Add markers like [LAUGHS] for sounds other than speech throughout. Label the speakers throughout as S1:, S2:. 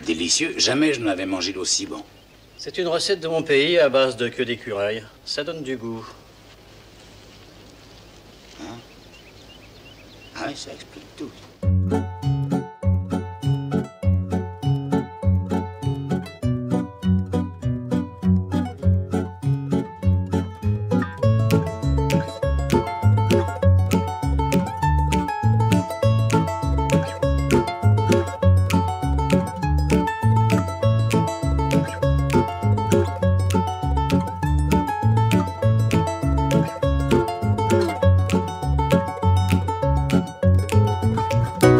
S1: délicieux. Jamais je n'avais mangé d'aussi bon.
S2: C'est une recette de mon pays à base de queue d'écureuil. Ça donne du goût.
S1: Hein Ah oui, ça explique tout.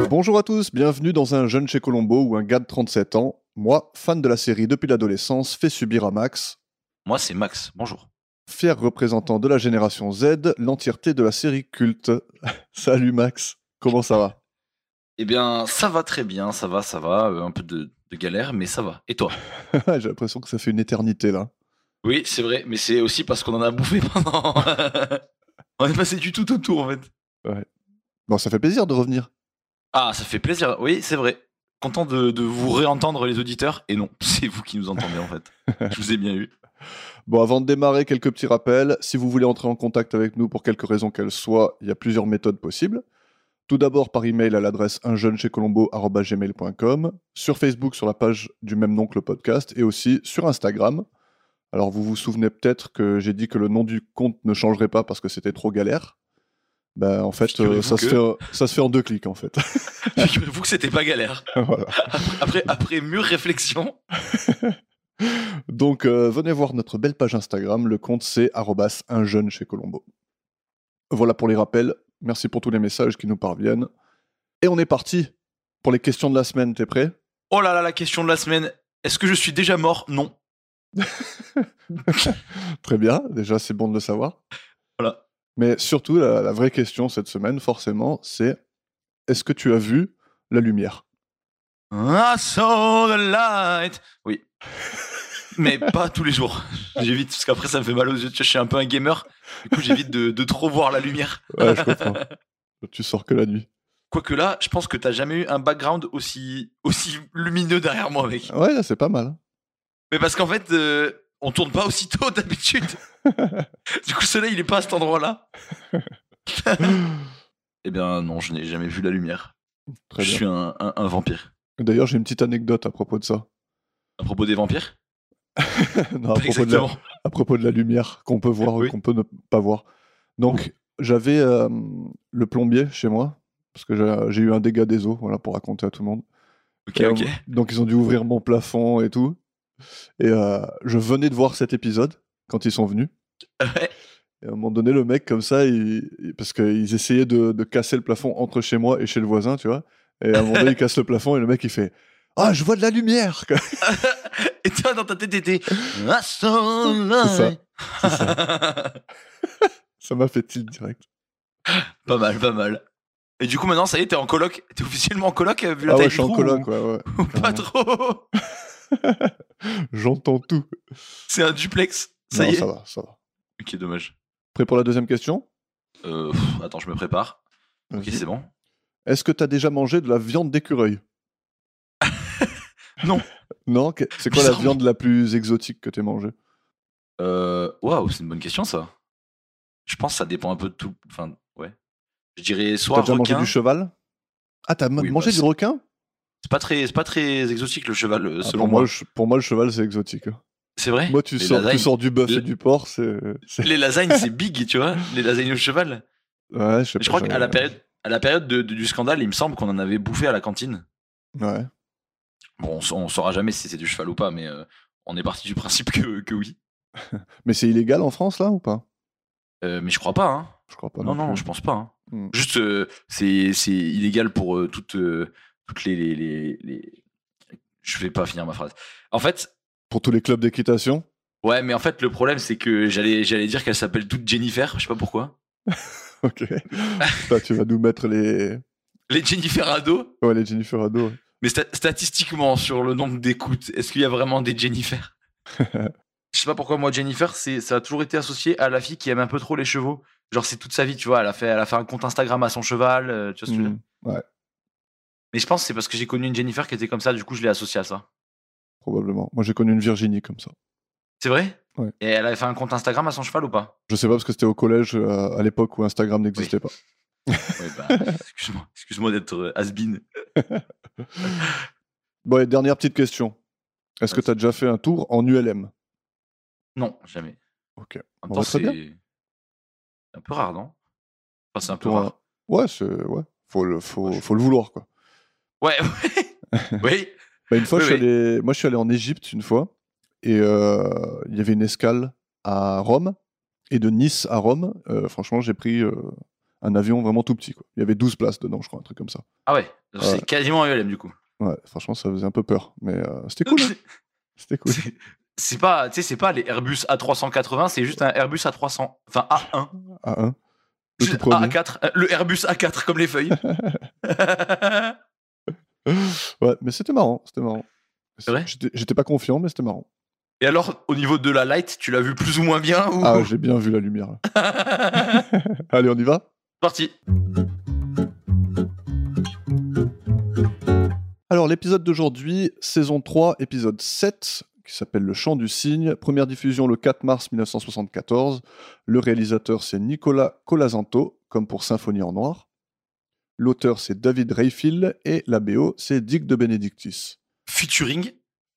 S3: Bonjour à tous, bienvenue dans un jeune chez Colombo où un gars de 37 ans, moi, fan de la série depuis l'adolescence, fait subir à Max,
S4: Moi, c'est Max. Bonjour.
S3: fier représentant de la génération Z, l'entièreté de la série culte. [LAUGHS] Salut Max, comment ça va [LAUGHS]
S4: Eh bien, ça va très bien, ça va, ça va. euh, un peu de, de galère, mais ça va. Et toi
S3: J'ai l'impression que ça fait une éternité là.
S4: Oui, c'est vrai, mais c'est aussi parce qu'on en a bouffé pendant. [LAUGHS] On est passé du tout au tout, en fait.
S3: Bon, ça fait plaisir de revenir.
S4: Ah, ça fait plaisir. Oui, c'est vrai. Content de, de vous réentendre, les auditeurs. Et non, [LAUGHS] c'est vous qui nous entendez, en fait. Je vous ai bien eu.
S3: Bon, avant de démarrer, quelques petits rappels. Si vous voulez entrer en contact avec nous pour quelque raison qu'elle soit, il y a plusieurs méthodes possibles. Tout d'abord par email à l'adresse unjeunechezcolombo.com, sur Facebook sur la page du même nom que le podcast et aussi sur Instagram. Alors vous vous souvenez peut-être que j'ai dit que le nom du compte ne changerait pas parce que c'était trop galère. Ben, en fait,
S4: Figurez-vous
S3: euh, ça, se
S4: que-
S3: fait, ça se fait en deux clics en fait. [LAUGHS]
S4: Figurez-vous que c'était pas galère.
S3: Voilà.
S4: Après, après mûre réflexion.
S3: Donc euh, venez voir notre belle page Instagram, le compte c'est arrobas un jeune chez Colombo. Voilà pour les rappels, merci pour tous les messages qui nous parviennent. Et on est parti pour les questions de la semaine, t'es prêt
S4: Oh là là, la question de la semaine. Est-ce que je suis déjà mort Non.
S3: Très bien, déjà c'est bon de le savoir.
S4: Voilà.
S3: Mais surtout, la, la vraie question cette semaine, forcément, c'est est-ce que tu as vu la lumière
S4: I saw the light. Oui. [LAUGHS] Mais pas tous les jours. J'évite, parce qu'après, ça me fait mal aux yeux. Tu sais, Je suis un peu un gamer. Du coup, j'évite de, de trop voir la lumière.
S3: Ouais, je
S4: [LAUGHS]
S3: comprends. tu sors que la nuit.
S4: Quoique là, je pense que t'as jamais eu un background aussi, aussi lumineux derrière moi, mec.
S3: Ouais, là, c'est pas mal.
S4: Mais parce qu'en fait, euh, on tourne pas aussi tôt [LAUGHS] d'habitude. du coup, le soleil, il est pas à cet endroit-là. [LAUGHS] eh bien, non, je n'ai jamais vu la lumière.
S3: Très
S4: je
S3: bien.
S4: suis un, un- un vampire.
S3: D'ailleurs, j'ai une petite anecdote à propos de ça. [LAUGHS]
S4: À propos des vampires
S3: non, à
S4: Pas
S3: propos de la-
S4: Exactement.
S3: à propos de la lumière qu'on peut voir ou
S4: Oui.
S3: qu'on peut ne pas voir. Donc, j'avais euh, le plombier chez moi, parce que j'ai- j'ai eu un dégât des eaux, voilà, pour raconter à tout le monde.
S4: Ok,
S3: Et,
S4: ok.
S3: euh, donc, ils ont dû ouvrir mon plafond et tout. Et euh, je venais de voir cet épisode quand ils sont venus.
S4: Ouais.
S3: Et à un moment donné, le mec, comme ça, il- il- parce qu'ils essayaient de, de casser le plafond entre chez moi et chez le voisin, tu vois. Et à un moment donné, il casse le plafond et le mec, il fait Ah, je vois de la lumière [LAUGHS]
S4: [LAUGHS] Et toi, dans ta tête, t'étais. Ah,
S3: ça,
S4: soleil.
S3: Ça m'a fait tilt direct.
S4: Pas mal, pas mal. Et du coup, maintenant, ça y est, t'es en coloc. T'es officiellement en coloc, euh, vu la
S3: ah
S4: taille
S3: ouais,
S4: du
S3: je suis en
S4: trou,
S3: coloc,
S4: ou-
S3: ouais, ouais.
S4: ou Pas
S3: carrément.
S4: trop.
S3: [LAUGHS] J'entends tout.
S4: C'est un duplex. Ça
S3: non,
S4: y est.
S3: ça va, ça va.
S4: Ok, dommage.
S3: Prêt pour la deuxième question
S4: Euh, pff, attends, je me prépare. Ok,
S3: Vas-y.
S4: c'est bon.
S3: Est-ce que tu as déjà mangé de la viande d'écureuil
S4: Non.
S3: [LAUGHS] Non que- C'est quoi la
S4: Bizarrement.
S3: viande la plus exotique que tu as mangée
S4: Euh, Waouh, c'est une bonne question, ça. Je pense que ça dépend un peu de tout. Enfin, ouais. Je dirais
S3: T'as
S4: soit
S3: déjà mangé
S4: requin.
S3: du cheval Ah, t'as ma-
S4: Oui,
S3: mangé
S4: bah,
S3: du
S4: c'est-
S3: requin
S4: C'est pas très, c'est pas très exotique le cheval, euh,
S3: Ah,
S4: selon
S3: pour,
S4: moi.
S3: moi, je- pour moi, le cheval, c'est exotique. hein.
S4: C'est vrai.
S3: Moi, tu
S4: Les
S3: sors, tu
S4: lasagnes.
S3: sors du bœuf
S4: Le-
S3: et du porc, c'est. c'est-
S4: Les lasagnes, c'est big, tu vois. Les lasagnes au cheval.
S3: [LAUGHS] Ouais, je sais
S4: Mais
S3: pas.
S4: Je crois
S3: j'avais-
S4: qu'à la période, à la période de- de- du scandale, il me semble qu'on en avait bouffé à la cantine.
S3: Ouais.
S4: Bon, on, sa- on saura jamais si c'est du cheval ou pas, mais euh, on est parti du [LAUGHS] principe que, que oui.
S3: Mais c'est illégal en France, là, ou pas
S4: Euh, mais je crois pas. Hein.
S3: Je crois pas.
S4: Non, non,
S3: plus.
S4: je pense pas. hein.
S3: Hmm.
S4: Juste, euh, c'est c'est illégal pour euh, toutes, euh, toutes les, les, les, les- Je vais pas finir ma phrase. En fait,
S3: Pour tous les clubs d'équitation [LAUGHS]
S4: ouais, mais en fait, le problème, c'est que j'allais j'allais dire qu'elles s'appellent toutes Jennifer, je sais pas pourquoi. [LAUGHS]
S3: Ok. Là, tu vas nous mettre les.
S4: Les Jennifer Ado.
S3: Ouais, les Jennifer Ado. ouais.
S4: Mais sta- statistiquement, sur le nombre d'écoutes, est-ce qu'il y a vraiment
S3: [LAUGHS]
S4: des Jennifer Je sais pas pourquoi, moi, Jennifer, c'est- ça a toujours été associé à la fille qui aime un peu trop les chevaux. Genre, c'est toute sa vie, tu vois. Elle a fait, elle a fait un compte Instagram à son cheval, euh, tu vois ce que je veux dire
S3: Hmm. Ouais.
S4: Mais je pense que c'est parce que j'ai connu une Jennifer qui était comme ça, du coup, je l'ai associée à ça.
S3: probablement. Moi, j'ai connu une Virginie comme ça.
S4: C'est vrai
S3: Ouais.
S4: Et elle avait fait un compte Instagram à son cheval ou pas
S3: Je sais pas parce que c'était au collège euh, à l'époque où Instagram n'existait pas.
S4: Oui, [LAUGHS] bah, excuse-moi excuse-moi d'être euh, has-been.
S3: Bon, et dernière petite question. Est-ce que
S4: Vas-y.
S3: tu as déjà fait un tour en ULM
S4: Non, jamais.
S3: Ok. On
S4: En même
S3: va
S4: temps,
S3: très bien.
S4: c'est un peu rare, non Enfin, c'est un peu
S3: Pour un-
S4: rare.
S3: Ouais, c'est ouais. Faut le, faut,
S4: Ouais, je-
S3: faut le vouloir quoi.
S4: Ouais, [LAUGHS]
S3: [LAUGHS]
S4: ouais. oui.
S3: Bah, une fois,
S4: Oui,
S3: je suis
S4: oui.
S3: allé... moi, je suis allé en Égypte une fois et euh, il y avait une escale à Rome et de Nice à Rome. euh, franchement, j'ai pris euh, un avion vraiment tout petit. Quoi. Il y avait 12 places dedans, je crois, un truc comme ça.
S4: Ah ouais, donc
S3: Ouais.
S4: c'est quasiment un ULM du coup.
S3: Ouais, franchement, ça faisait un peu peur, mais euh, c'était cool. hein. C'était cool.
S4: C'est- C'est pas, tu sais, c'est pas les Airbus A380, c'est juste un Airbus A300, enfin A1,
S3: Ah, hein. Le
S4: juste
S3: tout premier.
S4: A4, euh, le Airbus A4 comme
S3: [LAUGHS]
S4: les feuilles.
S3: Ouais, mais c'était marrant, c'était marrant.
S4: vrai
S3: J'étais- J'étais pas confiant, mais c'était marrant.
S4: Et alors, au niveau de la light, tu l'as vu plus ou moins bien ou...
S3: Ah, j'ai bien vu la lumière. [LAUGHS] là. Allez, on y va
S4: [LAUGHS] Parti.
S3: Alors, l'épisode d'aujourd'hui, saison 3, épisode 7, qui s'appelle Le Chant du Cygne. Première diffusion le 4 mars 1974. Le réalisateur, c'est Nicolas Colasanto, comme pour Symphonie en Noir. L'auteur, c'est David Rayfield. Et la BO, c'est Dick de Benedictis.
S4: Featuring,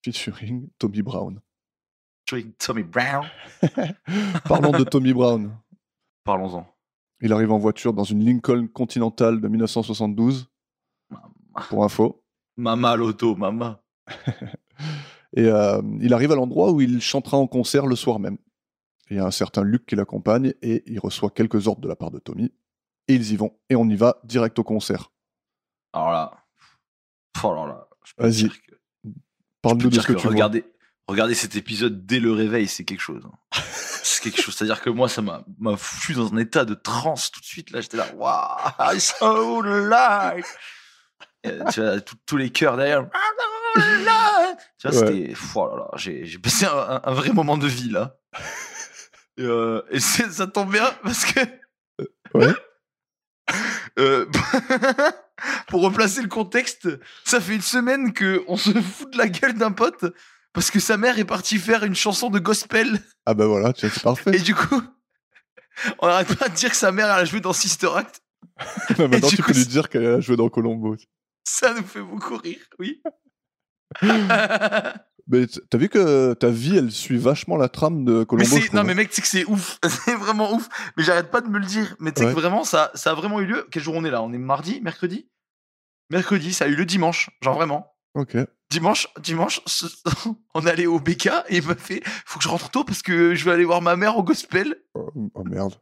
S3: Featuring Tommy Brown.
S4: featuring Tommy Brown.
S3: Parlons de Tommy Brown.
S4: Parlons-en.
S3: Il arrive en voiture dans une Lincoln Continental de 1972, pour info.
S4: Mama à l'auto, mama.
S3: Et euh, il arrive à l'endroit où il chantera en concert le soir même. Il y a un certain Luc qui l'accompagne et il reçoit quelques ordres de la part de Tommy. Et ils y vont. Et on y va direct au concert.
S4: Alors là, oh là là, je peux
S3: Vas-y,
S4: dire que- Je
S3: Parle-nous
S4: peux
S3: de
S4: dire
S3: ce que,
S4: que
S3: tu
S4: regarder, regarder cet épisode dès le réveil, c'est quelque chose. hein. [LAUGHS] c'est quelque chose. C'est-à-dire que moi, ça m'a m'a foutu dans un état de transe tout de suite. Là, j'étais là, waouh, [LAUGHS] I saw the light. Euh, tu vois, tout- tous les
S3: [LAUGHS]
S4: chœurs derrière. I saw the light. Tu vois,
S3: Ouais.
S4: c'était. pff, oh là là, j'ai j'ai passé un, un- un vrai moment de vie là. Et, euh, et c'est- ça tombe bien parce que.
S3: ouais.
S4: [LAUGHS] Euh, [LAUGHS] pour replacer le contexte, ça fait une semaine que on se fout de la gueule d'un pote parce que sa mère est partie faire une chanson de gospel
S3: Ah ben voilà, tiens, c'est parfait.
S4: et du coup, on arrête pas de dire que sa mère elle a joué dans Sister Act.
S3: Non, Bah, maintenant,
S4: [LAUGHS] et
S3: tu
S4: du
S3: peux
S4: coup,
S3: lui
S4: c'est-
S3: dire qu'elle a joué dans Colombo.
S4: Ça nous fait beaucoup rire,
S3: [LAUGHS]
S4: oui.
S3: Mais t- t'as vu que ta vie, elle suit vachement la trame de
S4: mais
S3: Colombo.
S4: c'est, non mais mec, tu sais que c'est ouf, hein. [LAUGHS] c'est vraiment ouf. Mais j'arrête pas de me le dire. Mais tu sais
S3: Ouais.
S4: que vraiment ça, ça a vraiment eu lieu. Quel jour on est là On est mardi, mercredi, mercredi. Ça a eu lieu dimanche, genre vraiment.
S3: Ok.
S4: Dimanche, dimanche, ce- [LAUGHS] on allait au BK et il m'a fait Faut que je rentre tôt parce que je vais aller voir ma mère au [LAUGHS] gospel.
S3: Oh, oh merde.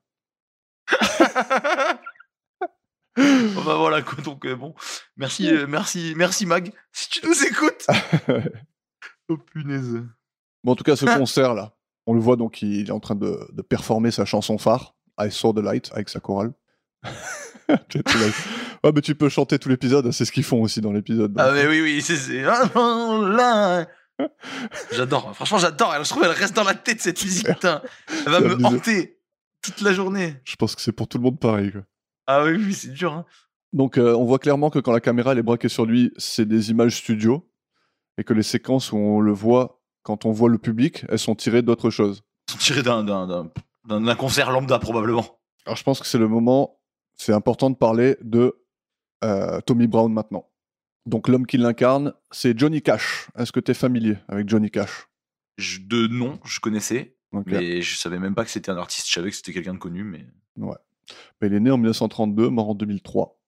S4: Enfin voilà quoi, donc euh, bon, merci, euh, merci, merci Mag, si tu nous [LAUGHS] écoutes. oh punaise.
S3: Bon, en tout cas, ce
S4: Ah.
S3: concert-là, on le voit donc, il est en train de, de performer sa chanson phare, I Saw the Light, avec sa chorale. [LAUGHS] Tu- tu l'as- ouais, mais tu peux chanter tout l'épisode, c'est ce qu'ils font aussi dans l'épisode.
S4: Ah mais oui, oui, c'est- c'est. hein. J'adore, franchement j'adore, je trouve elle reste dans la tête cette musique, putain. Elle va
S3: C'est
S4: me
S3: abusé.
S4: hanter toute la journée.
S3: Je pense que c'est pour tout le monde pareil. quoi.
S4: Ah oui, oui, c'est dur. Hein.
S3: Donc, euh, on voit clairement que quand la caméra elle est braquée sur lui, c'est des images studio, et que les séquences où on le voit, quand on voit le public, elles sont tirées d'autres choses.
S4: Ils sont tirés d'un- d'un- d'un d'un- d'un concert lambda probablement.
S3: Alors, je pense que c'est le moment, c'est important de parler de euh, Tommy Brown maintenant. Donc, l'homme qui l'incarne, c'est Johnny Cash. Est-ce que tu es familier avec Johnny Cash
S4: Je- de nom, je connaissais,
S3: Ok.
S4: mais je savais même pas que c'était un artiste. Je savais que c'était quelqu'un de connu, mais
S3: Mais Il est né en 1932, mort en 2003.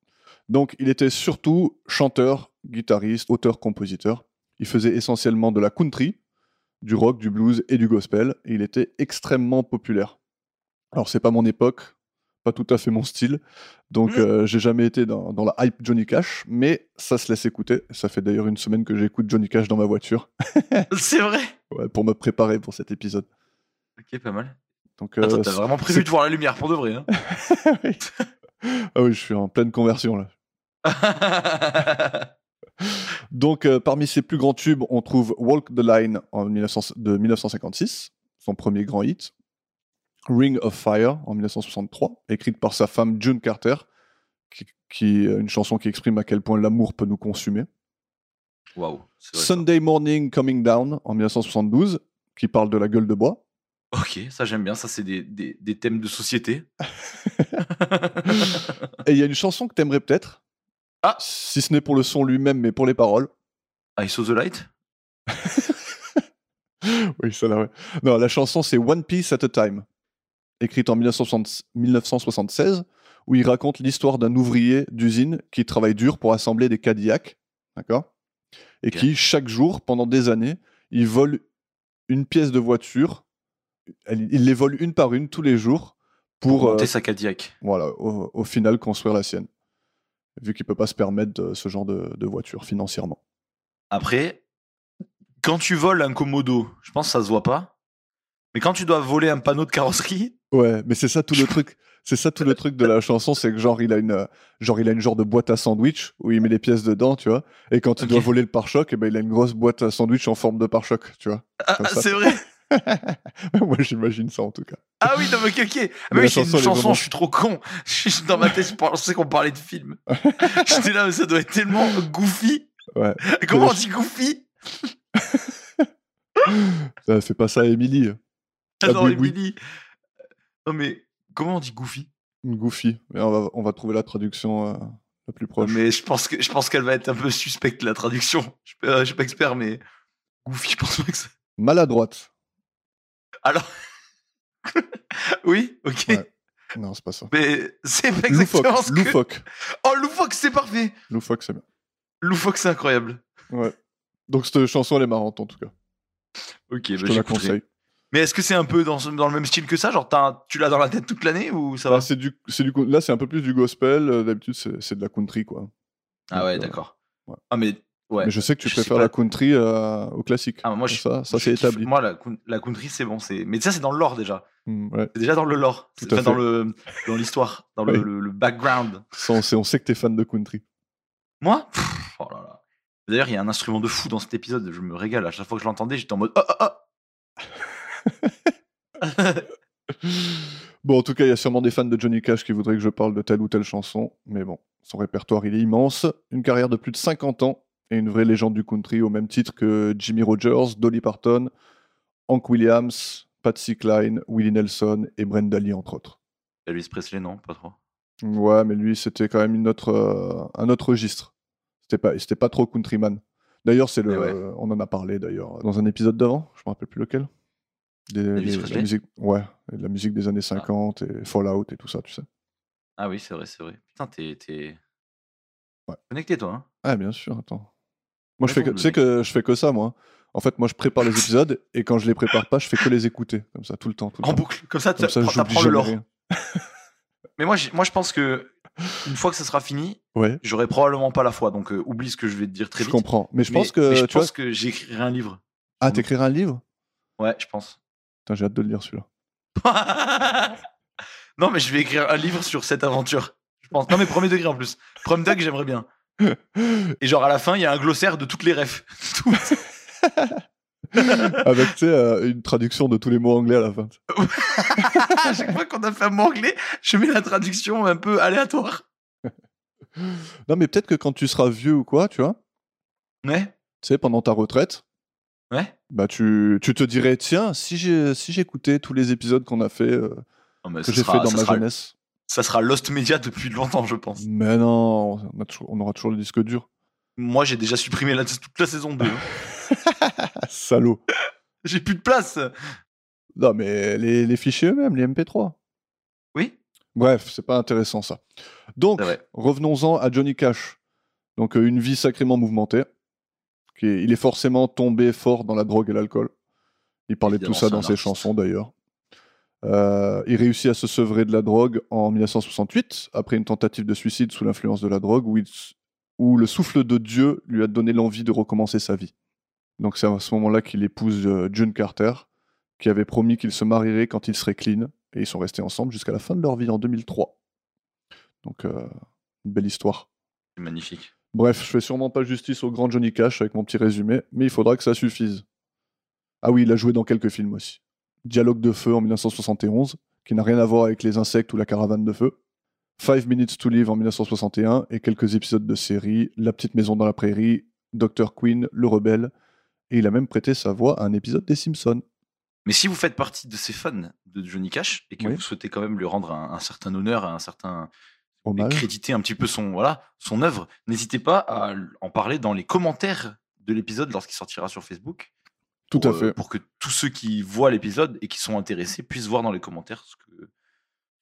S3: Donc, il était surtout chanteur, guitariste, auteur-compositeur. Il faisait essentiellement de la country, du rock, du blues et du gospel. Et il était extrêmement populaire. Alors, c'est pas mon époque, pas tout à fait mon style. Donc,
S4: Mhm.
S3: euh, j'ai jamais été dans, dans la hype Johnny Cash, mais ça se laisse écouter. Ça fait d'ailleurs une semaine que j'écoute Johnny Cash dans ma voiture
S4: c'est vrai.
S3: ouais, pour me préparer pour cet épisode.
S4: Ok, pas mal.
S3: Donc, euh,
S4: Attends, Ah, t'as
S3: c'est-
S4: vraiment prévu de voir la lumière pour de vrai. Hein
S3: ah oui, je suis en pleine conversion là. Donc, euh, parmi ses plus grands tubes, on trouve Walk the Line en 1900 de 1956, son premier grand hit. Ring of Fire en 1963, écrite par sa femme June Carter, qui, qui est une chanson qui exprime à quel point l'amour peut nous consumer.
S4: Waouh. c'est vrai, ça.
S3: Sunday Morning Coming Down en 1972, qui parle de la gueule de bois.
S4: Ok, ça j'aime bien. Ça, c'est des, des- des thèmes de société.
S3: Et il y a une chanson que t'aimerais peut-être.
S4: Ah.
S3: Si ce n'est pour le son lui-même, mais pour les paroles.
S4: I saw the light.
S3: Oui, ça là, ouais. Non, la chanson, c'est One Piece at a Time, écrite en 1960 1976, où il raconte l'histoire d'un ouvrier d'usine qui travaille dur pour assembler des Cadillacs, d'accord Et
S4: Ok.
S3: qui, chaque jour, pendant des années, il vole une pièce de voiture, elle- il les vole une par une tous les jours pour,
S4: Pour monter
S3: euh,
S4: sa Cadillac.
S3: voilà, au, au final construire la sienne, vu qu'il peut pas se permettre euh, ce genre de- de voiture financièrement.
S4: Après, quand tu voles un Komodo, je pense que ça se voit pas. Mais quand tu dois voler un panneau de carrosserie, [LAUGHS]
S3: Ouais, mais c'est ça tout le truc. C'est ça tout le truc de la chanson, c'est que genre il a une euh, genre il a une genre de boîte à sandwich où il met les pièces dedans, tu vois. Et quand il doit
S4: Ok.
S3: voler le pare-choc, eh ben il a une grosse boîte à sandwich en forme de pare-choc, tu vois. [LAUGHS]
S4: ah,
S3: Comme
S4: ah,
S3: ça.
S4: c'est vrai.
S3: Moi j'imagine ça en tout cas.
S4: Ah oui, non, mais ok, ok. Ah
S3: Mais
S4: mais
S3: la
S4: oui, c'est une
S3: chanson, elle est
S4: chanson,
S3: vraiment-
S4: je suis trop con. [LAUGHS] Je suis- Dans ma tête, je pensais qu'on parlait
S3: [LAUGHS]
S4: de film. J'étais là, mais ça doit être tellement goofy.
S3: Ouais.
S4: [LAUGHS] Comment
S3: Mais
S4: on dit goofy
S3: Ça fait pas ça à Emily, Ah,
S4: Ah non,
S3: oui, oui.
S4: Emily. Non, mais comment on dit goofy
S3: une goofy. Mais on va on va trouver la traduction euh, la plus proche.
S4: Mais je pense que je pense qu'elle va être un peu suspecte, la traduction. Je ne suis pas expert, mais goofy, je pense pas que ça. [LAUGHS]
S3: Maladroite.
S4: Alors. oui, ok.
S3: Ouais. Non, c'est pas ça.
S4: Mais c'est pas
S3: Loufoque,
S4: exactement ce que.
S3: loufoque,
S4: Oh, loufoque, c'est parfait.
S3: loufoque, c'est bien.
S4: Loufoque, c'est incroyable.
S3: Ouais. Donc cette chanson elle est marrante en tout cas.
S4: Ok,
S3: Je
S4: bah,
S3: te la
S4: j'écouterai.
S3: conseille.
S4: Mais est-ce que c'est un peu dans, ce- dans le même style que ça Genre, t'as un- tu l'as dans la tête toute l'année ou ça
S3: Là
S4: va
S3: Ah, c'est du c'est du là c'est un peu plus du gospel. euh, D'habitude c'est c'est de la country quoi.
S4: Ah ouais,
S3: Donc, euh,
S4: d'accord.
S3: ouais.
S4: Ah mais ouais.
S3: Mais je sais que tu
S4: je sais
S3: préfères
S4: pas.
S3: la country euh, au classique.
S4: Ah, moi, je-
S3: ça, ça
S4: Je
S3: c'est
S4: kiffe-
S3: établi.
S4: Moi, la, coun- la country, c'est bon. c'est Mais ça, c'est dans le lore déjà.
S3: Mm, ouais.
S4: C'est déjà dans le lore.
S3: Tout
S4: C'est-
S3: à
S4: enfin, dans
S3: fait.
S4: le dans l'histoire, dans le,
S3: Oui.
S4: le- le background.
S3: Ça, on, sait, on sait que t'es fan de country.
S4: Moi Pff, oh là là. D'ailleurs, il y a un instrument de fou dans cet épisode. Je me régale. À chaque fois que je l'entendais, j'étais en mode. Oh, oh, oh.
S3: [LAUGHS] Bon, en tout cas, il y a sûrement des fans de Johnny Cash qui voudraient que je parle de telle ou telle chanson. Mais bon, son répertoire, il est immense. Une carrière de plus de 50 ans et une vraie légende du country au même titre que Jimmy Rogers, Dolly Parton, Hank Williams, Patsy Cline, Willie Nelson et Brenda Lee, entre autres.
S4: Elvis Presley, non, pas trop.
S3: Ouais, mais lui, c'était quand même une autre, euh, un autre registre. C'était pas, c'était pas trop countryman. D'ailleurs, c'est le,
S4: Mais ouais.
S3: euh, on en a parlé d'ailleurs dans un épisode d'avant. Je me rappelle plus lequel. Des-
S4: Elvis
S3: des- la
S4: Presley
S3: musique, ouais, et de la musique des années 50 et Fallout et tout ça, tu sais.
S4: Ah oui, c'est vrai, c'est vrai. Putain, t'es t'es
S3: Ouais.
S4: connecté toi. hein.
S3: Ah bien sûr, attends. Moi, je
S4: Mais
S3: fais, que, tu
S4: bon, le
S3: sais
S4: mec-
S3: que je fais que ça, moi. hein. En fait, moi, je prépare les épisodes et quand je les prépare pas, je fais que les écouter comme ça tout le temps, tout le
S4: En
S3: temps.
S4: boucle, comme ça,
S3: Comme ça,
S4: t'apprends
S3: j'oublie
S4: t'apprends le
S3: jamais
S4: lore.
S3: rien.
S4: Mais moi, j'ai- moi, je pense que une fois que ça sera fini,
S3: Ouais,
S4: j'aurai probablement pas la foi. Donc euh, oublie ce que je vais te dire très
S3: je
S4: vite.
S3: comprends. Mais je
S4: Mais-
S3: pense que,
S4: mais je
S3: tu vois,
S4: pense que j'écrirai un livre.
S3: ah, t'écriras un livre.
S4: Ouais, je
S3: [LAUGHS]
S4: pense.
S3: Putain, j'ai hâte de le lire celui-là.
S4: non, mais je vais écrire un livre sur cette aventure. Je pense. Non, mais premier degré en plus. Premier degré, j'aimerais bien. Et genre à la fin, il y a un glossaire de toutes les refs. [LAUGHS] Tout-
S3: Avec, tu sais, euh, une traduction de tous les mots anglais à la fin.
S4: à chaque fois qu'on a fait un mot anglais, je mets la traduction un peu aléatoire.
S3: Non, mais peut-être que quand tu seras vieux ou quoi, tu vois,
S4: Ouais,
S3: tu sais, pendant ta retraite,
S4: ouais.
S3: bah tu, tu te dirais, tiens, si j'ai- si j'écoutais tous les épisodes qu'on a fait, euh,
S4: Non, mais
S3: que
S4: ça,
S3: j'ai
S4: sera,
S3: fait dans
S4: ça
S3: ma
S4: sera-
S3: jeunesse.
S4: ça sera Lost Media depuis longtemps, je pense.
S3: Mais non, on, a toujours- on aura toujours le disque dur.
S4: Moi, j'ai déjà supprimé la- toute la saison 2. hein. [LAUGHS]
S3: Ah, salaud.
S4: J'ai plus de place.
S3: Non, mais les, les fichiers eux-mêmes, les MP3.
S4: Oui,
S3: Bref, c'est pas intéressant ça. Donc,
S4: c'est vrai.
S3: revenons-en à Johnny Cash. Donc, euh, une vie sacrément mouvementée. Qui est- il est forcément tombé fort dans la drogue et l'alcool. Il parlait de tout
S4: Évidemment,
S3: ça
S4: c'est
S3: dans
S4: un
S3: ses
S4: artiste.
S3: chansons d'ailleurs. Euh, il réussit à se sevrer de la drogue en 1968, après une tentative de suicide sous l'influence de la drogue, où, il s- où le souffle de Dieu lui a donné l'envie de recommencer sa vie. Donc c'est à ce moment-là qu'il épouse euh, June Carter, qui avait promis qu'ils se marieraient quand ils seraient clean, et ils sont restés ensemble jusqu'à la fin de leur vie en 2003. Donc euh, une belle histoire.
S4: C'est magnifique.
S3: Bref, je fais sûrement pas justice au grand Johnny Cash avec mon petit résumé, mais il faudra que ça suffise. Ah oui, il a joué dans quelques films aussi. Dialogue de feu en 1971, qui n'a rien à voir avec les insectes ou la caravane de feu. Five Minutes to Live en 1961 et quelques épisodes de séries La petite maison dans la prairie, Dr. Quinn, le rebelle, et il a même prêté sa voix à un épisode des Simpsons.
S4: Mais si vous faites partie de ces fans de Johnny Cash et que
S3: Oui.
S4: vous souhaitez quand même lui rendre un, un certain honneur, un certain
S3: Hommage.
S4: créditer un petit peu son voilà son œuvre, n'hésitez pas à l- en parler dans les commentaires de l'épisode lorsqu'il sortira sur Facebook.
S3: Tout
S4: pour,
S3: à
S4: euh,
S3: fait.
S4: pour que tous ceux qui voient l'épisode et qui sont intéressés puissent voir dans les commentaires ce que,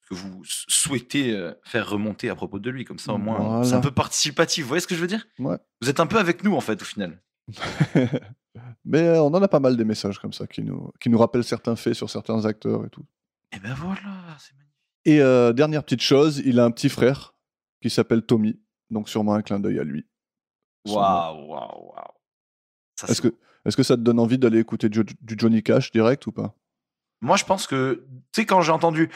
S4: ce que vous s- souhaitez euh, faire remonter à propos de lui. Comme ça, au moins,
S3: Voilà.
S4: c'est un peu participatif. Vous voyez ce que je veux dire
S3: Ouais.
S4: Vous êtes un peu avec nous, en fait, au final.
S3: Mais euh, on en a pas mal des messages comme ça qui nous, qui nous rappellent certains faits sur certains acteurs et tout.
S4: Et ben voilà, c'est magnifique.
S3: Et euh, dernière petite chose, il a un petit frère qui s'appelle Tommy, donc sûrement un clin d'œil à lui. Son nom.
S4: Waouh, waouh, waouh. Ça,
S3: Est-ce
S4: c'est-
S3: que, est que ça te donne envie d'aller écouter du, du Johnny Cash direct ou pas
S4: Moi, je pense que, tu sais, quand j'ai entendu.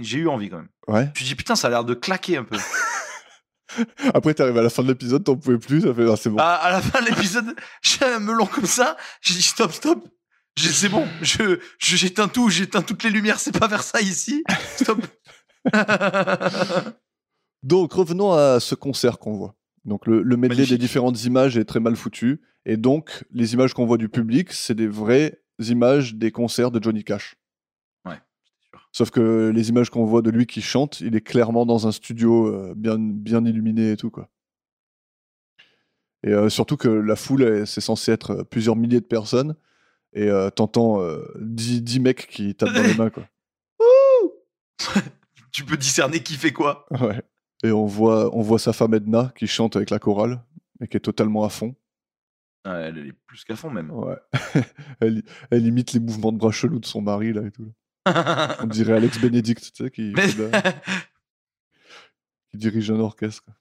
S4: J'ai eu envie quand même.
S3: Ouais.
S4: Je me suis dit, putain, ça a l'air de claquer un peu.
S3: Après, t'arrives à la fin de l'épisode, t'en pouvais plus, ça fait ah, c'est bon.
S4: à, à la fin de l'épisode, [LAUGHS] j'ai un melon comme ça. J'ai dit stop, stop. J'ai- C'est bon, je je- j'éteins tout, j'éteins toutes les lumières. C'est pas vers ça ici. Stop. [LAUGHS]
S3: Donc revenons à ce concert qu'on voit. Donc le, le medley des
S4: Magnifique.
S3: différentes images est très mal foutu. Et donc les images qu'on voit du public, c'est des vraies images des concerts de Johnny Cash.
S4: Ouais, c'est sûr.
S3: Sauf que les images qu'on voit de lui qui chante, il est clairement dans un studio euh, bien, bien illuminé et tout. quoi. Et euh, surtout que la foule, elle, c'est censé être euh, plusieurs milliers de personnes. Et euh, t'entends euh, dix 10 mecs qui tapent
S4: [LAUGHS]
S3: dans les mains. Quoi.
S4: tu peux discerner qui fait quoi.
S3: Ouais. Et on voit, on voit sa femme Edna qui chante avec la chorale et qui est totalement à fond.
S4: Ah, elle elle est plus qu'à fond [LAUGHS] même.
S3: Ouais. [LAUGHS] elle, elle imite les mouvements de bras chelous de son mari là et tout. On dirait Alex Benedict, tu sais, qui,
S4: Mais-
S3: qui da- qui dirige un orchestre. quoi.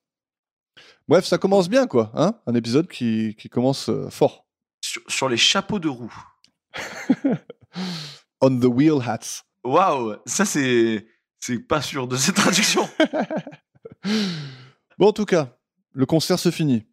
S3: Bref, ça commence bien quoi, hein Un épisode qui, qui commence euh, fort.
S4: [LAUGHS] sur, sur les chapeaux de roue.
S3: On the wheel hats.
S4: Waouh, ça c'est c'est pas sûr de cette traduction.
S3: Bon, en tout cas, le concert se finit.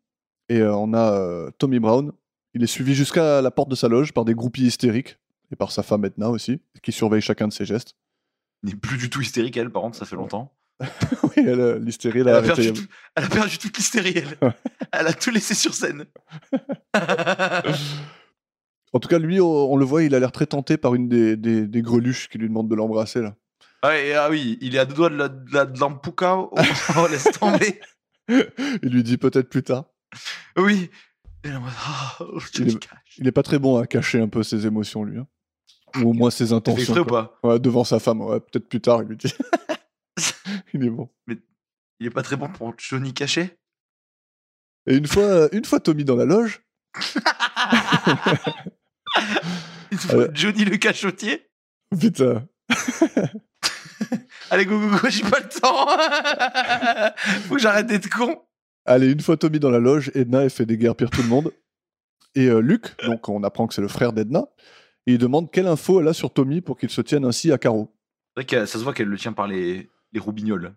S3: Et euh, on a euh, Tommy Brown. Il est suivi jusqu'à la porte de sa loge par des groupies hystériques et par sa femme Edna aussi, qui surveille chacun de ses gestes. [LAUGHS]
S4: Elle n'est plus du tout hystérique elle, par contre, ça fait longtemps.
S3: oui, elle, euh, l'hystérie, elle
S4: Elle
S3: a
S4: a,
S3: arrêté.
S4: perdu tout- elle a perdu toute l'hystérie, elle. elle a tout laissé sur scène.
S3: En tout cas, lui, on, on le voit, il a l'air très tenté par une des, des- des greluches qui lui demande de l'embrasser. là.
S4: Ouais, et ah oui, il est à deux doigts de la- de la- de l'Ampuka. [LAUGHS] Oh, oh, laisse tomber.
S3: Il lui dit peut-être plus tard.
S4: Oui. Et là, moi, ah, oh, Johnny
S3: Il est-
S4: Cash.
S3: Il n'est pas très bon à cacher un peu ses émotions, lui. hein. Ou au moins ses
S4: T'as fait
S3: intentions.
S4: exprès ou
S3: quoi.
S4: pas
S3: Ouais, devant sa femme, ouais, peut-être plus tard, il lui dit. [LAUGHS] il est bon.
S4: Il est pas très bon pour Johnny Caché
S3: Et une fois, une fois Tommy dans la loge,
S4: Il faut
S3: Euh.
S4: Johnny le cachotier
S3: putain,
S4: Allez, go, go, go, j'ai pas le temps [LAUGHS] Faut que j'arrête d'être con
S3: Allez, une fois Tommy dans la loge, Edna, elle fait des guerres pire tout le monde. Et euh, Luc, donc on apprend que c'est le frère d'Edna, il demande quelle info elle a sur Tommy pour qu'il se tienne ainsi à carreau.
S4: C'est vrai que ça se voit qu'elle le tient par les, les roubignoles.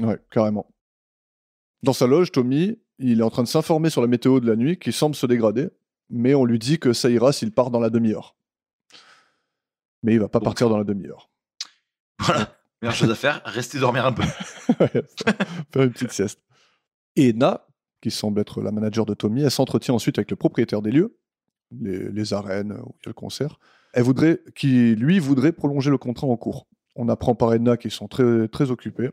S3: Ouais, carrément. Dans sa loge, Tommy, il est en train de s'informer sur la météo de la nuit qui semble se dégrader, mais on lui dit que ça ira s'il part dans la demi-heure. Mais il va pas
S4: Donc.
S3: partir dans la demi-heure.
S4: Voilà. Meilleure chose à faire, rester dormir un peu.
S3: [LAUGHS] Faire une petite sieste. Et Edna, qui semble être la manager de Tommy, elle s'entretient ensuite avec le propriétaire des lieux, les, les arènes où il y a le concert. Elle voudrait, qui lui voudrait prolonger le contrat en cours. On apprend par Edna qu'ils sont très, très occupés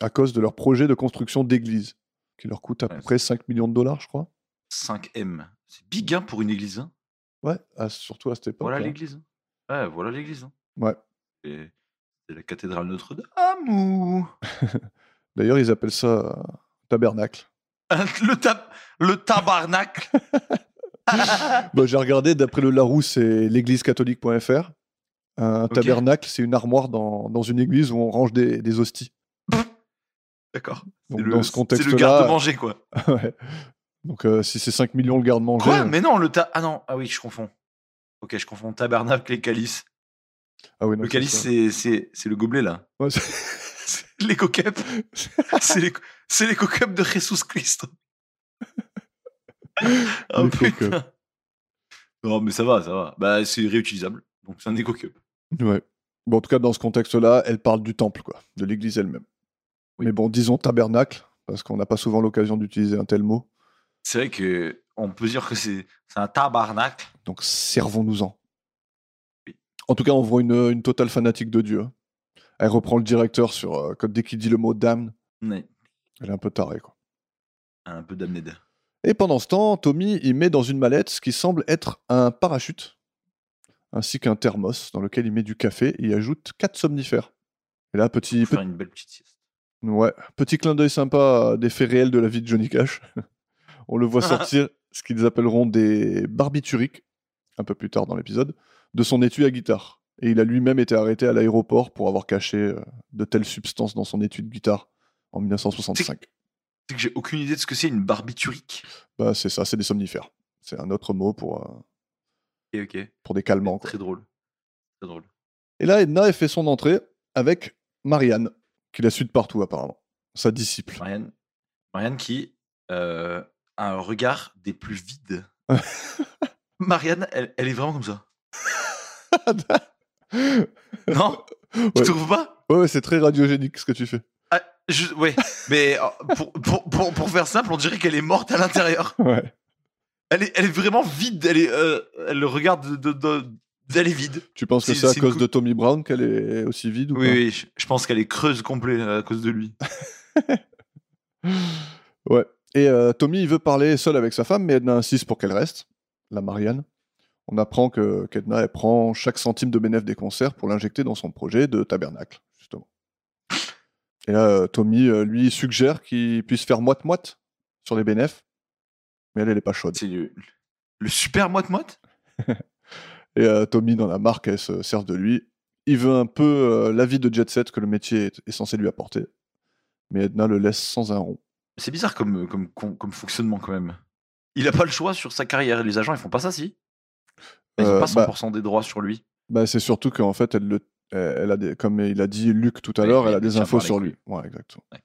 S3: à cause de leur projet de construction d'église, qui leur coûte à peu
S4: Ouais.
S3: près 5 millions de dollars, je crois.
S4: 5M. C'est big hein, pour une église. hein.
S3: Ouais, à- surtout à cette époque.
S4: Voilà
S3: hein.
S4: l'église. hein. Ouais, voilà l'église. hein.
S3: Ouais.
S4: Et C'est la cathédrale Notre-Dame ou...
S3: D'ailleurs, ils appellent ça euh, tabernacle.
S4: [LAUGHS] le, tab- le tabarnacle.
S3: Bah, J'ai regardé, d'après le Larousse, c'est l'églisecatholique.fr. Un
S4: Ok.
S3: tabernacle, c'est une armoire dans, dans une église où on range des, des hosties.
S4: D'accord.
S3: Donc,
S4: C'est le-
S3: dans ce
S4: C'est le
S3: contexte-là.
S4: garde-manger, quoi.
S3: ouais. Donc, euh, si c'est 5 millions le garde-manger.
S4: Quoi
S3: euh,
S4: Mais non, le ta... Ah non, ah oui, je confonds. Ok, je confonds tabernacle et calice.
S3: Ah oui, non,
S4: Le
S3: c'est
S4: calice,
S3: ça.
S4: c'est c'est- c'est le gobelet, là.
S3: Ouais, [LAUGHS] c'est-
S4: C'est [LAUGHS] Les coquettes.
S3: [LAUGHS]
S4: C'est les, c'est les coquettes de Jésus
S3: [LAUGHS]
S4: Christ. Ah,
S3: Les
S4: putain.
S3: coquettes.
S4: Non, mais ça va, ça va. Bah, c'est réutilisable. Donc, c'est un éco cup.
S3: euh, ouais. Bon, en tout cas, dans ce contexte-là, elle parle du temple, quoi, de l'église elle-même.
S4: Oui.
S3: Mais bon, disons tabernacle, parce qu'on n'a pas souvent l'occasion d'utiliser un tel mot.
S4: C'est vrai que on peut dire que c'est c'est un tabarnak.
S3: Donc servons-nous-en.
S4: Oui.
S3: En tout cas, on voit une, une totale fanatique de Dieu. hein. Elle reprend le directeur sur euh, quand- dès qu'il dit le mot damn,
S4: Ouais,
S3: elle est un peu tarée. Quoi.
S4: Un peu d'amener de-
S3: Et pendant ce temps, Tommy y met dans une mallette ce qui semble être un parachute, ainsi qu'un thermos dans lequel il met du café et y ajoute quatre somnifères. Et là, petit,
S4: pour faire une belle petite sieste.
S3: Ouais, petit clin d'œil sympa à des faits réels de la vie de Johnny Cash. [LAUGHS] On le voit sortir ce qu'ils appelleront des barbituriques, un peu plus tard dans l'épisode, de son étui à guitare. Et il a lui-même été arrêté à l'aéroport pour avoir caché euh, de telles substances dans son étui de guitare en 1965.
S4: C'est que j'ai aucune idée de ce que c'est une barbiturique.
S3: Bah, c'est ça, c'est des somnifères. C'est un autre mot pour, euh,
S4: Ok, ok.
S3: pour des calmants. quoi.
S4: Très drôle. Très drôle.
S3: Et là, Edna elle fait son entrée avec Marianne, qui la suit de partout apparemment. Sa disciple.
S4: Marianne, Marianne qui euh, a un regard des plus vides. [LAUGHS] Marianne, elle, elle est vraiment comme ça. Non Tu
S3: Ouais.
S4: trouves pas
S3: ouais, ouais, c'est très radiogénique ce que tu fais.
S4: Ah, je- Ouais, mais euh, pour, pour, pour, pour faire simple, on dirait qu'elle est morte à l'intérieur.
S3: Ouais.
S4: Elle est, elle est vraiment vide. Elle, est, euh, elle regarde de, de, de- Elle est vide.
S3: Tu penses que
S4: C'est-
S3: c'est à
S4: c'est une
S3: cause
S4: cou-
S3: de Tommy Brown qu'elle est aussi vide ou
S4: Oui,
S3: pas
S4: oui, je, je pense qu'elle est creuse complète à cause de lui.
S3: Ouais. Et euh, Tommy, il veut parler seul avec sa femme, mais Edna insiste pour qu'elle reste, la Marianne. On apprend que qu'Edna, elle prend chaque centime de bénéfice des concerts pour l'injecter dans son projet de tabernacle, justement. Et là, euh, Tommy, euh, lui, suggère qu'il puisse faire moite-moite sur les bénéfices, mais elle, elle est pas chaude.
S4: C'est le, le super moite-moite
S3: Et euh, Tommy, dans la marque, elle se sert de lui. Il veut un peu euh, l'avis de Jet Set que le métier est, est censé lui apporter, mais Edna le laisse sans un rond.
S4: C'est bizarre comme, euh, comme, con- comme fonctionnement quand même. Il a pas le choix sur sa carrière. Les agents, ils font pas ça, si Ils
S3: Euh,
S4: ont pas
S3: bah-
S4: 100% des droits sur lui.
S3: Bah, c'est surtout qu'en fait, elle le, elle elle a des, comme il a dit Luc tout à
S4: Ouais,
S3: l'heure, elle
S4: il
S3: a des
S4: tient
S3: infos
S4: par les
S3: sur
S4: couilles.
S3: lui. Ouais, exactement.
S4: Ouais.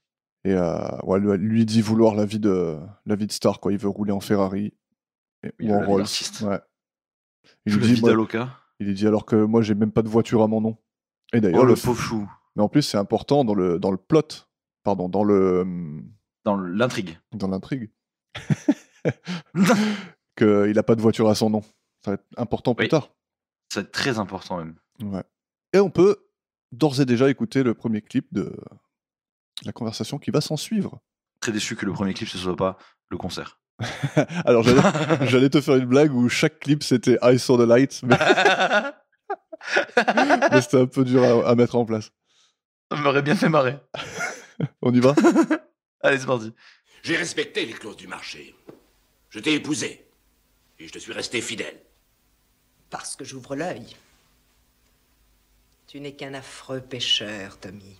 S3: Et euh, ouais, lui, lui dit vouloir la vie de, la vie de star, quoi. Il veut rouler en Ferrari et-
S4: Il
S3: ou
S4: veut
S3: en
S4: la vie
S3: Rolls.
S4: d'artiste.
S3: Ouais. Il
S4: Je
S3: lui
S4: le
S3: dit,
S4: vide
S3: moi-
S4: à l'oca.
S3: il lui dit alors que moi, j'ai même pas de voiture à mon nom. Et d'ailleurs,
S4: Oh,
S3: le
S4: le
S3: f-
S4: pauvre chou.
S3: mais en plus, c'est important dans le, dans le plot, pardon, dans le, hum,
S4: Dans l'intrigue.
S3: dans
S4: [LAUGHS]
S3: l'intrigue, [LAUGHS] qu'il a pas de voiture à son nom. Ça va être important plus
S4: Oui.
S3: tard.
S4: C'est très important, même.
S3: Ouais. Et on peut d'ores et déjà écouter le premier clip de la conversation qui va s'en suivre.
S4: Très déçu que le premier clip, ce soit pas le concert.
S3: Alors j'allais,
S4: [LAUGHS]
S3: j'allais te faire une blague où chaque clip c'était I saw the light, mais,
S4: Ça
S3: mais c'était un peu dur à, à mettre en place.
S4: m'aurait bien fait marrer.
S3: On y va
S4: Allez, c'est parti.
S1: J'ai respecté les clauses du marché. Je t'ai épousé. Et je te suis resté fidèle.
S5: Parce que j'ouvre l'œil. Tu n'es qu'un affreux pêcheur, Tommy.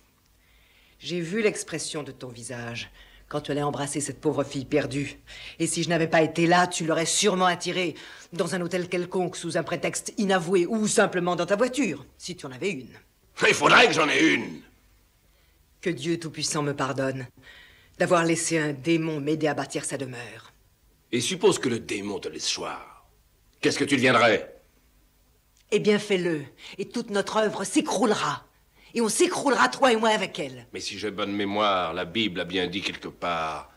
S5: J'ai vu l'expression de ton visage quand tu allais embrasser cette pauvre fille perdue. Et si je n'avais pas été là, tu l'aurais sûrement attirée dans un hôtel quelconque sous un prétexte inavoué ou simplement dans ta voiture, si tu en avais une.
S1: [LAUGHS] Il faudrait que j'en ai une.
S5: Que Dieu Tout-Puissant me pardonne d'avoir laissé un démon m'aider à bâtir sa demeure.
S1: Et suppose que le démon te laisse choir. Qu'est-ce que tu deviendrais
S5: Eh bien, fais-le, et toute notre œuvre s'écroulera. Et on s'écroulera, toi et moi, avec elle.
S1: Mais si j'ai bonne mémoire, la Bible a bien dit quelque part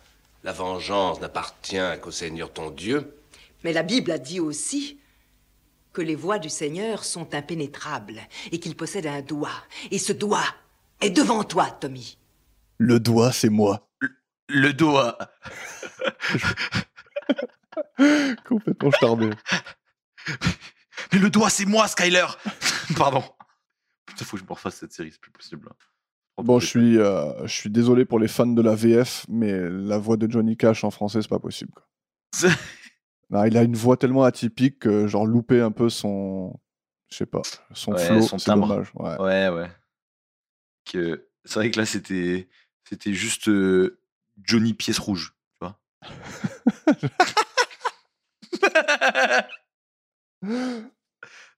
S1: La vengeance n'appartient qu'au Seigneur ton Dieu.
S5: Mais la Bible a dit aussi que les voies du Seigneur sont impénétrables et qu'il possède un doigt. Et ce doigt est devant toi, Tommy.
S3: Le doigt, c'est moi.
S4: Le doigt.
S3: Complètement charmé.
S4: [LAUGHS] Mais le doigt, c'est moi, Skyler. [LAUGHS] Pardon. Putain, faut que je me refasse cette série, c'est plus possible. hein.
S3: Bon, je suis, euh, je suis désolé pour les fans de la VF, mais la voix de Johnny Cash en français, c'est pas possible.
S4: [LAUGHS]
S3: quoi.
S4: C'est-
S3: Non, il a une voix tellement atypique que genre louper un peu son, je sais pas, son
S4: Ouais,
S3: flow,
S4: son
S3: c'est
S4: timbre.
S3: dommage. Ouais.
S4: Ah Ouais, ouais. Que c'est vrai que là c'était c'était juste euh, Johnny pièce rouge, tu vois. [LAUGHS]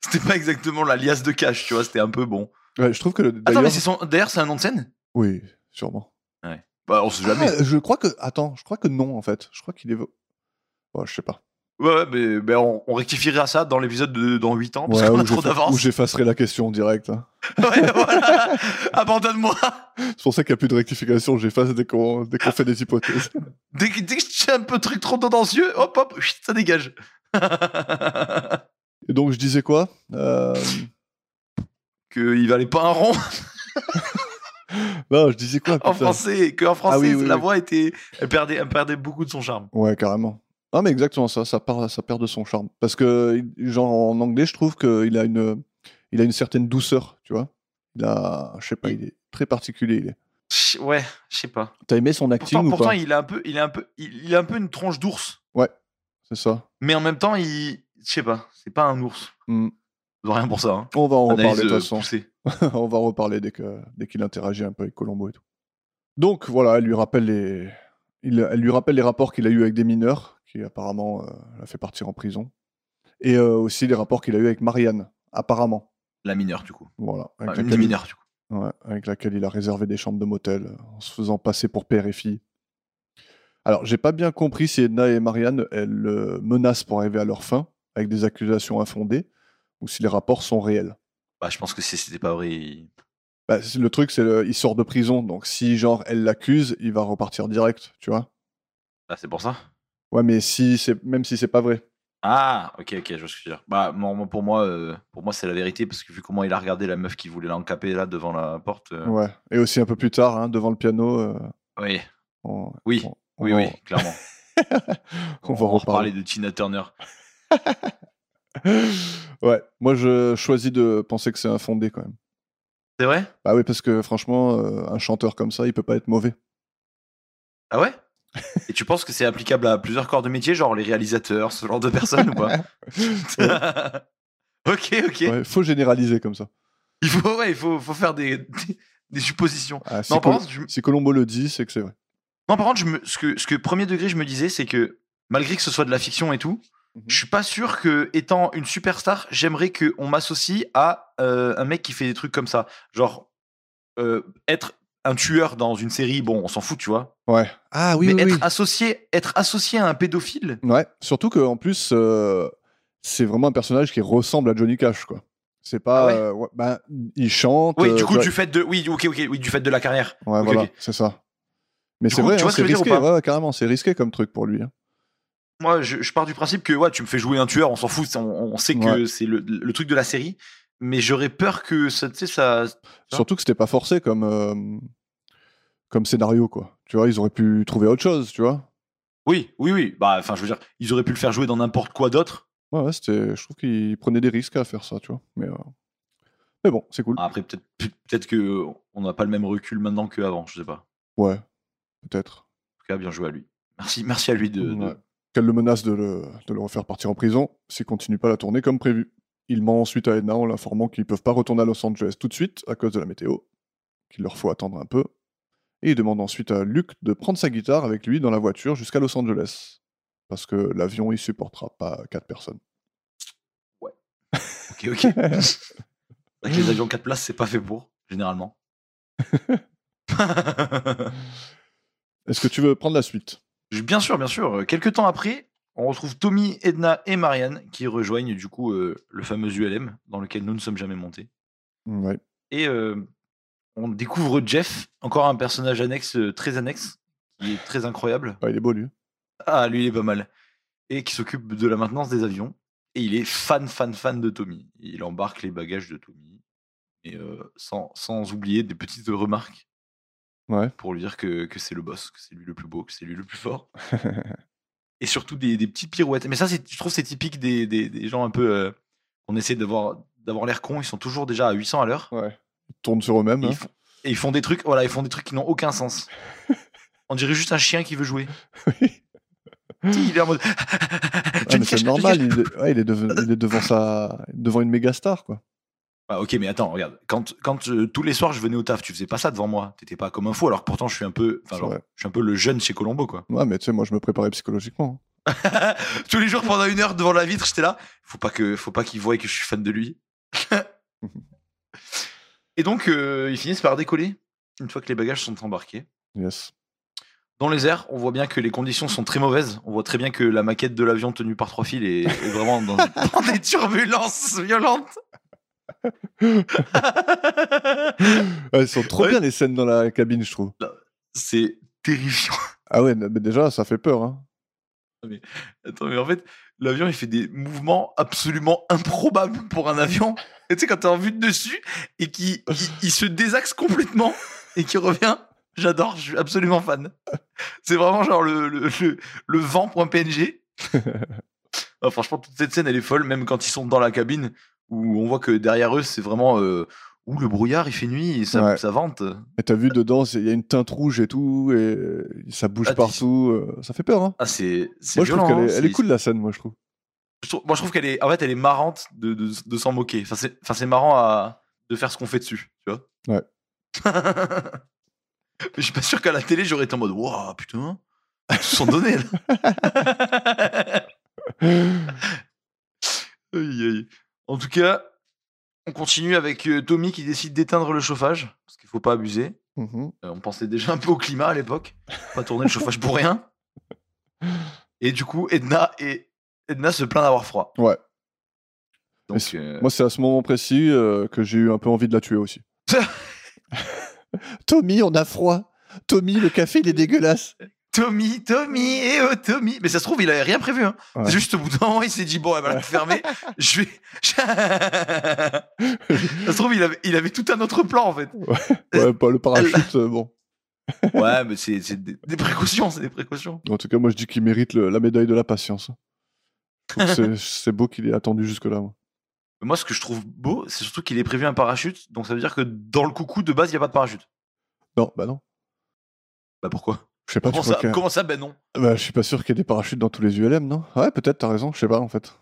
S4: c'était pas exactement l'alias de Cash, tu vois, c'était un peu bon.
S3: Ouais, je trouve que le-
S4: Attends,
S3: d'ailleurs,
S4: mais c'est son d'ailleurs c'est un nom de scène
S3: oui, sûrement.
S4: Bah on sait jamais.
S3: Ah, je crois que. Attends, je crois que non, en fait. Je crois qu'il est. Bon, je sais pas.
S4: Ouais, ouais, mais, mais on, on rectifiera ça dans l'épisode de dans 8 ans parce
S3: Ouais,
S4: qu'on a
S3: ou
S4: trop
S3: j'effa- Ou
S4: d'avance.
S3: j'effacerai la question en direct. hein.
S4: [LAUGHS] Ouais, [LAUGHS] voilà. Abandonne-moi.
S3: C'est pour ça qu'il n'y a plus de rectification, j'efface dès qu'on dès qu'on fait des
S4: [LAUGHS]
S3: hypothèses.
S4: Dès que, dès que je tiens un peu de truc trop tendancieux, hop, hop, [LAUGHS] chut, ça dégage.
S3: Et donc je disais quoi Euh,
S4: Qu'il valait pas un rond
S3: Non, bah, je disais quoi
S4: en
S3: putain Ah
S4: français, qu'en français,
S3: oui, oui,
S4: la
S3: oui.
S4: voix était, elle perdait, elle perdait beaucoup de son charme.
S3: Ouais, carrément. Ah, mais exactement ça, ça perd, ça perd de son charme. Parce que, il- genre, en anglais, je trouve qu'il a une, il a une certaine douceur, tu vois. Il a, je sais pas, il est très particulier. il est.
S4: Ch- Ouais, je sais pas.
S3: T'as aimé son acting
S4: Pourtant,
S3: ou
S4: pourtant,
S3: pas
S4: il a un peu, il a un peu, il, il a un peu une tronche d'ours.
S3: C'est ça.
S4: Mais en même temps, il, je sais pas, c'est pas un ours.
S3: Hmm.
S4: De rien pour ça. Hein.
S3: On va en
S4: Analyse,
S3: reparler de
S4: euh,
S3: toute façon.
S4: poussée.
S3: [LAUGHS] On va en reparler dès que, dès qu'il interagit un peu avec Colombo et tout. Donc voilà, elle lui rappelle les, il- elle lui rappelle les rapports qu'il a eu avec des mineurs, qui apparemment euh, l'a fait partir en prison, et euh, aussi les rapports qu'il a eu avec Marianne, apparemment.
S4: La mineure, du coup.
S3: Voilà. avec
S4: Enfin, Ah, une des
S3: laquelle il-
S4: mineures, du coup.
S3: Ouais, avec laquelle il a réservé des chambres de motel euh, en se faisant passer pour père et fille. Alors, j'ai pas bien compris si Edna et Marianne, elles le menacent pour arriver à leur fin, avec des accusations infondées, ou si les rapports sont réels.
S4: Bah, je pense que si c'était pas vrai, il-
S3: Bah, c'est- le truc, c'est le- il sort de prison, donc si, genre, elle l'accuse, il va repartir direct, tu vois.
S4: ah, c'est pour ça.
S3: Ouais, mais si c'est même si c'est pas vrai.
S4: Ah, ok, ok, je vois ce que tu veux dire. Bah, moi, moi, pour moi, euh, pour moi, c'est la vérité parce que vu comment il a regardé la meuf qui voulait l'encaper là devant la porte. euh,
S3: Ouais. Et aussi un peu plus tard, hein, devant le piano. euh,
S4: Oui,
S3: on,
S4: oui,
S3: on-
S4: oui,
S3: on-
S4: oui, clairement.
S3: [LAUGHS] On va en reparler.
S4: de Tina Turner.
S3: [LAUGHS] ouais, moi, je choisis de penser que c'est infondé quand même.
S4: C'est vrai
S3: Bah oui, parce que franchement, euh, un chanteur comme ça, il peut pas être mauvais.
S4: Ah ouais Et tu penses que c'est applicable à plusieurs corps de métier, genre les réalisateurs, ce genre de personnes ou pas
S3: [LAUGHS]
S4: Ok, ok.
S3: Ouais, faut généraliser comme ça.
S4: Il faut, ouais, il faut, faut faire des, [LAUGHS] des, des suppositions.
S3: Ah, si,
S4: Non, par
S3: Col-
S4: contre, je, me-
S3: si Colombo le dit, c'est que c'est vrai.
S4: non, par contre, je me- ce, que, ce que premier degré, je me disais, c'est que malgré que ce soit de la fiction et tout,
S3: Mhm.
S4: je suis pas sûr que, étant une superstar, j'aimerais qu'on m'associe à euh, un mec qui fait des trucs comme ça. Genre, euh, être un tueur dans une série, bon, on s'en fout, tu vois.
S3: Ouais. Ah oui,
S4: mais
S3: oui,
S4: être,
S3: oui.
S4: Associé, être associé à un pédophile,
S3: Ouais. Surtout qu'en plus, euh, c'est vraiment un personnage qui ressemble à Johnny Cash, quoi. C'est pas.
S4: Ah ouais
S3: euh, ouais, bah, il chante.
S4: Oui,
S3: euh,
S4: du
S3: tu
S4: coup,
S3: vois-
S4: du fait de. Oui, ok, ok, oui, du fait de la carrière.
S3: Ouais,
S4: ok,
S3: voilà,
S4: ok.
S3: c'est ça. Mais
S4: Du
S3: c'est
S4: coup,
S3: vrai,
S4: tu
S3: hein,
S4: vois ce
S3: c'est
S4: que je veux dire
S3: risqué.
S4: ou pas
S3: ouais, ouais, carrément, c'est risqué comme truc pour lui. hein.
S4: Moi, je, je pars du principe que ouais, tu me fais jouer un tueur, on s'en fout, c'est- on, on sait que c'est le, le truc de la série, mais j'aurais peur que ça. Tu sais, ça. Ça.
S3: Surtout que c'était pas forcé comme, euh, comme scénario, quoi. Tu vois, ils auraient pu trouver autre chose, tu vois.
S4: Oui, oui, oui. Bah, enfin, je veux dire, ils auraient pu le faire jouer dans n'importe quoi d'autre.
S3: Ouais, ouais, c'était. Je trouve qu'il prenait des risques à faire ça, tu vois. Mais, euh, mais bon, c'est cool.
S4: Ah, Après, peut-être peut-être que on n'a pas le même recul maintenant qu'avant, je sais pas. En
S3: Ouais, peut-être.
S4: tout cas, bien joué à lui. Merci, merci à lui de. de-
S3: Ouais. Qu'elle le menace de le, de le refaire partir en prison s'il continue pas la tournée comme prévu. Il ment ensuite à Edna en l'informant qu'ils peuvent pas retourner à Los Angeles tout de suite à cause de la météo, qu'il leur faut attendre un peu. Et il demande ensuite à Luke de prendre sa guitare avec lui dans la voiture jusqu'à Los Angeles. Parce que l'avion, il supportera pas quatre
S4: [LAUGHS]
S3: personnes.
S4: Ok,
S3: [LAUGHS]
S4: ok. Avec les avions 4 places, c'est pas fait pour,
S3: [LAUGHS]
S4: généralement.
S3: Est-ce que tu veux prendre la suite
S4: Je- Bien sûr, bien sûr. Quelques temps après, on retrouve Tommy, Edna et Marianne qui rejoignent du coup euh, le fameux ULM dans lequel nous ne sommes jamais montés.
S3: Mmh, Ouais.
S4: Et euh, on découvre Jeff, encore un personnage annexe, euh, très annexe, qui est très incroyable.
S3: Ah, il est beau, lui.
S4: Ah, lui, il est pas mal. Et qui s'occupe de la maintenance des avions. Et il est fan, fan, fan de Tommy. Il embarque les bagages de Tommy. Et euh, sans, sans oublier des petites remarques
S3: Ouais.
S4: pour lui dire que, que c'est le boss, que c'est lui le plus beau, que c'est lui le plus fort. et surtout des, des petites pirouettes. Mais ça, c'est- je trouve que c'est typique des, des, des gens un peu. euh, on essaie d'avoir d'avoir l'air con. Ils sont toujours déjà à 800 à l'heure.
S3: Ouais. Ils tournent sur eux-mêmes.
S4: Et,
S3: hein.
S4: ils font- et ils font des trucs, voilà, ils font des trucs qui n'ont aucun sens. On dirait juste un chien qui veut jouer.
S3: [LAUGHS] Oui.
S4: Tu sais, Il est en mode.
S3: Ah,
S4: Tu
S3: mais
S4: me
S3: c'est
S4: caches-
S3: normal,
S4: tu me
S3: il
S4: caches-
S3: est, ouais, il est deve- il est devant, sa, devant une méga star, quoi.
S4: Ah, ok, mais attends, regarde. Quand, quand euh, tous les soirs je venais au taf, tu faisais pas ça devant moi. T'étais pas comme un fou, alors que pourtant je suis un peu, enfin,
S3: C'est
S4: genre,
S3: vrai.
S4: je suis un peu le jeune chez Colombo, quoi.
S3: Ouais, mais tu sais, moi, je me préparais psychologiquement. hein.
S4: tous les jours pendant une heure devant la vitre, j'étais là. Faut pas que, faut pas qu'il voie que je suis fan
S3: [LAUGHS]
S4: de lui. et donc, euh, ils finissent par décoller une fois que les bagages sont embarqués.
S3: Yes.
S4: Dans les airs, on voit bien que les conditions sont très mauvaises. On voit très bien que la maquette de l'avion tenue par trois fils est, est vraiment dans, dans des turbulences violentes.
S3: Elles sont trop
S4: Ouais.
S3: bien les scènes dans la cabine, je trouve.
S4: C'est terrifiant.
S3: Ah ouais, mais déjà, ça fait peur. Hein.
S4: Attends, mais en fait, l'avion, il fait des mouvements absolument improbables pour un avion. Et tu sais, quand t'es en vue de dessus et qui il, il se désaxe complètement et qui revient, j'adore, je suis absolument fan. C'est vraiment genre le, le, le, le vent point PNG.
S3: [LAUGHS]
S4: Ah, franchement, toute cette scène, elle est folle, même quand ils sont dans la cabine où on voit que derrière eux, c'est vraiment. Euh, où le brouillard, il fait nuit, et ça,
S3: Ouais.
S4: ça vente.
S3: Et t'as vu dedans, c'est- il y a une teinte rouge et tout, et euh, ça bouge
S4: Ah,
S3: partout. euh, ça fait peur. Hein.
S4: Ah, c'est c'est
S3: Moi, je trouve
S4: violent,
S3: qu'elle est,
S4: hein,
S3: elle est
S4: c'est-
S3: cool la scène, moi, je
S4: [GASPS]
S3: trouve.
S4: je trouve, moi je trouve qu'elle est en fait elle est marrante de, de, de s'en moquer enfin c'est enfin, c'est marrant à, de faire ce qu'on fait dessus tu vois
S3: Ouais.
S4: [LAUGHS] mais je suis pas sûr qu'à la télé j'aurais été en mode waouh putain ils se sont donnés là
S3: [LAUGHS]
S4: Aïe, aïe. en tout cas on continue avec euh, Tommy qui décide d'éteindre le chauffage parce qu'il faut pas abuser
S3: Mhm.
S4: euh, on pensait déjà un peu au climat à l'époque. Faut Pas tourner le chauffage pour rien. Et du coup, Edna, et... Edna se plaint d'avoir froid.
S3: Ouais. Mais
S4: Donc,
S3: c'est-
S4: euh,
S3: Moi, c'est à ce moment précis euh, que j'ai eu un peu envie de la tuer
S4: [LAUGHS]
S3: aussi. Tommy, on a froid. Tommy, le café, il est dégueulasse.
S4: Tommy, Tommy, et oh Tommy. Mais ça se trouve, il avait rien prévu. hein.
S3: Ouais.
S4: C'est juste au bout d'un moment, il s'est dit bon, elle va la fermer.
S3: [LAUGHS]
S4: Je vais. [LAUGHS] ça se trouve, il avait, il avait tout un autre plan en fait.
S3: Ouais, pas le parachute, euh, bon.
S4: Ouais, mais c'est c'est des, des précautions, c'est des précautions.
S3: En tout cas, moi, je dis qu'il mérite le- la médaille de la patience. hein. Je trouve que c'est-
S4: [LAUGHS]
S3: C'est beau qu'il ait attendu jusque-là. moi.
S4: Mais moi, ce que je trouve beau, c'est surtout qu'il est prévu un parachute. Donc, ça veut dire que dans le coucou, de base, il n'y a pas de parachute.
S3: Non, bah non.
S4: Bah pourquoi
S3: Je sais pas, Ah, tu
S4: comment
S3: crois
S4: ça,
S3: qu'il y a-
S4: comment ça Ben non.
S3: Bah, je suis pas sûr qu'il y ait des parachutes dans tous les ULM, non Ouais, peut-être, t'as raison, je sais pas en fait.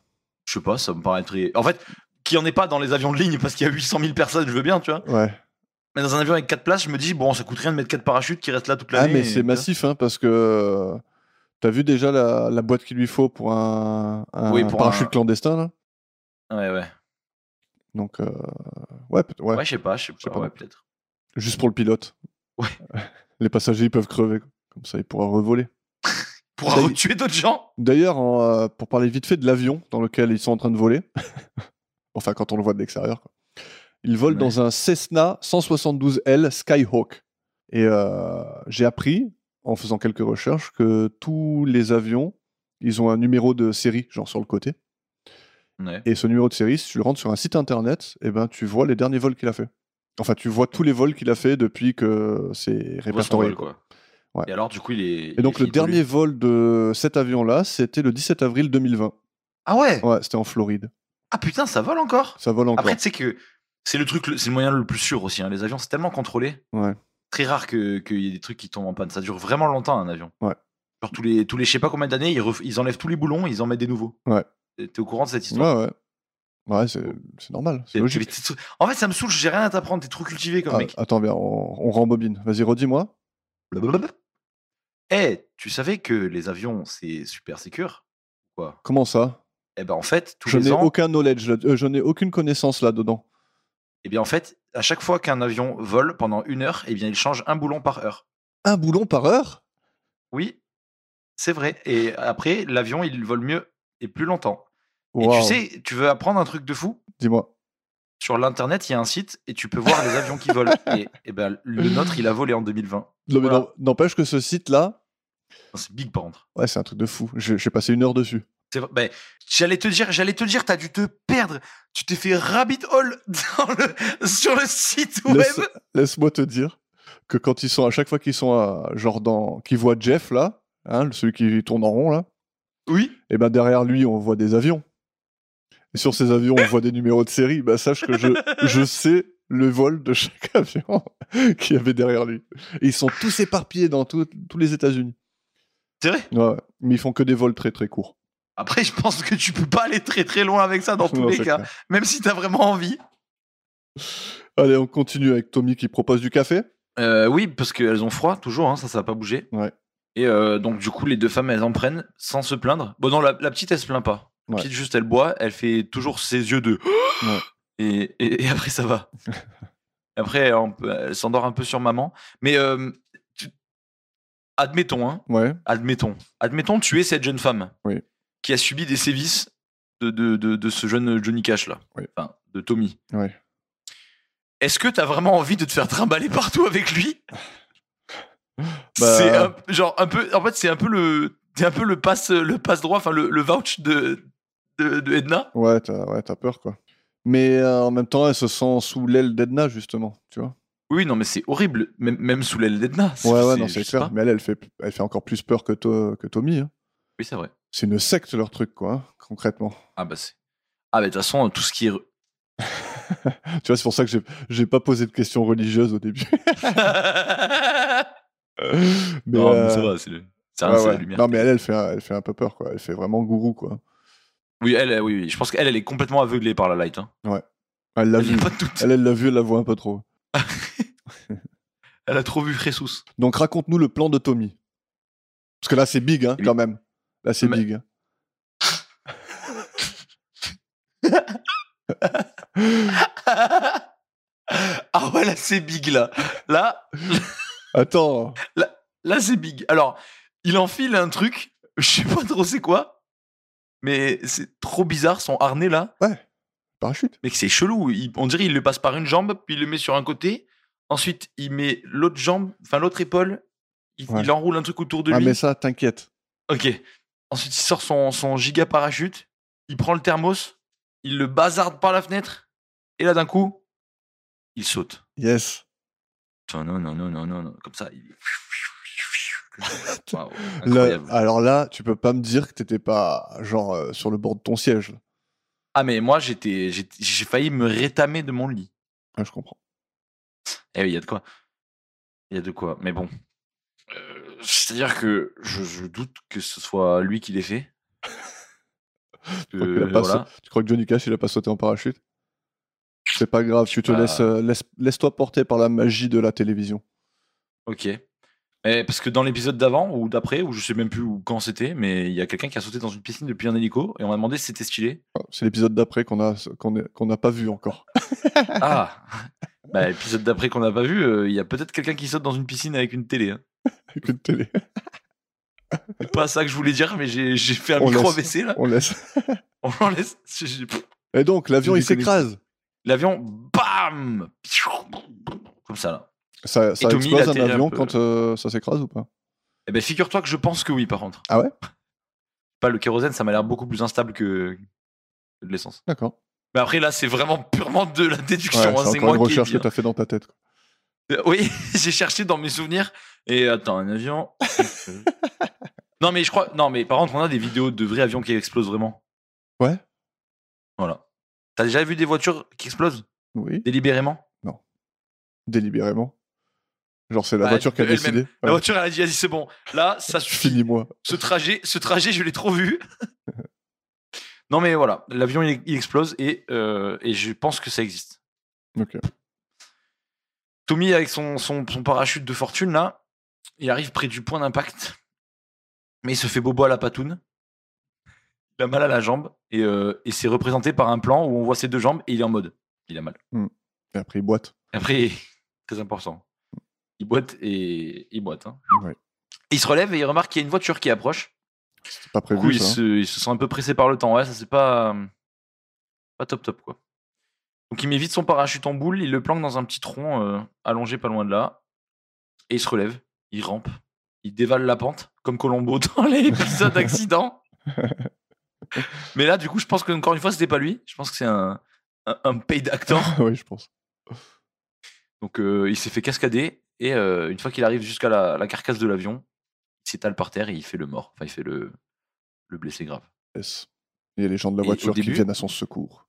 S4: Je sais pas, ça me paraîtrait. En fait, qu'il n'y en ait pas dans les avions de ligne parce qu'il y a 800 000 personnes, je veux bien, tu vois.
S3: Ouais. Ah,
S4: Mais dans un avion avec 4 places, je me dis, bon, ça coûte rien de mettre 4 parachutes qui restent là toute
S3: Ah,
S4: l'année.
S3: mais
S4: et-
S3: c'est massif, hein, parce que euh, t'as vu déjà la, la boîte qu'il lui faut pour un, un
S4: Oui, pour
S3: parachute
S4: un-
S3: clandestin, là
S4: Ouais, ouais.
S3: Donc, euh, ouais, peut- ouais,
S4: Ouais, je sais pas, je sais
S3: Je sais
S4: pas,
S3: pas.
S4: ouais, peut-être.
S3: juste pour le pilote.
S4: Ouais.
S3: [LAUGHS] Les passagers, ils peuvent crever, quoi. comme ça, ils pourra revoler.
S4: Pour
S3: Ça y-
S4: tuer d'autres gens
S3: D'ailleurs, en, euh, pour parler vite fait de l'avion dans lequel ils sont en train de voler, [LAUGHS] enfin, quand on le voit de l'extérieur, quoi. ils volent
S4: Ouais.
S3: dans un Cessna 172L Skyhawk. Et euh, j'ai appris, en faisant quelques recherches, que tous les avions, ils ont un numéro de série, genre sur le côté.
S4: Ouais.
S3: Et ce numéro de série, si tu le rentres sur un site internet, eh ben, tu vois les derniers vols qu'il a fait. Enfin, tu vois tous les vols qu'il a fait depuis que c'est répertorié. quoi.
S4: quoi.
S3: Ouais.
S4: Et alors, du coup, il est.
S3: Et donc,
S4: il
S3: le
S4: est
S3: dernier
S4: pollué.
S3: vol de cet avion-là, c'était le 17 avril 2020.
S4: Ah ouais
S3: Ouais, c'était en Floride.
S4: Ah putain, ça vole encore
S3: Ça vole encore.
S4: Après, tu sais que c'est le truc, le- c'est le moyen le plus sûr aussi. hein. Les avions, c'est tellement contrôlé.
S3: Ouais.
S4: Très rare que- qu'il y ait des trucs qui tombent en panne. Ça dure vraiment longtemps un avion.
S3: Ouais.
S4: Genre tous les, tous les, je sais pas combien d'années, ils, ref- ils enlèvent tous les boulons, ils en mettent des nouveaux.
S3: Ouais.
S4: Et T'es au courant de cette histoire
S3: Ouais, ouais. Ouais, c'est c'est normal. C'est
S4: T'es-
S3: logique.
S4: t'es- t'es- En fait, ça me saoule. J'ai rien à t'apprendre. T'es trop cultivé comme
S3: Ah,
S4: mec.
S3: attends, viens, on, on rembobine. Vas-y, redis-moi.
S4: Blablabla. Eh, tu savais que les avions, c'est super sécure Quoi
S3: Comment ça
S4: Eh ben, en fait, tous
S3: Je
S4: les
S3: n'ai
S4: ans,
S3: aucun knowledge, là- euh, je n'ai aucune connaissance là-dedans.
S4: eh bien, en fait, à chaque fois qu'un avion vole pendant une heure, eh bien, il change un boulon par heure.
S3: Un boulon par heure
S4: Oui, c'est vrai. Et après, l'avion, il vole mieux et plus longtemps. Et
S3: Waouh.
S4: tu sais, tu veux apprendre un truc de fou
S3: Dis-moi.
S4: Sur l'internet, il y a un site et tu peux voir les avions qui
S3: [LAUGHS]
S4: volent. Et, eh ben, le nôtre, il a volé en 2020.
S3: Non, mais
S4: Voilà.
S3: n'en- N'empêche que ce site-là,
S4: C'est big par contre.
S3: Ouais, c'est un truc de fou. J'ai j'ai passé une heure dessus.
S4: C'est vrai. ben, j'allais te dire, j'allais te dire, t'as dû te perdre. Tu t'es fait rabbit hole [LAUGHS] dans le- sur le site web.
S3: Laisse- Laisse-moi te dire que quand ils sont, à chaque fois qu'ils sont à, genre dans, qu'ils voient Jeff là, hein, celui qui tourne en rond là,
S4: Oui.
S3: et ben derrière lui on voit des avions. Et sur ces avions on voit des numéros de série. Bah sache que je,
S4: [LAUGHS]
S3: je sais le vol de chaque [LAUGHS] avion qu'il y avait derrière lui. Et ils sont tous éparpillés dans tout- tous les États-Unis.
S4: C'est vrai.
S3: Ouais, ouais. mais ils font que des vols très très courts.
S4: Après, je pense que tu peux pas aller très très loin avec ça dans tous
S3: [LAUGHS] Non,
S4: les
S3: c'est
S4: cas,
S3: clair.
S4: même si t'as vraiment envie.
S3: Allez, on continue avec Tommy qui propose du café.
S4: Euh, oui, parce qu'elles ont froid toujours, hein, ça, ça va pas bouger.
S3: Ouais.
S4: Et euh, donc, du coup, les deux femmes, elles en prennent sans se plaindre. Bon, non, la, la petite, elle se plaint pas. La
S3: Ouais.
S4: petite, juste, elle boit, elle fait toujours ses yeux de.
S3: Ouais.
S4: [GASPS] Et, et- et après,
S3: [LAUGHS]
S4: ça va. après, on peut- elle s'endort un peu sur maman. Mais euh, tu- admettons, hein,
S3: Ouais.
S4: admettons, admettons, tu es cette jeune femme
S3: Oui.
S4: qui a subi des sévices de, de, de, de ce jeune Johnny Cash là,
S3: Oui.
S4: enfin, de Tommy.
S3: Ouais.
S4: Est-ce que t'as vraiment envie de te faire trimballer partout avec lui
S3: [LAUGHS] Bah-
S4: C'est un, genre un peu. En fait, c'est un peu le, c'est un peu le passe, le passe droit, enfin le, le vouch de, de, de Edna.
S3: Ouais, t'as ouais, t'as peur, quoi. Mais euh, en même temps, elle se sent sous l'aile d'Edna, justement, tu vois.
S4: Oui, non, mais c'est horrible, même, même sous l'aile d'Edna.
S3: Ouais, ouais, non,
S4: je
S3: c'est
S4: sais
S3: clair.
S4: pas.
S3: Mais elle, elle fait, elle fait encore plus peur que, To- que Tommy. hein.
S4: Oui, c'est vrai.
S3: C'est une secte, leur truc, quoi, hein, concrètement.
S4: Ah bah c'est. Ah bah de toute façon, tout ce qui
S3: [LAUGHS]
S4: [LAUGHS] est.
S3: Tu vois, c'est pour ça que j'ai- j'ai pas posé de questions religieuses au
S4: [LAUGHS]
S3: début. mais,
S4: non, mais
S3: euh,
S4: ça va, c'est le. C'est rien,
S3: ouais,
S4: c'est
S3: ouais.
S4: la lumière.
S3: Non, mais elle, elle fait, un- elle fait un peu peur, quoi. Elle fait vraiment gourou, quoi.
S4: Oui, elle, euh, oui, oui, je pense qu'elle, elle est complètement aveuglée par la light. hein.
S3: Elle l'a
S4: Elle
S3: vu.
S4: est pas toute-
S3: Elle, elle l'a vu, elle la voit un peu trop.
S4: Elle a trop vu Jesus.
S3: Donc, raconte-nous le plan de Tommy. Parce que là, c'est big, hein,
S4: Oui.
S3: quand même. Là, c'est
S4: Mais-
S3: big. hein.
S4: ah ouais, là c'est big là. Là,
S3: Attends.
S4: là c'est big. Alors, il enfile un truc, [LAUGHS] je sais pas trop c'est quoi, mais c'est trop bizarre son harnais là.
S3: Parachute.
S4: Mec, c'est chelou. Il- on dirait il le passe par une jambe, puis il le met sur un côté. Ensuite, il met l'autre jambe, enfin l'autre épaule. Il,
S3: Ouais.
S4: il enroule un truc autour de
S3: Ah,
S4: lui.
S3: mais ça, t'inquiète.
S4: Ok. Ensuite, il sort son, son giga parachute. Il prend le thermos. Il le bazarde par la fenêtre. Et là, d'un coup, il saute.
S3: Yes.
S4: Non, non, non, non, non, non, non. Comme ça. Il... [LAUGHS] Waouh,
S3: Là-
S4: incroyable.
S3: alors là, tu peux pas me dire que t'étais pas, genre, euh, sur le bord de ton siège. là.
S4: Ah, mais moi, j'étais, j'étais- j'ai failli me rétamer de mon lit.
S3: Ah, je comprends.
S4: Eh oui, il y a de quoi. Il y a de quoi. Mais bon. Euh, C'est-à-dire que je, je doute que ce soit lui qui
S3: [LAUGHS]
S4: l'ait fait.
S3: Tu crois, qu'il a
S4: Euh,
S3: pas
S4: voilà.
S3: sa- tu crois que Johnny Cash, il a pas sauté en parachute C'est pas grave, tu te
S4: Ah.
S3: laisses, euh, laisse, laisse-toi porter par la magie de la télévision.
S4: Ok. Eh, parce que dans l'épisode d'avant ou d'après, ou je sais même plus où- quand c'était, mais il y a quelqu'un qui a sauté dans une piscine depuis un hélico et on m'a demandé si
S3: [LAUGHS]
S4: c'était stylé.
S3: Ah, C'est l'épisode d'après qu'on a, qu'on est- qu'on n'a pas vu encore. [LAUGHS]
S4: Ah Bah, l'épisode d'après qu'on n'a pas vu, euh, il y a peut-être quelqu'un qui saute dans une piscine avec une télé. hein.
S3: Avec une télé.
S4: C'est pas ça que je voulais dire, mais j'ai j'ai fait un
S3: On
S4: micro
S3: laisse.
S4: AVC là.
S3: On laisse.
S4: On l'en laisse. J'ai- j'ai-
S3: Et donc, l'avion,
S4: Je
S3: il s'écrase.
S4: L'avion, bam Comme ça là.
S3: Ça, ça
S4: Et Tommy, il
S3: explose un
S4: atterrit un
S3: avion
S4: peu.
S3: quand euh, ça s'écrase ou pas
S4: Eh ben, figure-toi que je pense que oui, par contre.
S3: Ah ouais
S4: Pas le kérosène, ça m'a l'air beaucoup plus instable que que de l'essence.
S3: D'accord.
S4: Mais après, là, c'est vraiment purement de la
S3: Ouais,
S4: déduction.
S3: c'est
S4: hein,
S3: encore
S4: c'est moi
S3: une
S4: qui ai
S3: recherche
S4: dit,
S3: que
S4: hein.
S3: t'as fait dans ta tête. quoi.
S4: Euh, Oui, [LAUGHS] j'ai cherché dans mes souvenirs. Et attends, un avion.
S3: [LAUGHS]
S4: non, mais je crois. Non, mais par contre, on a des vidéos de vrais avions qui explosent vraiment.
S3: Ouais.
S4: Voilà. T'as déjà vu des voitures qui explosent
S3: Oui,
S4: délibérément
S3: délibérément. Genre, c'est la
S4: Bah,
S3: voiture qui a
S4: elle-même.
S3: décidé.
S4: La
S3: Ouais.
S4: voiture, elle a dit, elle a dit, c'est bon. Là,
S3: [LAUGHS]
S4: ça suffit.
S3: Finis-moi.
S4: ce trajet, ce trajet, je l'ai
S3: [LAUGHS]
S4: trop vu. non, mais voilà, l'avion il, il explose et, euh, et je pense que ça existe.
S3: Ok.
S4: Tommy avec son, son, son parachute de fortune là, il arrive près du point d'impact, mais il se fait bobo à la patoune. Il a mal à la jambe et, euh, et c'est représenté par un plan où on voit ses deux jambes et il est en mode il a mal.
S3: Et après, il boite.
S4: Après, [LAUGHS] très important, il boite et il boite. hein.
S3: Ouais.
S4: Il se relève et il remarque qu'il y a une voiture qui approche.
S3: C'était pas
S4: Du coup,
S3: prévu.
S4: ils,
S3: ça, hein.
S4: se, ils se sont un peu pressés par le temps. Ouais, ça c'est pas euh, pas top top quoi. Donc il met vite son parachute en boule, il le planque dans un petit tronc euh, allongé pas loin de là, et il se relève, il rampe, il dévale la pente comme Colombo [LAUGHS] dans
S3: [LAUGHS]
S4: l'épisode accident. Mais là, du coup, je pense que encore une fois, c'était pas lui. Je pense que c'est un un, un paid actor.
S3: [LAUGHS] oui, hein. je pense.
S4: Donc euh, il s'est fait cascader et euh, une fois qu'il arrive jusqu'à la, la carcasse de l'avion, il s'étale par terre et il fait le mort. Enfin, il fait le le blessé grave.
S3: Yes. Il y a les gens de la
S4: Et au
S3: voiture qui
S4: début-
S3: viennent à son secours.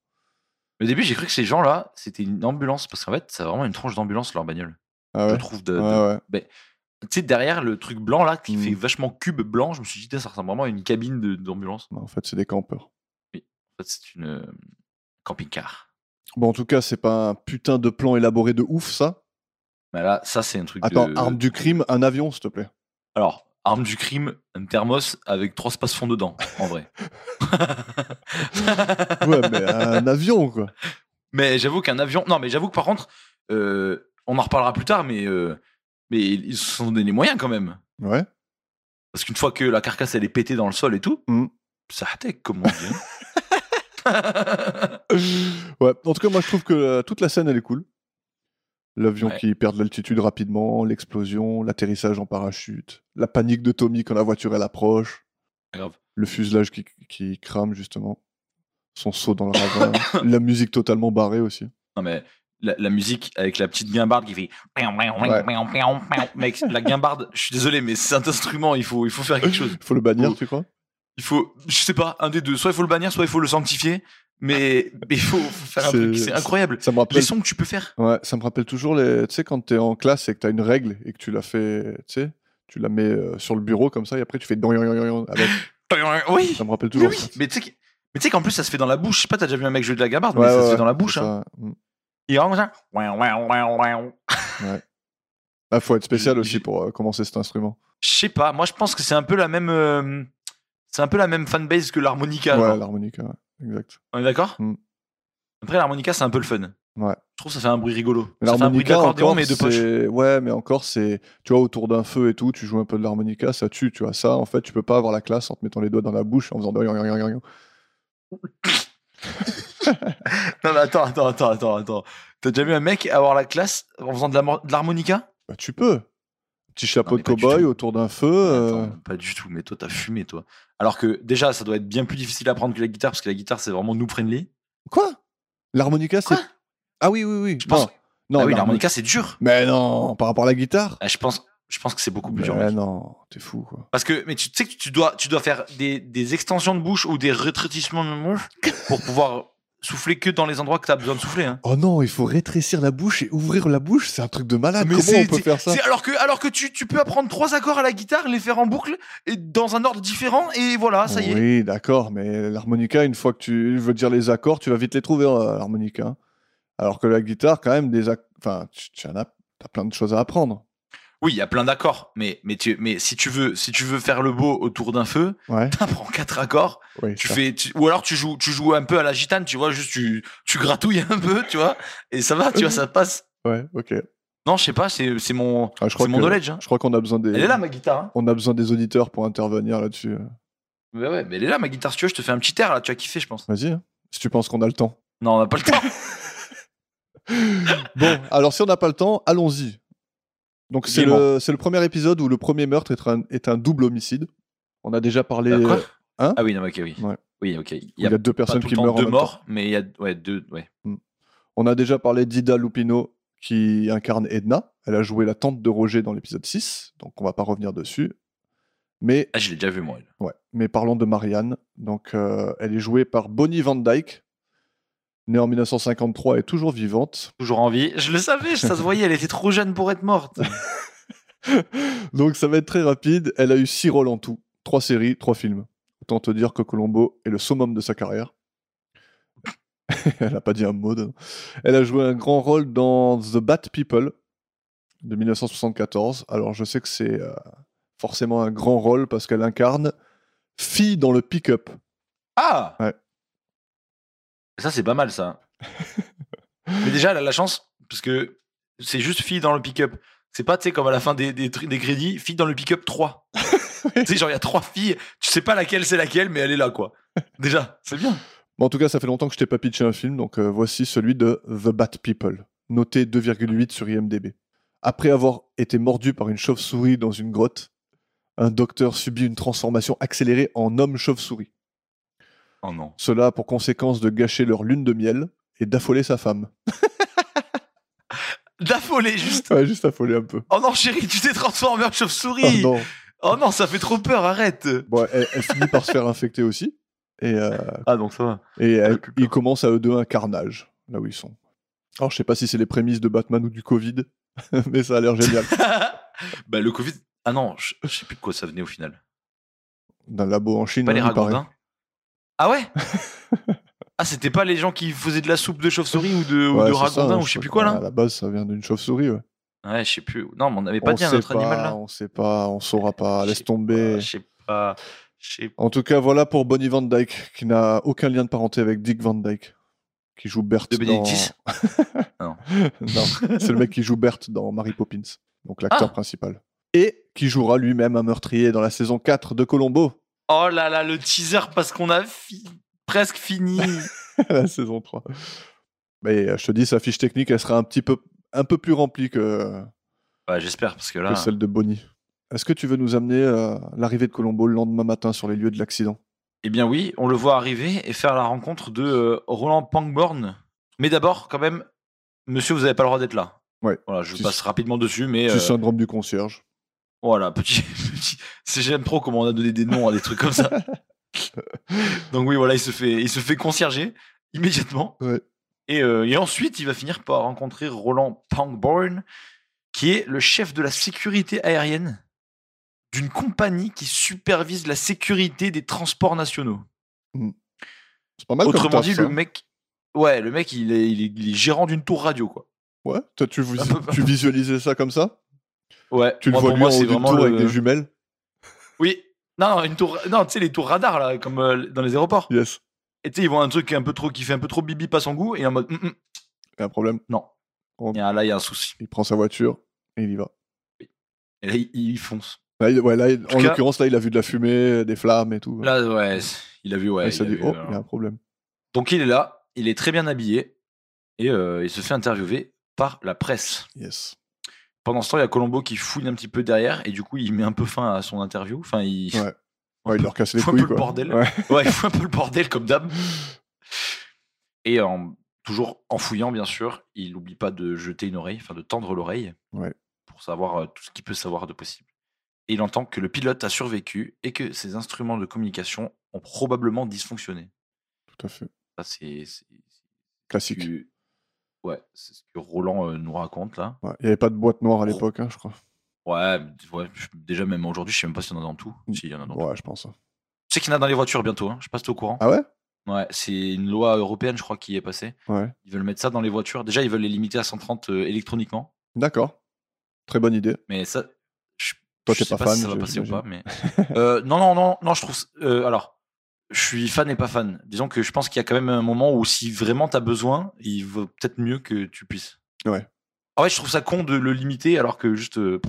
S4: Au début, j'ai cru que ces gens-là, c'était une ambulance, parce qu'en fait, c'est vraiment une tronche d'ambulance, leur bagnole.
S3: Ah ouais.
S4: Je trouve. De, de-
S3: Ouais, ouais.
S4: Tu sais, derrière le truc blanc, là, qui
S3: Mm.
S4: fait vachement cube blanc, je me suis dit, Tain, ça ressemble vraiment à une cabine de- d'ambulance.
S3: Non, Bah, en fait, c'est des campeurs.
S4: En fait, c'est une euh, camping-car.
S3: Bon, en tout cas, c'est pas un putain de plan élaboré de ouf, ça.
S4: Mais Bah, là, ça, c'est un truc.
S3: Attends,
S4: de-
S3: arme du crime, un avion, s'il te plaît.
S4: Alors, arme du crime, un thermos avec trois espaces fonds dedans, en vrai. [LAUGHS]
S3: Ouais, mais un avion, quoi.
S4: Mais j'avoue qu'un avion. Non, mais j'avoue que par contre, euh, on en reparlera plus tard, mais, euh, mais ils se sont donné les moyens quand même.
S3: Ouais.
S4: Parce qu'une fois que la carcasse elle est pétée dans le sol et tout,
S3: Mm.
S4: ça attaque, comme on dit. hein. [LAUGHS]
S3: ouais. En tout cas, moi, je trouve que euh, toute la scène, elle est cool. L'avion
S4: Ouais.
S3: qui perd de l'altitude rapidement, l'explosion, l'atterrissage en parachute, la panique de Tommy quand la voiture elle approche,
S4: Grave.
S3: le fuselage qui, qui crame justement, son saut dans le
S4: [LAUGHS]
S3: ravin, la musique totalement barrée aussi.
S4: Non, mais la, la musique avec la petite guimbarde qui fait. Mec, la guimbarde, je suis désolé, mais c'est un instrument, il faut, il faut faire quelque chose.
S3: Faut le bannir,
S4: Oh.
S3: tu crois
S4: Il faut, je sais pas, un des deux. Soit il faut le bannir, soit il faut le sanctifier. Mais mais il faut, faut faire un
S3: C'est-
S4: truc, c'est incroyable.
S3: Ça me rappelle.
S4: Les sons que tu peux faire.
S3: Ouais, ça me rappelle toujours les. Tu sais, quand t'es en classe et que t'as une règle et que tu la fais, tu sais, tu la mets euh, sur le bureau comme ça et après tu fais dong, dong, dong, dong avec.
S4: Oui,
S3: Ça me rappelle
S4: oui,
S3: toujours.
S4: oui.
S3: ça.
S4: Mais tu sais que- mais tu sais qu'en plus, ça se fait dans la bouche. Je sais pas, t'as déjà vu un mec jouer de la gabarde,
S3: Ouais,
S4: mais ça
S3: ouais,
S4: se fait
S3: ouais,
S4: dans la
S3: c'est
S4: bouche. hein.
S3: ça. Mm.
S4: Il rentre comme ça.
S3: Ah, faut être spécial
S4: J'ai-
S3: aussi
S4: j'ai-
S3: pour euh, commencer cet instrument.
S4: Je sais pas. Moi, je pense que c'est un peu la même. euh, C'est un peu la même fanbase que l'harmonica.
S3: ouais,
S4: genre.
S3: l'harmonica, ouais, exact.
S4: On est d'accord
S3: Mm.
S4: Après, l'harmonica, c'est un peu le fun.
S3: Ouais.
S4: Je trouve que ça fait un bruit rigolo.
S3: Mais
S4: Ça fait un bruit
S3: L'harmonica,
S4: d'accordéon,
S3: encore,
S4: mais de
S3: [LAUGHS]
S4: poche.
S3: c'est- ouais, mais encore, c'est, tu vois, autour d'un feu et tout, tu joues un peu de l'harmonica, ça tue, tu vois. Ça, en fait, tu peux pas avoir la classe en te mettant les doigts dans la bouche, en faisant. dong, dong, dong, dong.
S4: Non, mais attends, attends, attends, attends. attends. T'as déjà vu un mec avoir la classe en faisant de la- de l'harmonica
S3: Bah, tu peux. Petit chapeau
S4: Non,
S3: de
S4: mais pas du
S3: cow-boy
S4: tout.
S3: autour d'un feu. euh,
S4: Attends, Pas du tout, mais toi, t'as fumé, toi. Alors que déjà, ça doit être bien plus difficile à prendre que la guitare, parce que la guitare, c'est vraiment nous friendly.
S3: Quoi L'harmonica, c'est.
S4: Quoi
S3: Ah oui, oui, oui.
S4: Je
S3: non, non,
S4: pense- ah oui,
S3: l'harmonica-
S4: l'harmonica, c'est dur.
S3: Mais non, par rapport à la guitare
S4: Ah, je, pense, je pense que c'est beaucoup plus dur.
S3: Mais
S4: mec.
S3: non, t'es fou quoi.
S4: Parce que, mais tu sais que tu dois, tu dois faire des, des extensions de bouche ou des rétrécissements de bouche pour pouvoir souffler que dans les endroits que t'as besoin de souffler. hein.
S3: Oh non, il faut rétrécir la bouche et ouvrir la bouche, c'est un truc de malade.
S4: Mais
S3: Ah, Comment
S4: c'est-
S3: on peut faire ça
S4: C'est alors que, alors que tu, tu peux apprendre trois accords à la guitare, les faire en boucle, et dans un ordre différent, et voilà, ah, ça y est.
S3: Oui, d'accord, mais l'harmonica, une fois que tu veux dire les accords, tu vas vite les trouver, euh, l'harmonica. hein. Alors que la guitare, quand même, des ac- enfin, tu tu en as, t'as plein de choses à apprendre.
S4: Oui, il y a plein d'accords, mais, mais, tu, mais si, tu veux, si tu veux faire le beau autour d'un feu, [LAUGHS]
S3: Ouais,
S4: t'apprends quatre accords,
S3: oui,
S4: tu
S3: ça.
S4: fais, tu- ou alors tu joues, tu joues un peu à la gitane, tu vois, juste tu, tu gratouilles un peu, tu vois, et ça va, tu vois, ça passe.
S3: Ouais, ok.
S4: Non, je sais pas, c'est c'est mon,
S3: Ah, je crois
S4: c'est mon
S3: que-
S4: knowledge. hein.
S3: Je crois qu'on a besoin des,
S4: Elle est là, ma guitare. hein.
S3: on a besoin des auditeurs pour intervenir là-dessus. euh.
S4: Ouais, ouais, mais elle est là, ma guitare, si tu veux, je te fais un petit air, là, tu as kiffé, je pense.
S3: Vas-y, hein, si tu penses qu'on a le temps.
S4: Non, on n'a pas le temps.
S3: Bon, alors si on n'a pas le temps, allons-y. Donc c'est
S4: Gaiement.
S3: le, c'est le premier épisode où le premier meurtre est un, est un double homicide. On a déjà parlé.
S4: Euh, quoi
S3: hein
S4: ah oui, non, ok, oui.
S3: Ouais.
S4: Oui, ok. Il
S3: il y a deux
S4: pas
S3: personnes
S4: tout le
S3: qui
S4: temps
S3: meurent en
S4: deux
S3: même temps.
S4: morts, mais il y a ouais, deux. Ouais.
S3: On a déjà parlé d'Ida Lupino qui incarne Edna. Elle a joué la tante de Roger dans l'épisode 6, donc on va pas revenir dessus. Mais,
S4: Ah, je l'ai déjà vu, moi. elle.
S3: ouais, mais parlons de Marianne. Donc euh, elle est jouée par Bonnie Van Dyke, née en 1953 et toujours vivante.
S4: Toujours en vie. Je le savais, ça se voyait, elle était trop jeune pour être morte.
S3: Donc ça va être très rapide. Elle a eu six rôles en tout, trois séries, trois films. Autant te dire que Colombo est le summum de sa carrière. [LAUGHS] Elle n'a pas dit un mot. dedans. Elle a joué un grand rôle dans The Bat People de 1974. Alors je sais que c'est euh, forcément un grand rôle parce qu'elle incarne fille dans le pick-up.
S4: [LAUGHS] Ah
S3: Ouais.
S4: Ça, c'est pas
S3: [LAUGHS]
S4: mal, ça. mais déjà, elle a la chance, parce que c'est juste fille dans le pick-up. C'est pas, tu sais, comme à la fin des, des, tri- des crédits, fille dans le pick-up
S3: [LAUGHS]
S4: 3. tu sais, genre, il y a trois filles, tu sais pas laquelle c'est laquelle, mais elle est là, quoi. Déjà, c'est bien.
S3: Bon, en tout cas, ça fait longtemps que je t'ai pas pitché un film, donc euh, voici celui de The Bat People, noté 2,8 sur IMDb. Après avoir été mordu par une chauve-souris dans une grotte, un docteur subit une transformation accélérée en homme chauve-souris.
S4: Oh non.
S3: Cela a pour conséquence de gâcher leur lune de miel et d'affoler sa femme.
S4: D'affoler, juste.
S3: Ouais, juste affoler un peu.
S4: Oh non, chérie, tu t'es transformé en
S3: Ah
S4: chauve-souris.
S3: non.
S4: Oh non, ça fait trop peur, arrête
S3: Bon, elle,
S4: [LAUGHS]
S3: elle finit par se faire infecter aussi, et, euh,
S4: Ah donc ça va.
S3: et elle-
S4: plus peur.
S3: ils commencent à eux deux un carnage, là où ils sont. Alors, je sais pas si c'est les prémices de Batman ou du Covid, [LAUGHS] mais ça a l'air génial.
S4: [LAUGHS] bah le Covid... Ah non, je je sais plus de quoi ça venait au final.
S3: D'un labo en Chine,
S4: Pas
S3: hein,
S4: les
S3: il paraît.
S4: ragondins
S3: [LAUGHS]
S4: Ah ouais Ah c'était pas les gens qui faisaient de la soupe de chauve-souris ou de, ou
S3: Ouais,
S4: de
S3: c'est ça,
S4: ragondins
S3: hein,
S4: ou je sais plus
S3: crois
S4: quoi
S3: que,
S4: là
S3: À la base, ça vient d'une chauve-souris. Ouais.
S4: Ouais, je sais plus. Non, mais on n'avait pas
S3: on
S4: dit un
S3: sait
S4: autre animal
S3: pas,
S4: là.
S3: On sait pas, on saura pas.
S4: Je
S3: Laisse
S4: sais
S3: tomber.
S4: Ah, Je sais pas. Je sais
S3: En tout cas, voilà pour Bonnie Van Dyke, qui n'a aucun lien de parenté avec Dick Van Dyke, qui joue Bert.
S4: De Benedictis
S3: dans...
S4: [LAUGHS] Non.
S3: [LAUGHS] Non, c'est le mec qui joue Bert dans Mary Poppins, donc l'acteur
S4: Ah.
S3: principal. Et qui jouera lui-même un meurtrier dans la saison 4 de Colombo, [LAUGHS]
S4: Oh là là, le teaser parce qu'on a fi-
S3: [LAUGHS]
S4: presque fini.
S3: la saison 3. Mais euh, je te dis, sa fiche technique, elle sera un petit peu un peu plus remplie que,
S4: Ouais, J'espère, parce que
S3: que
S4: là.
S3: celle de Bonnie. Est-ce que tu veux nous amener euh, à l'arrivée de Colombo le lendemain matin sur les lieux de l'accident
S4: Eh bien oui, on le voit arriver et faire la rencontre de euh, Roland Pangborn. Mais d'abord, quand même, monsieur, vous n'avez pas le droit d'être là.
S3: Ouais.
S4: Voilà, je
S3: Petit-
S4: passe rapidement dessus, mais
S3: Du
S4: euh,
S3: syndrome du concierge.
S4: voilà, petit, [LAUGHS] petit. c'est- J'aime trop comment on a donné des noms à des
S3: [LAUGHS]
S4: trucs comme ça. Donc oui, voilà, il se fait, il se fait concierger immédiatement.
S3: Ouais.
S4: Et, euh, et ensuite, il va finir par rencontrer Roland Pangborn, qui est le chef de la sécurité aérienne d'une compagnie qui supervise la sécurité des transports nationaux.
S3: C'est pas mal comme
S4: Autrement
S3: taf, hein.
S4: dit,
S3: ça.
S4: le mec, ouais, le mec, il est, il est- il est gérant d'une tour radio, quoi.
S3: Ouais, toi, tu, vis-
S4: [LAUGHS] Un peu-
S3: tu visualisais ça comme ça
S4: Ouais.
S3: Tu le
S4: moi,
S3: vois lui
S4: pour
S3: en
S4: moi,
S3: haut
S4: c'est
S3: du
S4: vraiment
S3: tour
S4: le-
S3: avec des jumelles
S4: Oui. Non, non, une tour, non, tu sais, les tours radars là, comme euh, dans les aéroports.
S3: Yes.
S4: Et tu sais, ils voient un truc un peu trop, qui fait un peu trop bibi pas son goût, et en mode, Hum, hum,
S3: Il y a un problème.
S4: non.
S3: Oh.
S4: Il y a- là, il y a un souci.
S3: Il prend sa voiture et il y va.
S4: Et là, il, il fonce.
S3: Là, il- ouais, là, il- en
S4: tout cas-
S3: l'occurrence, là, il a vu de la fumée, des flammes et tout.
S4: Là, ouais, c- il a vu, ouais.
S3: et ça
S4: il a
S3: dit,
S4: vu,
S3: oh,
S4: euh,
S3: il y a un problème.
S4: Donc il est là, il est très bien habillé, et euh, il se fait interviewer par la presse.
S3: Yes.
S4: Pendant ce temps, il y a Colombo qui fouille un petit peu derrière, et du coup, il met un peu fin à son interview. Enfin, il.
S3: Ouais. Ouais, il leur casse les
S4: Faut [LAUGHS] un
S3: couilles,
S4: peu le
S3: quoi.
S4: bordel.
S3: Ouais.
S4: Ouais, il fout un peu le bordel comme d'hab. Et en, toujours en fouillant, bien sûr, il n'oublie pas de jeter une oreille, enfin de tendre l'oreille,
S3: Ouais.
S4: pour savoir euh, tout ce qu'il peut savoir de possible. Et il entend que le pilote a survécu et que ses instruments de communication ont probablement dysfonctionné.
S3: Tout à fait.
S4: Ça, c'est c'est- c'est ce
S3: Classique.
S4: que- ouais, c'est ce que Roland euh, nous raconte là.
S3: Ouais, Il n'y avait pas de boîte noire à
S4: Oh.
S3: l'époque, hein, je crois.
S4: Ouais, ouais, je- déjà même aujourd'hui, je sais même pas s'il y en a dans tout.
S3: Mm.
S4: S'il y en a dans tout.
S3: Ouais, je pense.
S4: Je sais qu'il y en a dans les voitures bientôt. hein, Je passe au courant.
S3: Ah ouais
S4: Ouais, c'est une loi européenne, je crois, qui est passée.
S3: Ouais.
S4: Ils veulent mettre ça dans les voitures. Déjà, ils veulent les limiter à 130 euh, électroniquement.
S3: D'accord. Très bonne idée.
S4: Mais ça, je,
S3: Toi,
S4: je
S3: t'es
S4: sais
S3: pas
S4: pas,
S3: fan,
S4: si ça va
S3: je-
S4: passer ou pas. Mais...
S3: [LAUGHS]
S4: Euh, non, non, non, non, je trouve. euh, alors, je suis fan et pas fan. Disons que je pense qu'il y a quand même un moment où si vraiment t'as besoin, il vaut peut-être mieux que tu puisses.
S3: Ouais.
S4: En vrai, je trouve ça con de le limiter alors que juste. euh,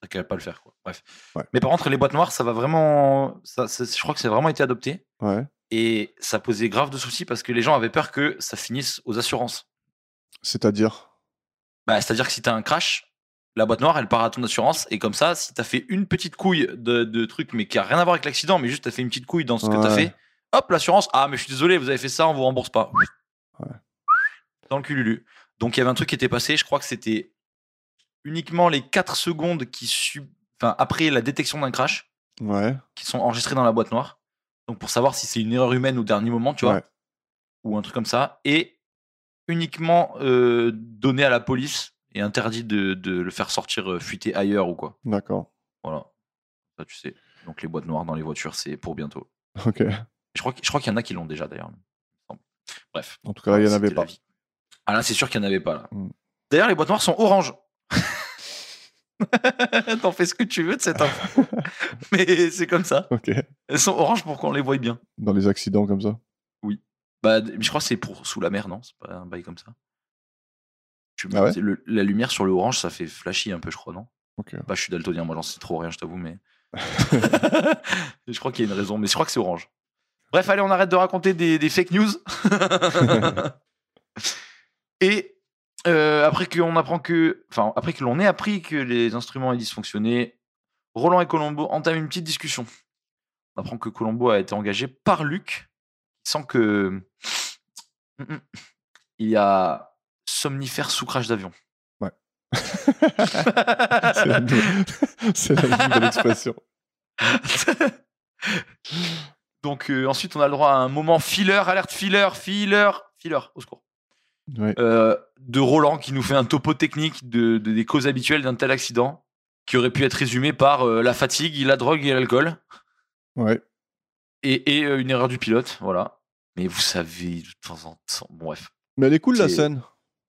S4: T'as qu'à pas le faire, quoi. Bref.
S3: Ouais.
S4: Mais par contre, les boîtes noires, ça va vraiment. Ça, ça- je crois que c'est vraiment été adopté.
S3: Ouais.
S4: Et ça posait grave de soucis parce que les gens avaient peur que ça finisse aux assurances.
S3: C'est-à-dire.
S4: Bah, c'est-à-dire que si t'as un crash, la boîte noire, elle part à ton assurance. Et comme ça, si t'as fait une petite couille de, de truc, mais qui a rien à voir avec l'accident, mais juste t'as fait une petite couille dans ce que t'as
S3: Ouais.
S4: fait, hop, l'assurance, ah, mais je suis désolé, vous avez fait ça, on vous rembourse pas.
S3: Ouais.
S4: Dans le cululu. Donc il y avait un truc qui était passé, je crois que c'était uniquement les 4 secondes qui su- enfin, après la détection d'un crash
S3: Ouais.
S4: qui sont enregistrés dans la boîte noire. Donc pour savoir si c'est une erreur humaine au dernier moment, tu vois,
S3: Ouais.
S4: ou un truc comme ça, et uniquement euh, donné à la police et interdit de, de le faire sortir euh, fuiter ailleurs ou quoi.
S3: D'accord.
S4: Voilà, ça tu sais. Donc les boîtes noires dans les voitures, c'est pour bientôt.
S3: Ok.
S4: Je crois, que- je crois qu'il y en a qui l'ont déjà d'ailleurs. il me semble. Bref.
S3: En tout cas, là, il n'y en
S4: C'était
S3: avait
S4: la
S3: pas.
S4: vie. Ah là, c'est sûr qu'il n'y en avait pas. là.
S3: Mm.
S4: D'ailleurs, les boîtes noires sont orange. [LAUGHS] T'en fais ce que tu veux de
S3: [LAUGHS]
S4: cette info. Mais c'est comme ça.
S3: Ok.
S4: Elles sont oranges pour qu'on les voie bien.
S3: Dans les accidents comme
S4: [LAUGHS]
S3: ça.
S4: Bah, d- je crois que c'est pour sous la mer, non C'est pas un bail comme ça. Je-
S3: Ah ouais
S4: c'est le- la lumière sur le orange, ça fait flashy un peu, je crois, non
S3: Ok.
S4: Bah, je suis daltonien, moi j'en sais trop rien, je
S3: [LAUGHS]
S4: t'avoue, mais. [LAUGHS] je crois qu'il y a une raison, mais je crois que c'est orange. Bref, allez, on arrête de raconter des, des fake
S3: [LAUGHS]
S4: news. [LAUGHS] Et euh, après qu'on apprend que. Enfin, après que l'on ait appris que les instruments aient dysfonctionné, Roland et Colombo entament une petite discussion. On apprend que Colombo a été engagé par Luc, sans que. Mm-mm. Il y a somnifère sous crash d'avion. [LAUGHS]
S3: Ouais. [LAUGHS] C'est la nouvelle- [LAUGHS] c'est la nouvelle expression.
S4: Donc euh, ensuite, on a le droit à un moment filler, alerte filler, filler, filler, au secours.
S3: Ouais.
S4: Euh, de Roland qui nous fait un topo technique de, de- des causes habituelles d'un tel accident, qui aurait pu être résumé par euh, la fatigue, la drogue et l'alcool,
S3: Ouais.
S4: et, et, euh, une erreur du pilote, voilà. Mais vous savez, de temps en temps, bon, bref.
S3: Mais elle est cool, la
S4: C'est-
S3: scène.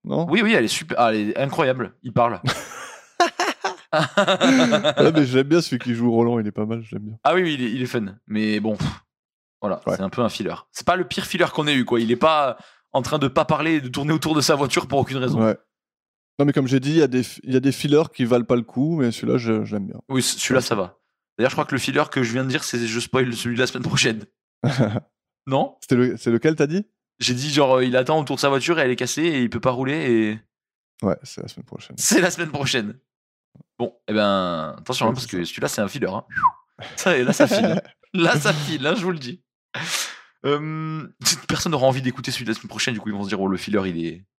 S3: Non
S4: Oui, oui, elle est super, ah, elle est incroyable, il
S3: [LAUGHS]
S4: parle.
S3: Ah, mais j'aime bien celui qui joue Roland, il est pas mal, j'aime bien.
S4: Ah oui, oui, il est, il est fun. Mais bon, pff, voilà,
S3: Ouais.
S4: c'est un peu un filler. C'est pas le pire filler qu'on ait eu, quoi. Il est pas en train de pas parler et de tourner autour de sa voiture pour aucune raison.
S3: Ouais. Non, mais comme j'ai dit, il y, a des f- il y a des fillers qui valent pas le coup, mais celui-là, je, je l'aime bien.
S4: Oui, c- celui-là, ça va. D'ailleurs, je crois que le filler que je viens de dire, c'est je spoil celui de la
S3: [LAUGHS]
S4: semaine prochaine. non
S3: C'était le- C'est lequel, t'as dit
S4: J'ai dit, genre, euh, il attend autour de sa voiture et [LAUGHS] elle est cassée et il peut pas rouler et.
S3: Ouais, c'est la semaine prochaine.
S4: C'est la semaine prochaine. Bon, eh ben, attention, hein, parce que celui-là, c'est un filler. hein. [LAUGHS] Ça, et là, ça file. hein. Là, ça file, hein, je vous le dis. Euh, personne n'aura envie d'écouter celui de la semaine prochaine, du coup, ils vont se dire, oh, le filler, il est.
S3: [LAUGHS]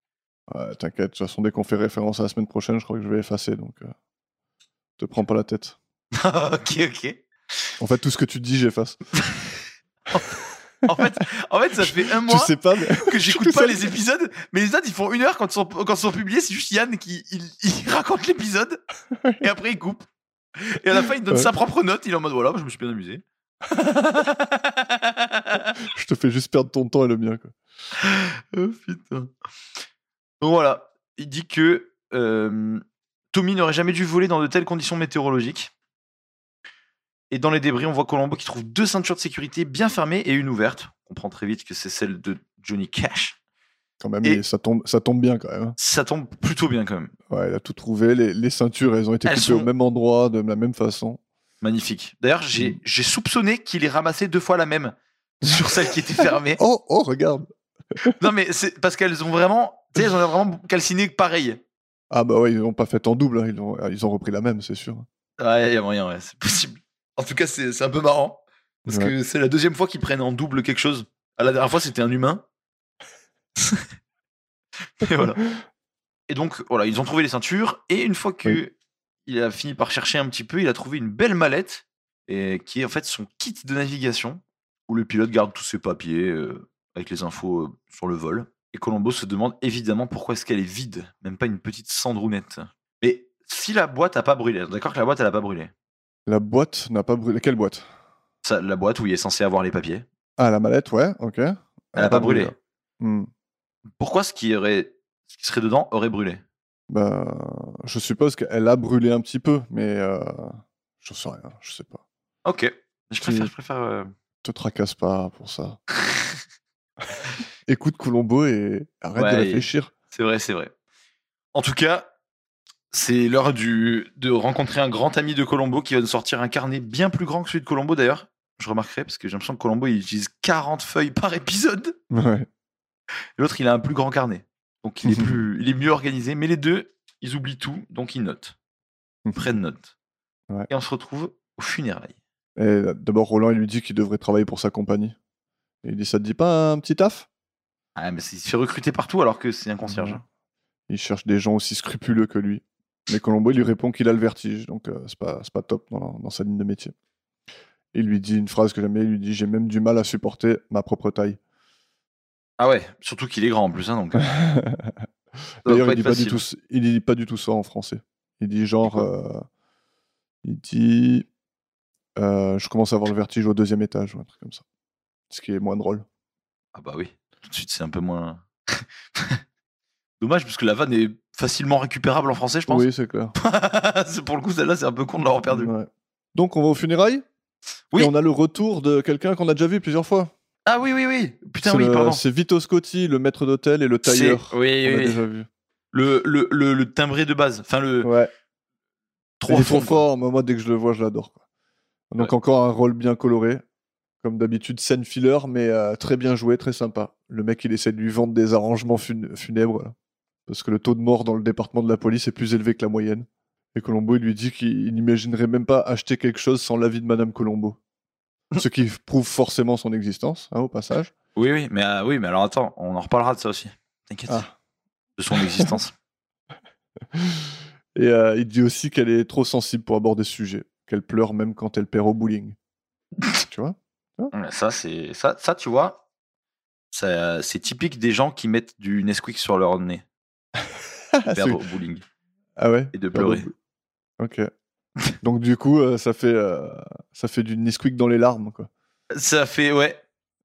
S3: Ouais, T'inquiète, de toute façon, dès qu'on fait référence à la semaine prochaine, je crois que je vais effacer, donc euh, te prends pas la tête.
S4: [LAUGHS] ok, ok.
S3: En fait, tout ce que tu dis, j'efface.
S4: En fait, en fait ça fait un
S3: Tu
S4: mois
S3: sais pas, mais... [LAUGHS]
S4: que j'écoute
S3: fais
S4: pas
S3: ça.
S4: les épisodes, mais les épisodes, ils font une heure quand ils sont, quand ils sont publiés. C'est juste Yann qui il, [LAUGHS] il raconte l'épisode et après il coupe. Et à la fin, il donne
S3: Ouais.
S4: sa propre note. Il est en mode, voilà, je me suis bien
S3: [LAUGHS]
S4: amusé.
S3: je te fais juste perdre ton temps et le mien. Quoi.
S4: Oh putain. Donc voilà, il dit que euh, Tommy n'aurait jamais dû voler dans de telles conditions météorologiques. Et dans les débris, on voit Colombo qui trouve deux ceintures de sécurité bien fermées et une ouverte. On comprend très vite que c'est celle de Johnny Cash.
S3: Quand même,
S4: Et-
S3: il- ça, tombe, ça tombe bien quand même. hein.
S4: Ça tombe plutôt bien quand même.
S3: Ouais, il a tout trouvé. Les, les ceintures, elles ont été
S4: Elles
S3: coupées
S4: sont-
S3: au même endroit, de la même façon.
S4: Magnifique. D'ailleurs, j'ai
S3: Mm.
S4: j'ai soupçonné qu'il ait ramassé deux fois la même sur celle qui était fermée.
S3: Oh, oh, regarde
S4: non mais c'est parce qu'elles ont vraiment, tu sais, elles ont vraiment calciné pareil.
S3: Ah bah ouais, ils l'ont pas fait en double, hein, ils, ont, ils ont repris la même, c'est sûr.
S4: Ouais, y a moyen, ouais, c'est [LAUGHS] possible. En tout cas, c'est c'est un peu marrant. Parce que c'est la deuxième fois qu'ils prennent en double quelque chose. À la dernière fois, c'était un humain. [LAUGHS] et voilà. Et donc, voilà, ils ont trouvé les ceintures. Et une fois que
S3: Oui.
S4: il a fini par chercher un petit peu, il a trouvé une belle mallette et, qui est en fait son kit de navigation où le pilote garde tous ses papiers euh, avec les infos euh, sur le vol. Et Colombo se demande évidemment pourquoi est-ce qu'elle est vide, même pas une petite cendrounette. Mais si la boîte a pas brûlé, d'accord que la boîte elle a pas brûlé.
S3: La boîte n'a pas brûlé. Quelle boîte
S4: Ça, la boîte où il est censé avoir les papiers,
S3: Ah, la mallette, ouais, ok. Elle
S4: elle a pas brûlé.
S3: Hmm.
S4: Pourquoi ce qui aurait, ce qui serait dedans aurait brûlé
S3: Bah, je suppose qu'elle a brûlé un petit peu, mais euh, je sais rien, je sais pas.
S4: Ok. Je préfère,
S3: Tu-
S4: je préfère. euh,
S3: Te tracasse pas pour ça.
S4: [LAUGHS]
S3: Écoute Colombo et arrête
S4: Ouais,
S3: de
S4: il-
S3: réfléchir.
S4: C'est vrai, c'est vrai. En tout cas, c'est l'heure du de rencontrer un grand ami de Colombo qui va nous sortir un carnet bien plus grand que celui de Colombo d'ailleurs. Je remarquerai parce que j'ai l'impression que Colombo il utilise 40 feuilles par épisode.
S3: Ouais.
S4: L'autre, il a un plus grand carnet. Donc,
S3: Mhm.
S4: il est, plus, il est mieux organisé. Mais les deux, ils oublient tout. Donc, ils notent. Ils
S3: Mhm.
S4: prennent note.
S3: Ouais.
S4: Et on se retrouve aux funérailles.
S3: Et euh, d'abord, Roland, il lui dit qu'il devrait travailler pour sa compagnie. Et il dit Ça te dit pas un petit taf
S4: Ah, mais c'est- il se fait recruter partout alors que c'est un concierge.
S3: Mhm. Il cherche des gens aussi scrupuleux que lui. Mais Colombo, il lui répond qu'il a le vertige, donc euh, c'est pas, c'est pas top dans, la- dans sa ligne de métier. Il lui dit une phrase que j'aime bien, il lui dit J'ai même du mal à supporter ma propre taille.
S4: Ah ouais, surtout qu'il est grand en plus.
S3: [LAUGHS]
S4: hein, donc, euh, ça doit
S3: D'ailleurs, il
S4: être
S3: dit, pas du
S4: facile.
S3: tout, s- il dit pas du tout ça en français. Il dit genre. euh, il dit. euh, je commence à avoir le vertige au deuxième étage, ou un truc comme ça. Ce qui est moins drôle.
S4: Ah bah oui, tout de suite, c'est un peu moins. [LAUGHS] Dommage, parce que la vanne est facilement récupérable en français, je pense.
S3: Oui, c'est clair.
S4: [LAUGHS] C'est- Pour le coup, celle-là, c'est un peu con de l'avoir perdue.
S3: Ouais. Donc, on va aux funérailles
S4: Oui.
S3: Et on a le retour de quelqu'un qu'on a déjà vu plusieurs fois.
S4: Ah oui, oui, oui. Putain,
S3: C'est
S4: oui,
S3: le-
S4: pardon.
S3: C'est Vito Scotti, le maître d'hôtel et le tailleur.
S4: C'est-
S3: On
S4: Oui, oui,
S3: l'a
S4: oui. Euh,
S3: déjà vu.
S4: Le, le, le, le timbré de base. Enfin, le.
S3: Ouais.
S4: Trois
S3: il est trop
S4: fonds, quoi.
S3: fort. Moi, moi, dès que je le vois, je l'adore. quoi. Donc,
S4: Ouais.
S3: encore un rôle bien coloré. Comme d'habitude, scène filler, mais euh, très bien joué, très sympa. Le mec, il essaie de lui vendre des arrangements fun- funèbres. là. Parce que le taux de mort dans le département de la police est plus élevé que la moyenne. Et Colombo, il lui dit qu'il il n'imaginerait même pas acheter quelque chose sans l'avis de Madame
S4: [LAUGHS]
S3: Colombo. Ce qui prouve forcément son existence, hein, au passage.
S4: Oui, oui, mais, euh, oui, mais alors attends, on en reparlera de ça aussi. T'inquiète.
S3: Ah.
S4: De son existence.
S3: Et euh, il dit aussi qu'elle est trop sensible pour aborder ce sujet. Qu'elle pleure même quand elle perd au
S4: [LAUGHS]
S3: bowling. tu vois
S4: [LAUGHS] Ouais, ça, c'est ça, ça, tu vois, ça, c'est typique des gens qui mettent du Nesquik sur leur nez,
S3: Ah, c'est-
S4: perdre au bowling
S3: Ah ouais
S4: et de
S3: Perdre au
S4: pleurer.
S3: Ok. Donc du coup, euh, ça fait euh, ça fait du Nesquik dans les larmes quoi.
S4: Ça fait ouais,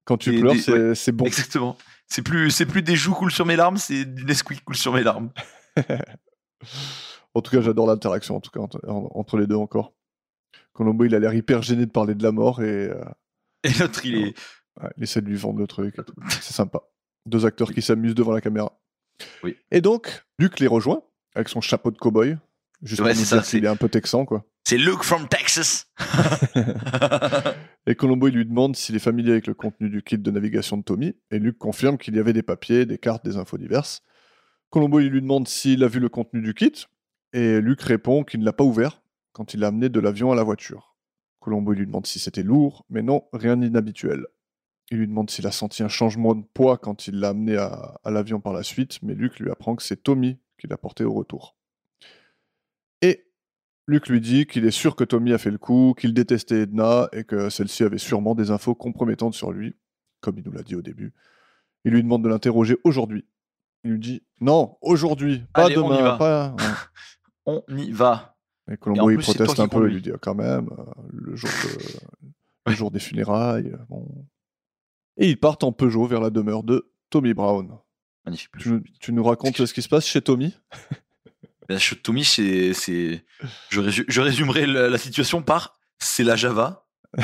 S3: Quand tu
S4: Des-
S3: pleures,
S4: des-
S3: c'est c'est bon.
S4: exactement. C'est plus, c'est plus des joues coulent sur mes larmes, c'est du Nesquik coule sur mes larmes.
S3: En tout cas, j'adore l'interaction en tout cas entre, en- entre les deux encore. Colombo, il a l'air hyper gêné de parler de la mort et euh,
S4: Et l'autre, il est.
S3: ouais, il essaie de lui vendre le truc. et tout. C'est sympa. Deux acteurs qui s'amusent devant la caméra.
S4: Oui.
S3: Et donc, Luc les rejoint avec son chapeau de cow-boy. Juste
S4: Ouais,
S3: pour nous
S4: c'est ça,
S3: dire qu'il
S4: c'est-
S3: est un peu texan quoi.
S4: C'est Luke from Texas.
S3: Et Colombo, il lui demande s'il est familier avec le contenu du kit de navigation de Tommy, et Luc confirme qu'il y avait des papiers, des cartes, des infos diverses. Colombo il lui demande s'il a vu le contenu du kit, et Luc répond qu'il ne l'a pas ouvert quand il l'a amené de l'avion à la voiture. Colombo il lui demande si c'était lourd, mais non, rien d'inhabituel. Il lui demande s'il a senti un changement de poids quand il l'a amené à, à l'avion par la suite, mais Luc lui apprend que c'est Tommy qui l'a porté au retour. Et Luc lui dit qu'il est sûr que Tommy a fait le coup, qu'il détestait Edna et que celle-ci avait sûrement des infos compromettantes sur lui, comme il nous l'a dit au début. Il lui demande de l'interroger aujourd'hui. Il lui dit non, aujourd'hui, pas
S4: Allez, on y
S3: demain,
S4: va.
S3: pas. hein. Ouais.
S4: On y va.
S3: Et
S4: Et en
S3: Colombo, il
S4: plus, c'est
S3: proteste
S4: toi
S3: un
S4: qui
S3: peu, il
S4: conduis.
S3: lui dit Ah, quand même, euh, le jour, de- le
S4: Ouais.
S3: jour des funérailles. euh, Bon. Et ils partent en Peugeot vers la demeure de Tommy Brown.
S4: Magnifique.
S3: Tu, nous- tu nous racontes ce qui se passe chez Tommy
S4: La Shotomi, c'est. c'est- Je, résu- je résumerai la, la situation par c'est la Java. [LAUGHS]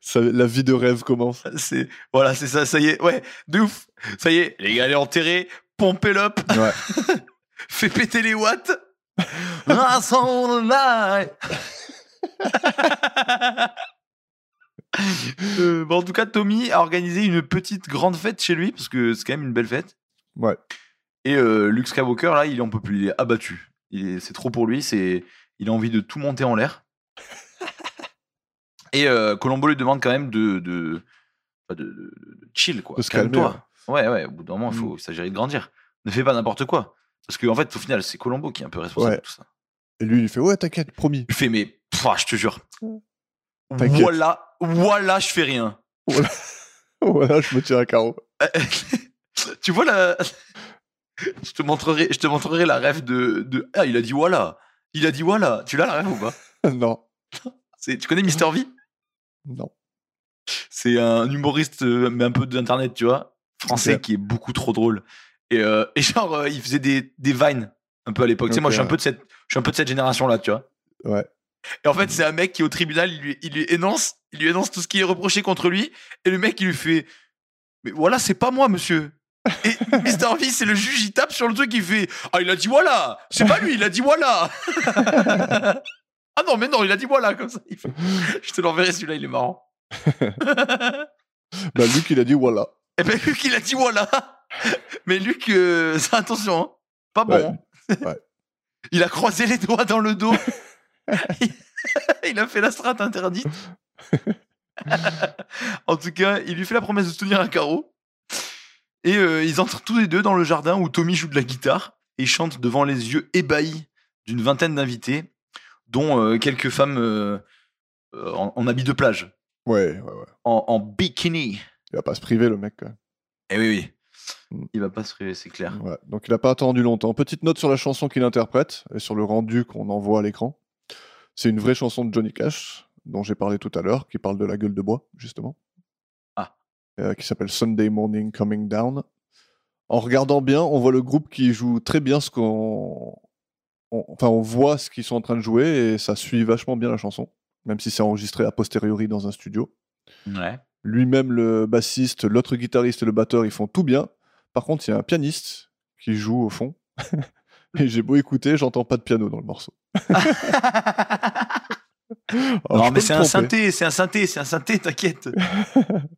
S3: Ça- La vie de rêve commence.
S4: c'est voilà, c'est ça, ça y est, ouais, de ouf. Ça y est, les gars, elle est enterrée, pompez l'up,
S3: Ouais.
S4: [LAUGHS] fais péter
S3: [LAUGHS]
S4: les watts. Rassemble la- Euh, bon, en tout cas, Tommy a organisé une petite grande fête chez lui parce que c'est quand même une belle fête.
S3: Ouais.
S4: Et euh, Luke Skywalker, là, il en peut plus, il est abattu. Il est- C'est trop pour lui, c'est, il a envie de tout monter en l'air. Et euh, Colombo lui demande quand même de, de, de- de- de chill, quoi.
S3: De se
S4: Calme-toi. Ouais, ouais, au bout d'un
S3: Mmh.
S4: moment, il faut s'agirait de grandir. Ne fais pas n'importe quoi. Parce qu'en en fait, au final, c'est Colombo qui est un peu responsable
S3: Ouais.
S4: de tout ça.
S3: Et lui, il fait Ouais, t'inquiète, promis. [LAUGHS]
S4: Je fais, mais pfff, je te jure.
S3: T'inquiète.
S4: Voilà, voilà, je fais rien. [LAUGHS]
S3: voilà, je me tiens à carreau. [LAUGHS]
S4: tu vois la. [LAUGHS] je, te montrerai, je te montrerai la rêve de, de. Ah, il a dit voilà. Il a dit voilà. Tu l'as la rêve ou pas
S3: non,
S4: C'est- Tu connais Mister V
S3: non.
S4: C'est un humoriste, euh, mais un peu d'internet, tu vois, français
S3: Ok.
S4: qui est beaucoup trop drôle. Et, euh, et genre, euh, il faisait des, des vines un peu à l'époque. Tu sais, moi,
S3: Ok,
S4: je suis un peu de cette, je suis un peu de cette génération-là, tu vois.
S3: Ouais.
S4: Et en fait, c'est un mec qui, au tribunal, il lui, il lui énonce, il lui énonce tout ce qui est reproché contre lui. Et le mec, il lui fait Mais voilà, c'est pas moi, monsieur.
S3: [LAUGHS]
S4: Et Mister V, c'est le juge, il tape sur le truc, il fait Ah, il a dit voilà C'est pas lui, il a dit voilà
S3: [LAUGHS]
S4: Ah non, mais non, il a dit voilà, comme ça. Il fait, Je te l'enverrai, celui-là, il est marrant.
S3: Bah, Luc, il a dit Voilà.
S4: Eh ben Luc, il a dit voilà. [LAUGHS] Mais Luc, euh, [LAUGHS] ça, attention, hein. pas bon.
S3: Ouais.
S4: hein.
S3: Ouais.
S4: [LAUGHS] Il a croisé les doigts dans le dos. [LAUGHS] Il- il a fait la strate interdite. [LAUGHS] en tout cas, il lui fait la promesse de se tenir un carreau. Et euh, ils entrent tous les deux dans le jardin où Tommy joue de la guitare et chante devant les yeux ébahis d'une vingtaine d'invités, dont euh, quelques femmes euh, euh, en, en habit de plage,
S3: Ouais, ouais, ouais.
S4: en, en bikini.
S3: Il va pas se priver, le mec. quoi.
S4: Eh oui,
S3: Mm.
S4: oui. Il va pas se réveiller, c'est clair.
S3: Ouais, donc il n'a pas attendu longtemps. Petite note sur la chanson qu'il interprète et sur le rendu qu'on envoie à l'écran. C'est une vraie chanson de Johnny Cash, dont j'ai parlé tout à l'heure, qui parle de la gueule de bois, justement.
S4: Ah.
S3: Euh, qui s'appelle Sunday Morning Coming Down. En regardant bien, on voit le groupe qui joue très bien ce qu'on. on- Enfin, on voit ce qu'ils sont en train de jouer et ça suit vachement bien la chanson, même si c'est enregistré a posteriori dans un studio.
S4: Ouais.
S3: Lui-même, le bassiste, l'autre guitariste et le batteur, ils font tout bien. Par contre, il y a un pianiste qui joue au fond. et j'ai beau écouter, j'entends pas de piano dans le morceau. Alors, Oh, je
S4: non,
S3: peux
S4: mais
S3: me
S4: c'est un
S3: tromper.
S4: synthé, c'est un synthé, c'est un synthé, t'inquiète.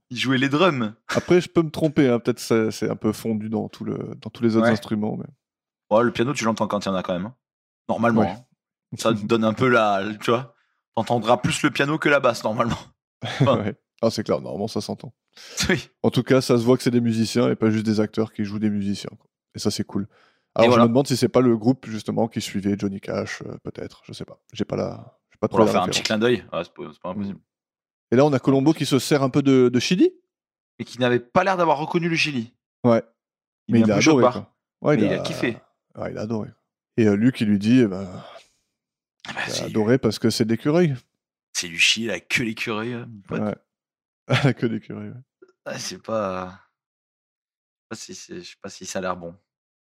S4: Il jouait les drums.
S3: Après, je peux me tromper. hein. Peut-être ça- c'est un peu fondu dans, tout le, dans tous les autres
S4: Ouais.
S3: instruments. mais-
S4: Ouais, le piano, tu l'entends quand il y en a quand même. hein. Normalement.
S3: Ouais.
S4: hein. [LAUGHS] Ça te donne un peu la. Tu vois T'entendras plus le piano que la basse, normalement. [LAUGHS]
S3: Ouais. Ah, c'est clair, normalement, ça s'entend.
S4: Oui.
S3: En tout cas, ça se voit que c'est des musiciens et pas juste des acteurs qui jouent des musiciens. quoi. Et ça, c'est cool. Alors,
S4: voilà.
S3: je me demande si c'est pas le groupe, justement, qui suivait Johnny Cash, euh, peut-être. Je sais pas. J'ai pas la. j'ai Pas
S4: Pour
S3: trop
S4: leur
S3: la
S4: faire un
S3: référence.
S4: petit clin d'œil. Ouais, c'est pas, c'est pas impossible.
S3: Et là, on a Colombo qui se sert un peu de, de chili.
S4: Et qui n'avait pas l'air d'avoir reconnu le Chili.
S3: Ouais.
S4: Il est un peu chaud par.
S3: quoi. Ouais,
S4: Mais il a kiffé.
S3: Ouais, il a adoré. Et euh, Luc, il lui dit, eh ben,
S4: Ah bah,
S3: t'as
S4: c'est-
S3: adoré parce que c'est de l'écureuil.
S4: c'est du Chili, la queue l'écureuil. euh, mon pote.
S3: Ouais. [LAUGHS] Ah, que d'écureuil. ouais.
S4: Ah, c'est pas. Je sais pas si, c'est- je sais pas si ça a l'air bon.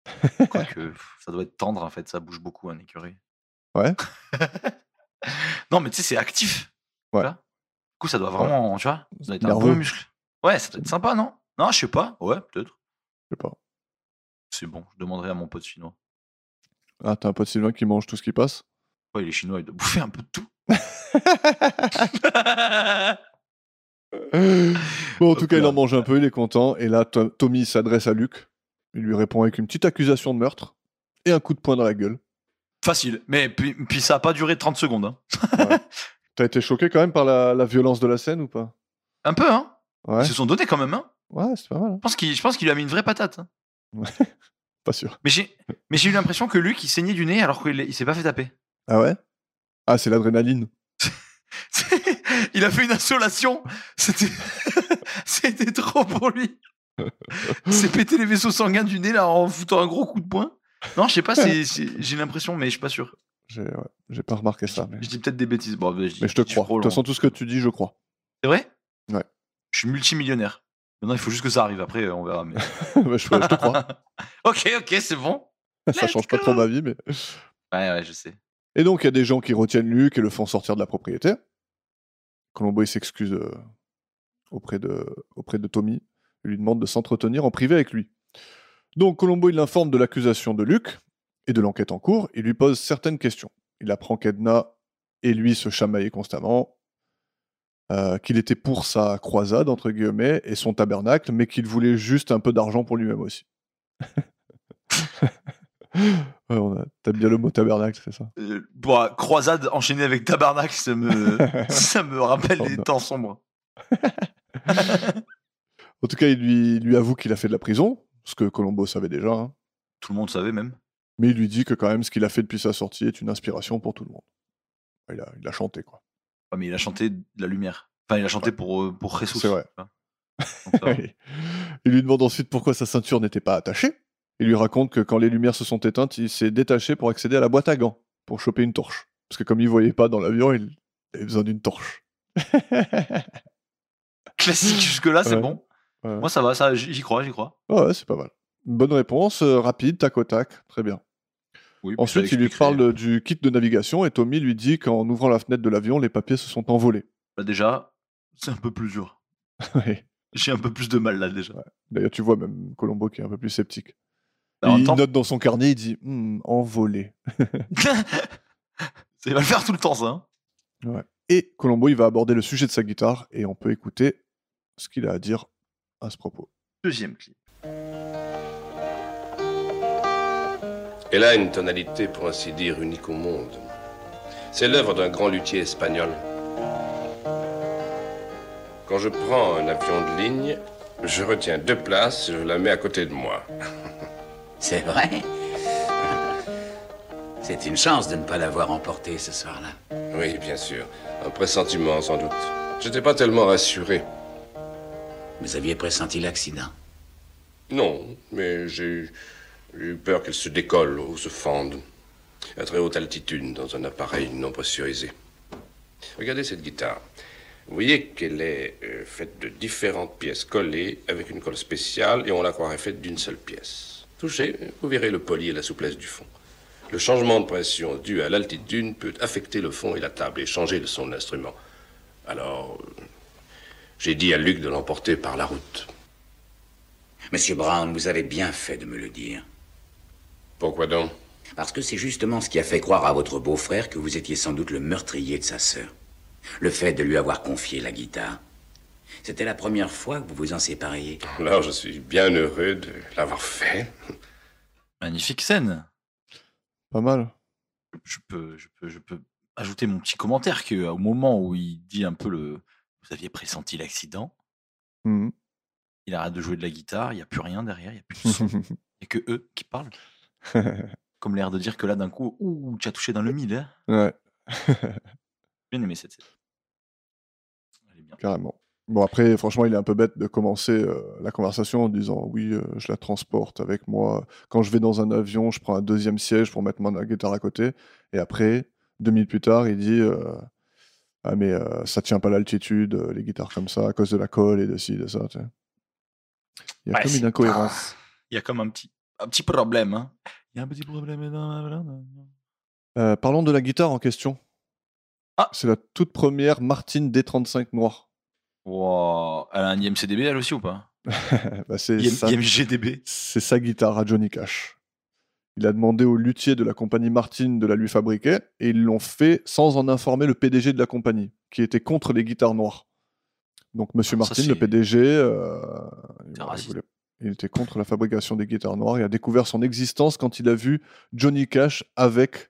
S3: [LAUGHS]
S4: Quoique, pff, ça doit être tendre en fait, ça bouge beaucoup un écureuil.
S3: Ouais.
S4: [LAUGHS] non, mais tu sais, c'est actif.
S3: Ouais.
S4: Tu vois du coup, ça doit vraiment. Tu vois Ça doit être un
S3: Nerveux.
S4: bon muscle. Ouais, ça doit être sympa, non Non, je sais pas. Ouais, peut-être.
S3: Je sais pas.
S4: C'est bon, je demanderai à mon pote chinois.
S3: Ah, t'as un pote Sylvain qui mange tout ce qui
S4: [GASPS]
S3: passe.
S4: Ouais, il est chinois, il doit bouffer un peu de
S3: [LAUGHS]
S4: tout. [LAUGHS]
S3: bon, en tout
S4: Hop
S3: cas, il
S4: là.
S3: en mange un peu, il est content. Et là, To- Tommy s'adresse à Luc Il lui répond avec une petite accusation de meurtre et un coup de poing dans la gueule.
S4: Facile. Mais puis, puis ça a pas duré 30 secondes. hein.
S3: T'as été choqué quand même par la, la violence de la scène ou pas
S4: Un peu, hein
S3: Ouais,
S4: Ils se sont donnés quand même, hein
S3: ouais c'est pas mal. hein.
S4: Je pense qu'il je pense qu'il lui a mis une vraie patate. hein.
S3: Pas sûr.
S4: Mais j'ai mais j'ai eu l'impression que Luc, il saignait du nez alors qu'il il s'est pas fait taper.
S3: Ah ouais Ah, c'est l'adrénaline.
S4: [LAUGHS] il a fait une insolation. C'était [LAUGHS] c'était trop pour lui. Il s'est pété les vaisseaux sanguins du nez là en foutant un gros coup de poing. Non, je sais pas, c'est- c'est- j'ai l'impression, mais je suis pas sûr.
S3: J'ai ouais, j'ai pas remarqué ça. Mais,
S4: Je dis peut-être des bêtises. Bon, je dis-
S3: mais je te
S4: dis
S3: crois.
S4: trop
S3: De toute
S4: long.
S3: façon, tout ce que tu dis, je crois. [LAUGHS]
S4: C'est vrai
S3: Ouais.
S4: Je suis multimillionnaire. Maintenant, il faut juste que ça arrive. Après, euh, on verra.
S3: [LAUGHS]
S4: mais-
S3: Bah, je, je te crois.
S4: ok, ok, c'est bon.
S3: ça change pas trop ma vie, mais.
S4: Ouais, ouais, je sais.
S3: Et donc, il y a des gens qui retiennent Luc et le font sortir de la propriété. Colombo, il s'excuse euh, auprès, de, auprès de Tommy. Il lui demande de s'entretenir en privé avec lui. Donc, Colombo, il l'informe de l'accusation de Luc et de l'enquête en cours. Il lui pose certaines questions. Il apprend qu'Edna et lui se chamaillaient constamment, euh, qu'il était pour sa croisade, entre guillemets, et son tabernacle, mais qu'il voulait juste un peu d'argent pour lui-même aussi. [LAUGHS] Ouais, on a- T'aimes bien le mot tabernacle, c'est ça
S4: Euh, bon, croisade enchaînée avec tabarnak,
S3: [LAUGHS]
S4: ça me, ça me rappelle
S3: Oh
S4: les
S3: non.
S4: temps sombres.
S3: En tout cas, il lui, il lui avoue qu'il a fait de la prison, ce que Colombo savait déjà, hein.
S4: Tout le monde savait même.
S3: mais il lui dit que quand même ce qu'il a fait depuis sa sortie est une inspiration pour tout le monde. Il a, il a chanté, quoi.
S4: Ouais, mais il a chanté de la lumière. Enfin, il a chanté pour, euh, pour Jesus.
S3: Mmh C'est vrai.
S4: tu vois.
S3: [LAUGHS]
S4: Donc, ça va.
S3: il lui demande ensuite pourquoi sa ceinture n'était pas attachée. Il lui raconte que quand les lumières se sont éteintes, il s'est détaché pour accéder à la boîte à gants, pour choper une torche. Parce que comme il voyait pas dans l'avion, il avait besoin d'une torche.
S4: Classique jusque-là, c'est
S3: Ouais.
S4: bon.
S3: Ouais.
S4: Moi, ça va, ça, j'y j'y crois, j'y crois.
S3: Ouais, ouais, c'est pas mal. Bonne réponse, euh, rapide, tac au tac, très bien. Ensuite, il lui parle de- du kit de navigation et Tommy lui dit qu'en ouvrant la fenêtre de l'avion, les papiers se sont envolés.
S4: Là, Bah, déjà, c'est un peu plus dur.
S3: Ouais.
S4: J'ai un peu plus de mal là déjà.
S3: D'ailleurs, tu vois même Colombo qui est un peu plus sceptique.
S4: Bah, en
S3: il
S4: temps-
S3: note dans son carnet, il dit Hmm, envolé.
S4: Ça va le faire tout le temps, ça. hein.
S3: Et Colombo, il va aborder le sujet de sa guitare et on peut écouter ce qu'il a à dire à ce propos.
S4: Deuxième clip.
S1: Elle a une tonalité, pour ainsi dire, unique au monde. C'est l'œuvre d'un grand luthier espagnol. Quand je prends un avion de ligne, je retiens deux places et je la mets à côté de moi.
S6: C'est vrai C'est une chance de ne pas l'avoir emporté ce soir-là.
S1: Oui, bien sûr. Un pressentiment, sans doute. J'étais pas tellement rassuré.
S6: Vous aviez pressenti l'accident.
S1: Non, mais j'ai eu- j'ai eu peur qu'elle se décolle ou se fende. À très haute altitude, dans un appareil non pressurisé. Regardez cette guitare. Vous voyez qu'elle est euh, faite de différentes pièces collées avec une colle spéciale et on la croirait faite d'une seule pièce. Touchez, vous verrez le poli et la souplesse du fond. Le changement de pression dû à l'altitude peut affecter le fond et la table et changer le son de l'instrument. Alors, euh, j'ai dit à Luc de l'emporter par la route.
S6: Monsieur Brown, vous avez bien fait de me le dire.
S1: Pourquoi donc
S6: Parce que c'est justement ce qui a fait croire à votre beau-frère que vous étiez sans doute le meurtrier de sa sœur. Le fait de lui avoir confié la guitare. C'était la première fois que vous vous en sépariez.
S1: Alors, je suis bien heureux de l'avoir fait.
S4: Magnifique scène.
S3: Pas mal.
S4: Je peux, je peux, je peux ajouter mon petit commentaire que, euh, au moment où il dit un peu le, vous aviez pressenti l'accident.
S3: Hmm.
S4: Il arrête de jouer de la guitare. Il y a plus rien derrière. Il y a plus de son. Il y a que eux qui parlent. Comme l'air de dire que là, d'un coup, ouh, tu as touché dans le mille. hein.
S3: [LAUGHS] ouais,
S4: J'ai bien aimé cette scène. Elle est bien.
S3: carrément. Bon, après, franchement, il est un peu bête de commencer euh, la conversation en disant Oui, euh, je la transporte avec moi. Quand je vais dans un avion, je prends un deuxième siège pour mettre ma guitare à côté. Et après, deux minutes plus tard, il dit euh, Ah, mais euh, ça tient pas l'altitude, euh, les guitares comme ça, à cause de la colle et de ci, de ça. tu sais. Il y a
S4: Ouais,
S3: comme
S4: c'est
S3: une incohérence.
S4: Ah, Il y a comme un petit, un petit problème. hein. Il y a un petit problème. dans la- dans la-
S3: Euh, parlons de la guitare en question.
S4: Ah.
S3: C'est la toute première Martin D35 noire.
S4: Wow. Elle a un IMCDB, elle aussi, ou pas
S3: Bah, c'est
S4: IM-
S3: sa-
S4: IMGDB.
S3: c'est sa guitare à Johnny Cash. Il a demandé au luthier de la compagnie Martin de la lui fabriquer et ils l'ont fait sans en informer le PDG de la compagnie, qui était contre les guitares noires. Donc Monsieur
S4: Ah, ça,
S3: Martin,
S4: c'est-
S3: le PDG, euh,
S4: C'est
S3: il,
S4: raciste.
S3: voulait, Il était contre la fabrication des guitares noires et a découvert son existence quand il a vu Johnny Cash avec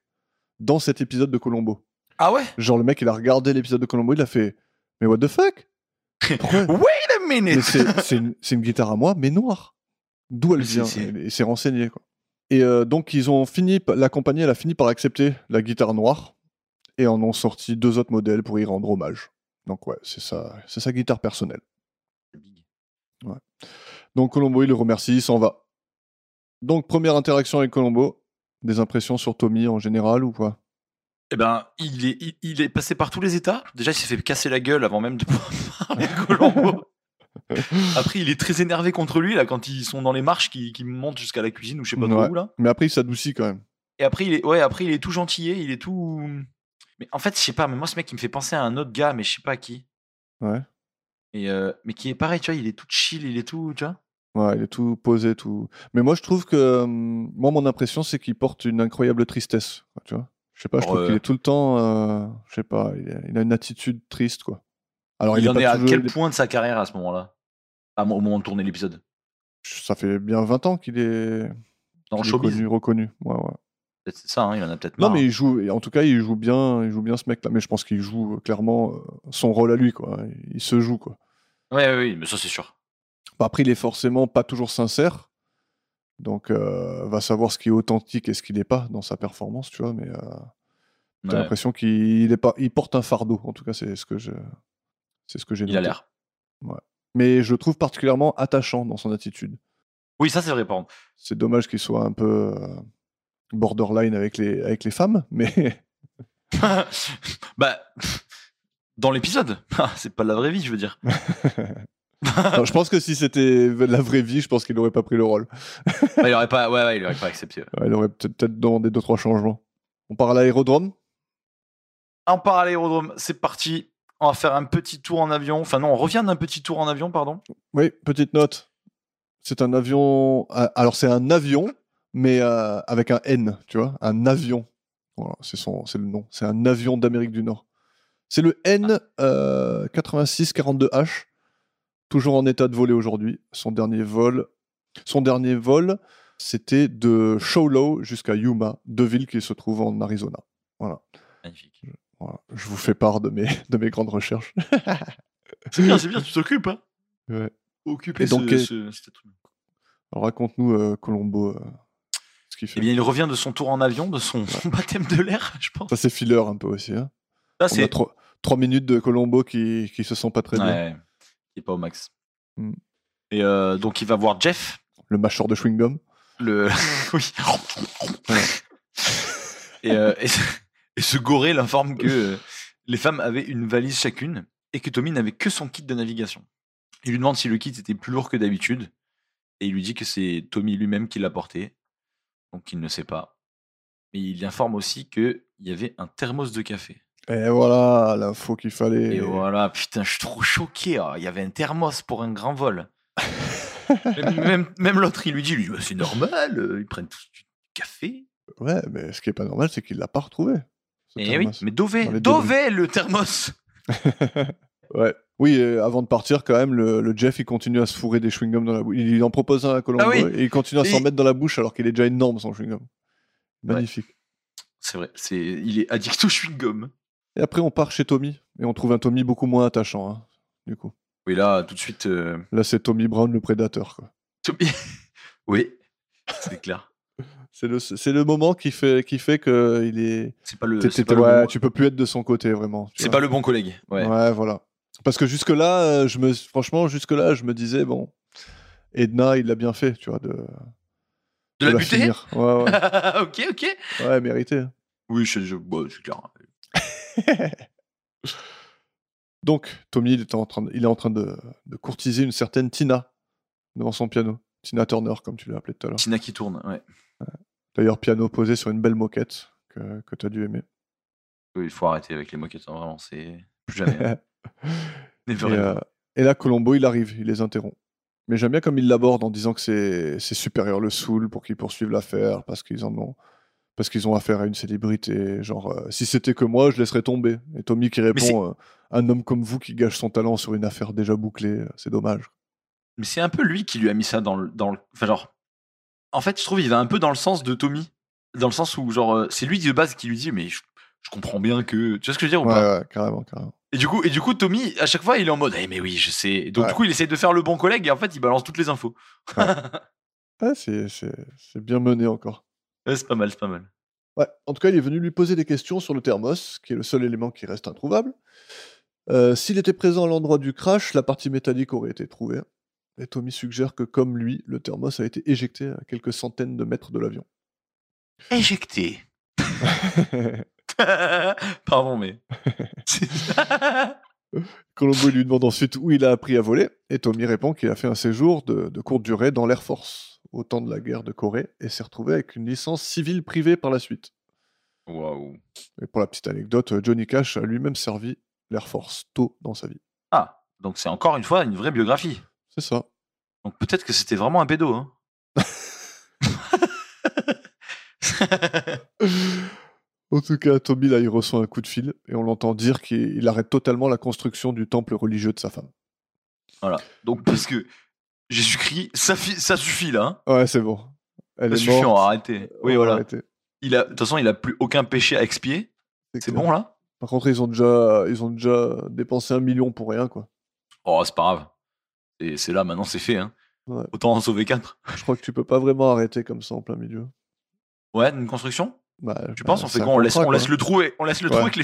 S3: dans cet épisode de Colombo.
S4: Ah ouais
S3: Genre le mec, il a regardé l'épisode de Colombo, il a fait mais what the fuck
S4: [LAUGHS]
S3: Pourquoi
S4: Wait a
S3: Mais
S4: minute
S3: c'est c'est une, c'est une guitare à moi, mais noire. D'où elle
S4: Mais c'est-
S3: vient
S4: c'est-
S3: Il s'est renseigné. Quoi. Et euh, donc, ils ont fini, p- la compagnie, elle a fini par accepter la guitare noire et en ont sorti deux autres modèles pour y rendre hommage. Donc, ouais, c'est sa, c'est sa guitare personnelle. Ouais. Donc, Colombo, il le remercie, il s'en va. Donc, première interaction avec Colombo. Des impressions sur Tommy en général ou quoi
S4: Eh ben, il est, il, il est passé par tous les états. Déjà, il s'est fait casser la gueule avant même de pouvoir [LAUGHS] parler
S3: [LAUGHS]
S4: de Colombo. Après, il est très énervé contre lui là quand ils sont dans les marches qui, qui montent jusqu'à la cuisine ou je sais pas trop
S3: Ouais.
S4: où là.
S3: Mais après, il s'adoucit quand même.
S4: Et après, il est, ouais, après il est tout gentillé, il est tout. Mais en fait, je sais pas. Mais moi, ce mec, il me fait penser à un autre gars, mais je sais pas à qui.
S3: Ouais.
S4: Et euh, mais qui est pareil, tu vois, il est tout chill, il est tout, tu vois.
S3: Ouais, il est tout posé, tout. Mais moi, je trouve que. euh, moi, mon impression, c'est qu'il porte une incroyable tristesse. quoi, Tu vois Je sais pas, je
S4: Bon,
S3: trouve qu'il
S4: euh,
S3: est tout le temps. euh, je sais pas, il a, il a une attitude triste, quoi. Alors, il,
S4: il
S3: est
S4: en
S3: pas
S4: est à
S3: toujours-
S4: quel
S3: il est-
S4: point de sa carrière à ce moment-là À mo- Au moment de tourner l'épisode
S3: Ça fait bien 20 ans qu'il est,
S4: Dans le
S3: qu'il est
S4: showbiz
S3: connu, reconnu. Ouais, ouais.
S4: Peut-être C'est ça, hein, il en a peut-être
S3: Non,
S4: marre.
S3: mais il joue. et En tout cas, il joue bien, il joue bien ce mec-là. Mais je pense qu'il joue euh, clairement euh, son rôle à lui, quoi. Il se joue, quoi.
S4: Ouais, ouais, ouais, mais ça, c'est sûr.
S3: Bah, Après, il est forcément pas toujours sincère. Donc, euh, va savoir ce qui est authentique et ce qui n'est pas dans sa performance, tu vois. Mais. euh, T'as
S4: Ouais,
S3: l'impression qu'il est pas, il porte un fardeau. En tout cas, c'est ce que je, c'est ce que j'ai
S4: il a
S3: noté.
S4: l'air.
S3: Mais je le trouve particulièrement attachant dans son attitude.
S4: Oui, ça c'est vrai, pardon. [LAUGHS]
S3: C'est dommage qu'il soit un peu euh, borderline avec les, avec les femmes, [LAUGHS] mais
S4: bah, [LAUGHS] dans l'épisode, [LAUGHS] Ah, c'est pas de la vraie vie, je
S3: [LAUGHS]
S4: veux dire.
S3: Non, je pense que si c'était la vraie vie, je pense qu'il n'aurait pas pris le rôle.
S4: Bah, il aurait pas, ouais, ouais, il aurait pas accepté. ouais.
S3: Ouais, il aurait peut- peut-être demandé deux trois changements. On part à l'aérodrome.
S4: On part à l'aérodrome, c'est parti. On va faire un petit tour en avion. Enfin non, on revient d'un petit tour en avion, pardon.
S3: Oui, petite note. C'est un avion. ah, Alors c'est un avion, mais euh, avec un N, tu vois, un avion. Voilà, c'est son, c'est le nom. C'est un avion d'Amérique du Nord. C'est le N
S4: Ah.
S3: euh, 8642H, toujours en état de voler aujourd'hui. Son dernier vol, son dernier vol, c'était de Sholo jusqu'à Yuma, deux villes qui se trouvent en Arizona.
S4: Magnifique.
S3: Voilà, je vous fais part de mes, de mes grandes recherches.
S4: C'est bien, c'est bien, tu t'occupes, hein.
S3: Ouais.
S4: Occupé
S3: Et donc,
S4: ce,
S3: euh,
S4: ce- cet atouts.
S3: Alors, raconte-nous euh, Colombo, euh, ce qu'il fait.
S4: Eh bien, il revient de son tour en avion, de son [LAUGHS] baptême de l'air, je pense.
S3: Ça, c'est filler un peu aussi. Hein.
S4: Là,
S3: On a
S4: Ah, c'est.
S3: trois, trois minutes de Colombo qui, qui se sent pas très bien.
S4: Ouais, il est pas au max.
S3: Hmm.
S4: Et euh, donc, il va voir Jeff,
S3: Le mâcheur de chewing-gum.
S4: le oui [LAUGHS] et, euh, et, ce- et ce goré l'informe que euh, les femmes avaient une valise chacune et que Tommy n'avait que son kit de navigation il lui demande si le kit était plus lourd que d'habitude et il lui dit que c'est Tommy lui-même qui l'a porté donc il ne sait pas mais il l'informe aussi que il y avait un thermos de café
S3: Et voilà l'info qu'il fallait.
S4: et voilà, putain, je suis trop choqué. ah, Il y avait un thermos pour un
S3: [LAUGHS]
S4: grand vol. même même- même l'autre, il lui dit, lui, Bah, c'est normal, euh, ils prennent tous du café.
S3: Ouais, mais ce qui est pas normal, c'est qu'il l'a pas retrouvé. ce
S4: Et Eh oui,
S3: thermos.
S4: mais
S3: Dans
S4: Dové,
S3: les
S4: Dové le thermos.
S3: [LAUGHS]
S4: [LAUGHS]
S3: Ouais. Oui, et avant de partir, quand même, le, le Jeff, il continue à se fourrer des chewing-gums dans la bouche. Il en propose un à Colombo
S4: Ah oui.
S3: et il continue à
S4: Et
S3: s'en
S4: il-
S3: mettre dans la bouche alors qu'il est déjà énorme, son chewing-gum. Magnifique.
S4: C'est vrai, c'est, il est addict au chewing-gum.
S3: Et après, on part chez Tommy et on trouve un Tommy beaucoup moins attachant, hein, du coup.
S4: Oui, là, tout de suite. euh,
S3: Là, c'est Tommy Brown, le prédateur. quoi. [LAUGHS]
S4: Tommy- oui, c'est clair.
S3: C'est le, c'est le moment qui fait, qui fait qu'il est.
S4: C'est pas le,
S3: T'es-
S4: c'est
S3: t'es-
S4: pas le
S3: ouais,
S4: bon,
S3: tu peux plus être de son côté vraiment. tu
S4: c'est
S3: vois.
S4: pas le bon collègue. Ouais.
S3: ouais. voilà. Parce que jusque là, euh, je me, franchement, jusque là, je me disais bon, Edna, il l'a bien fait, tu vois, de, de
S4: De la buter
S3: finir. Ouais, ouais,
S4: [LAUGHS] Ok, ok.
S3: ouais, mérité.
S4: Oui, je, je- bon, c'est clair.
S3: Donc, Tommy, il est en train, de, il est en train de, de courtiser une certaine Tina devant son piano. Tina Turner, comme tu l'as appelé tout à l'heure.
S4: Tina qui tourne, ouais.
S3: D'ailleurs, piano posé sur une belle moquette que, que tu as dû aimer.
S4: Oui, il faut arrêter avec les moquettes, hein, vraiment, c'est plus jamais.
S3: [LAUGHS]
S4: hein.
S3: Et,
S4: Never ever.
S3: euh, et là, Colombo, il arrive, il les interrompt. Mais j'aime bien comme il l'aborde en disant que ses, ses supérieurs le saoulent pour qu'ils poursuivent l'affaire parce qu'ils en ont. Parce qu'ils ont affaire à une célébrité. Genre, euh, si c'était que moi, je laisserais tomber. Et Tommy qui
S4: c'est-
S3: répond euh, Un homme comme vous qui gâche son talent sur une affaire déjà bouclée, euh, c'est dommage.
S4: Mais c'est un peu lui qui lui a mis ça dans le. Dans le enfin, genre. En fait, je trouve il va un peu dans le sens de Tommy. Dans le sens où, genre, euh, c'est lui de base qui lui dit Mais je, je comprends bien que. Tu vois ce que je veux dire ou
S3: Ouais,
S4: pas
S3: ouais, carrément, carrément.
S4: et du, coup, et du coup, Tommy, à chaque fois, il est en mode Eh, mais oui, je sais. Donc,
S3: Ouais.
S4: du coup, il essaie de faire le bon collègue et en fait, il balance toutes les infos.
S3: Ah, c'est c'est- c'est bien mené encore.
S4: Ouais, c'est pas mal, c'est pas mal.
S3: Ouais, en tout cas, il est venu lui poser des questions sur le thermos, qui est le seul élément qui reste introuvable. Euh, S'il était présent à l'endroit du crash, la partie métallique aurait été trouvée. Et Tommy suggère que, comme lui, le thermos a été éjecté à quelques centaines de mètres de l'avion.
S4: Éjecté. [LAUGHS] Pardon,
S3: [LAUGHS]
S4: mais.
S3: Colombo lui demande ensuite où il a appris à voler, et Tommy répond qu'il a fait un séjour de, de courte durée dans l'Air Force, au temps de la guerre de Corée, et s'est retrouvé avec une licence civile privée par la suite.
S4: Waouh.
S3: Et pour la petite anecdote, Johnny Cash a lui-même servi l'Air Force tôt dans sa vie.
S4: Ah, donc c'est encore une fois une vraie biographie.
S3: C'est ça.
S4: Donc peut-être que c'était vraiment un pédo. Hein.
S3: [LAUGHS] En tout cas, Tommy, là, il reçoit un coup de fil et on l'entend dire qu'il il arrête totalement la construction du temple religieux de sa femme.
S4: Donc parce que Jésus-Christ, ça, fi- ça suffit là. hein.
S3: Ouais, c'est bon. Elle
S4: Ça
S3: est
S4: suffit, on
S3: morte. Euh,
S4: va arrêter. hein. Oui,
S3: On va
S4: voilà.
S3: arrêter.
S4: Il a, de toute façon, il a plus aucun péché à expier. C'est
S3: clair.
S4: bon là
S3: Par contre, ils ont déjà, ils ont déjà dépensé un million pour rien, quoi.
S4: Oh, c'est pas grave. Et c'est là, maintenant c'est fait. Hein.
S3: Ouais.
S4: Autant en sauver quatre.
S3: Je crois que tu peux pas vraiment arrêter comme ça en plein milieu.
S4: Ouais, une construction
S3: Bah,
S4: Tu
S3: bah,
S4: penses On fait
S3: c'est un
S4: quoi on laisse,
S3: contrat,
S4: on laisse
S3: quoi.
S4: le trou, et, on laisse le trou
S3: Ouais.
S4: avec les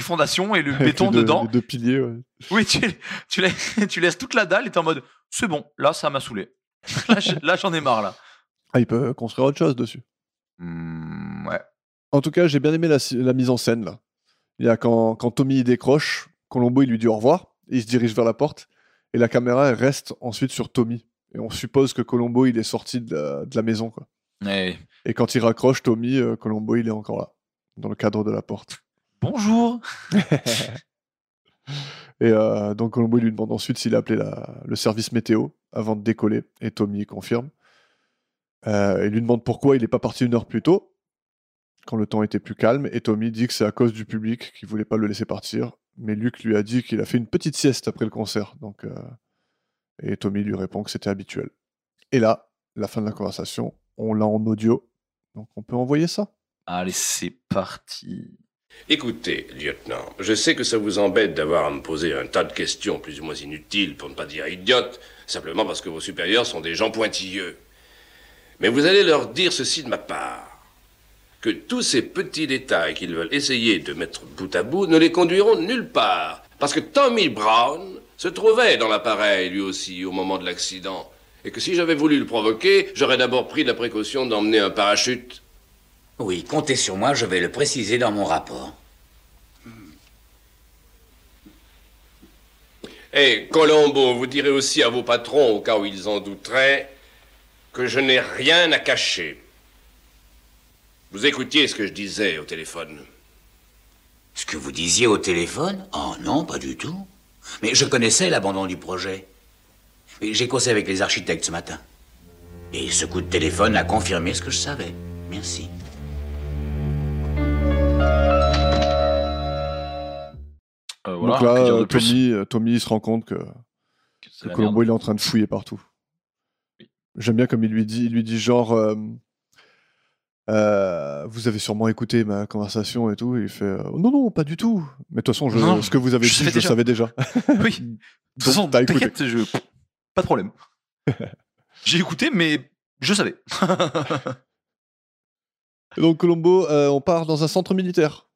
S3: [LAUGHS]
S4: fondations et le
S3: Avec les
S4: béton
S3: deux-
S4: dedans.
S3: les deux piliers, ouais.
S4: Oui, tu, tu, la- [LAUGHS] tu laisses toute la dalle et t'es en mode c'est bon, là ça m'a saoulé. [LAUGHS] là, j'ai- là, j'en ai marre là.
S3: Ah, il peut construire autre chose dessus.
S4: Hmm, ouais.
S3: En tout cas, j'ai bien aimé la, si- la mise en scène là. Il y a quand, quand Tommy il décroche, Colombo il lui dit au revoir, et il se dirige vers la porte, et la caméra elle reste ensuite sur Tommy. Et on suppose que Colombo il est sorti de la, de la maison quoi.
S4: Eh,
S3: Et quand il raccroche Tommy, euh, Colombo il est encore là, dans le cadre de la porte.
S4: bonjour.
S3: Et euh, donc Colombo il lui demande ensuite s'il a appelé la- le service météo avant de décoller, et Tommy confirme. Euh, il lui demande pourquoi il n'est pas parti une heure plus tôt, quand le temps était plus calme, et Tommy dit que c'est à cause du public qui voulait pas le laisser partir. Mais Luc lui a dit qu'il a fait une petite sieste après le concert, donc euh, et Tommy lui répond que c'était habituel. Et là, la fin de la conversation, on l'a en audio, donc on peut envoyer ça.
S4: Allez, c'est parti.
S1: Écoutez, lieutenant, je sais que ça vous embête d'avoir à me poser un tas de questions plus ou moins inutiles, pour ne pas dire idiotes, simplement parce que vos supérieurs sont des gens pointilleux. Mais vous allez leur dire ceci de ma part. Que tous ces petits détails qu'ils veulent essayer de mettre bout à bout ne les conduiront nulle part. Parce que Tommy Brown se trouvait dans l'appareil, lui aussi, au moment de l'accident. Et que si j'avais voulu le provoquer, j'aurais d'abord pris la précaution d'emmener un parachute.
S6: Oui, comptez sur moi, je vais le préciser dans mon rapport.
S1: Et Eh, Colombo, vous direz aussi à vos patrons, au cas où ils en douteraient, que je n'ai rien à cacher. Vous écoutiez ce que je disais au téléphone.
S6: Ce que vous disiez au téléphone Oh non, pas du tout. Mais je connaissais l'abandon du projet. Mais J'ai causé avec les architectes ce matin. Et ce coup de téléphone a confirmé ce que je savais. Merci.
S4: Euh, voilà,
S3: donc là,
S4: que dire de
S3: euh,
S4: plus
S3: Tommy, euh, Tommy il se rend compte que,
S4: Que c'est
S3: que
S4: la
S3: Colombo il
S4: merde.
S3: est en train de fouiller partout.
S4: Oui.
S3: J'aime bien comme il lui dit, il lui dit genre, euh, Euh, vous avez sûrement écouté ma conversation et tout. Et il fait, euh, non non, pas du tout. Mais de toute façon, je-
S4: Non,
S3: ce que vous avez
S4: je
S3: dit,
S4: savais
S3: je
S4: déjà.
S3: savais déjà.
S4: Oui. [LAUGHS] De toute
S3: [LAUGHS] Donc,
S4: façon,
S3: t'as écouté.
S4: t'inquiète, je... pas de [LAUGHS] problème. J'ai écouté, mais je savais.
S3: Et donc Colombo, euh, on part dans un centre militaire.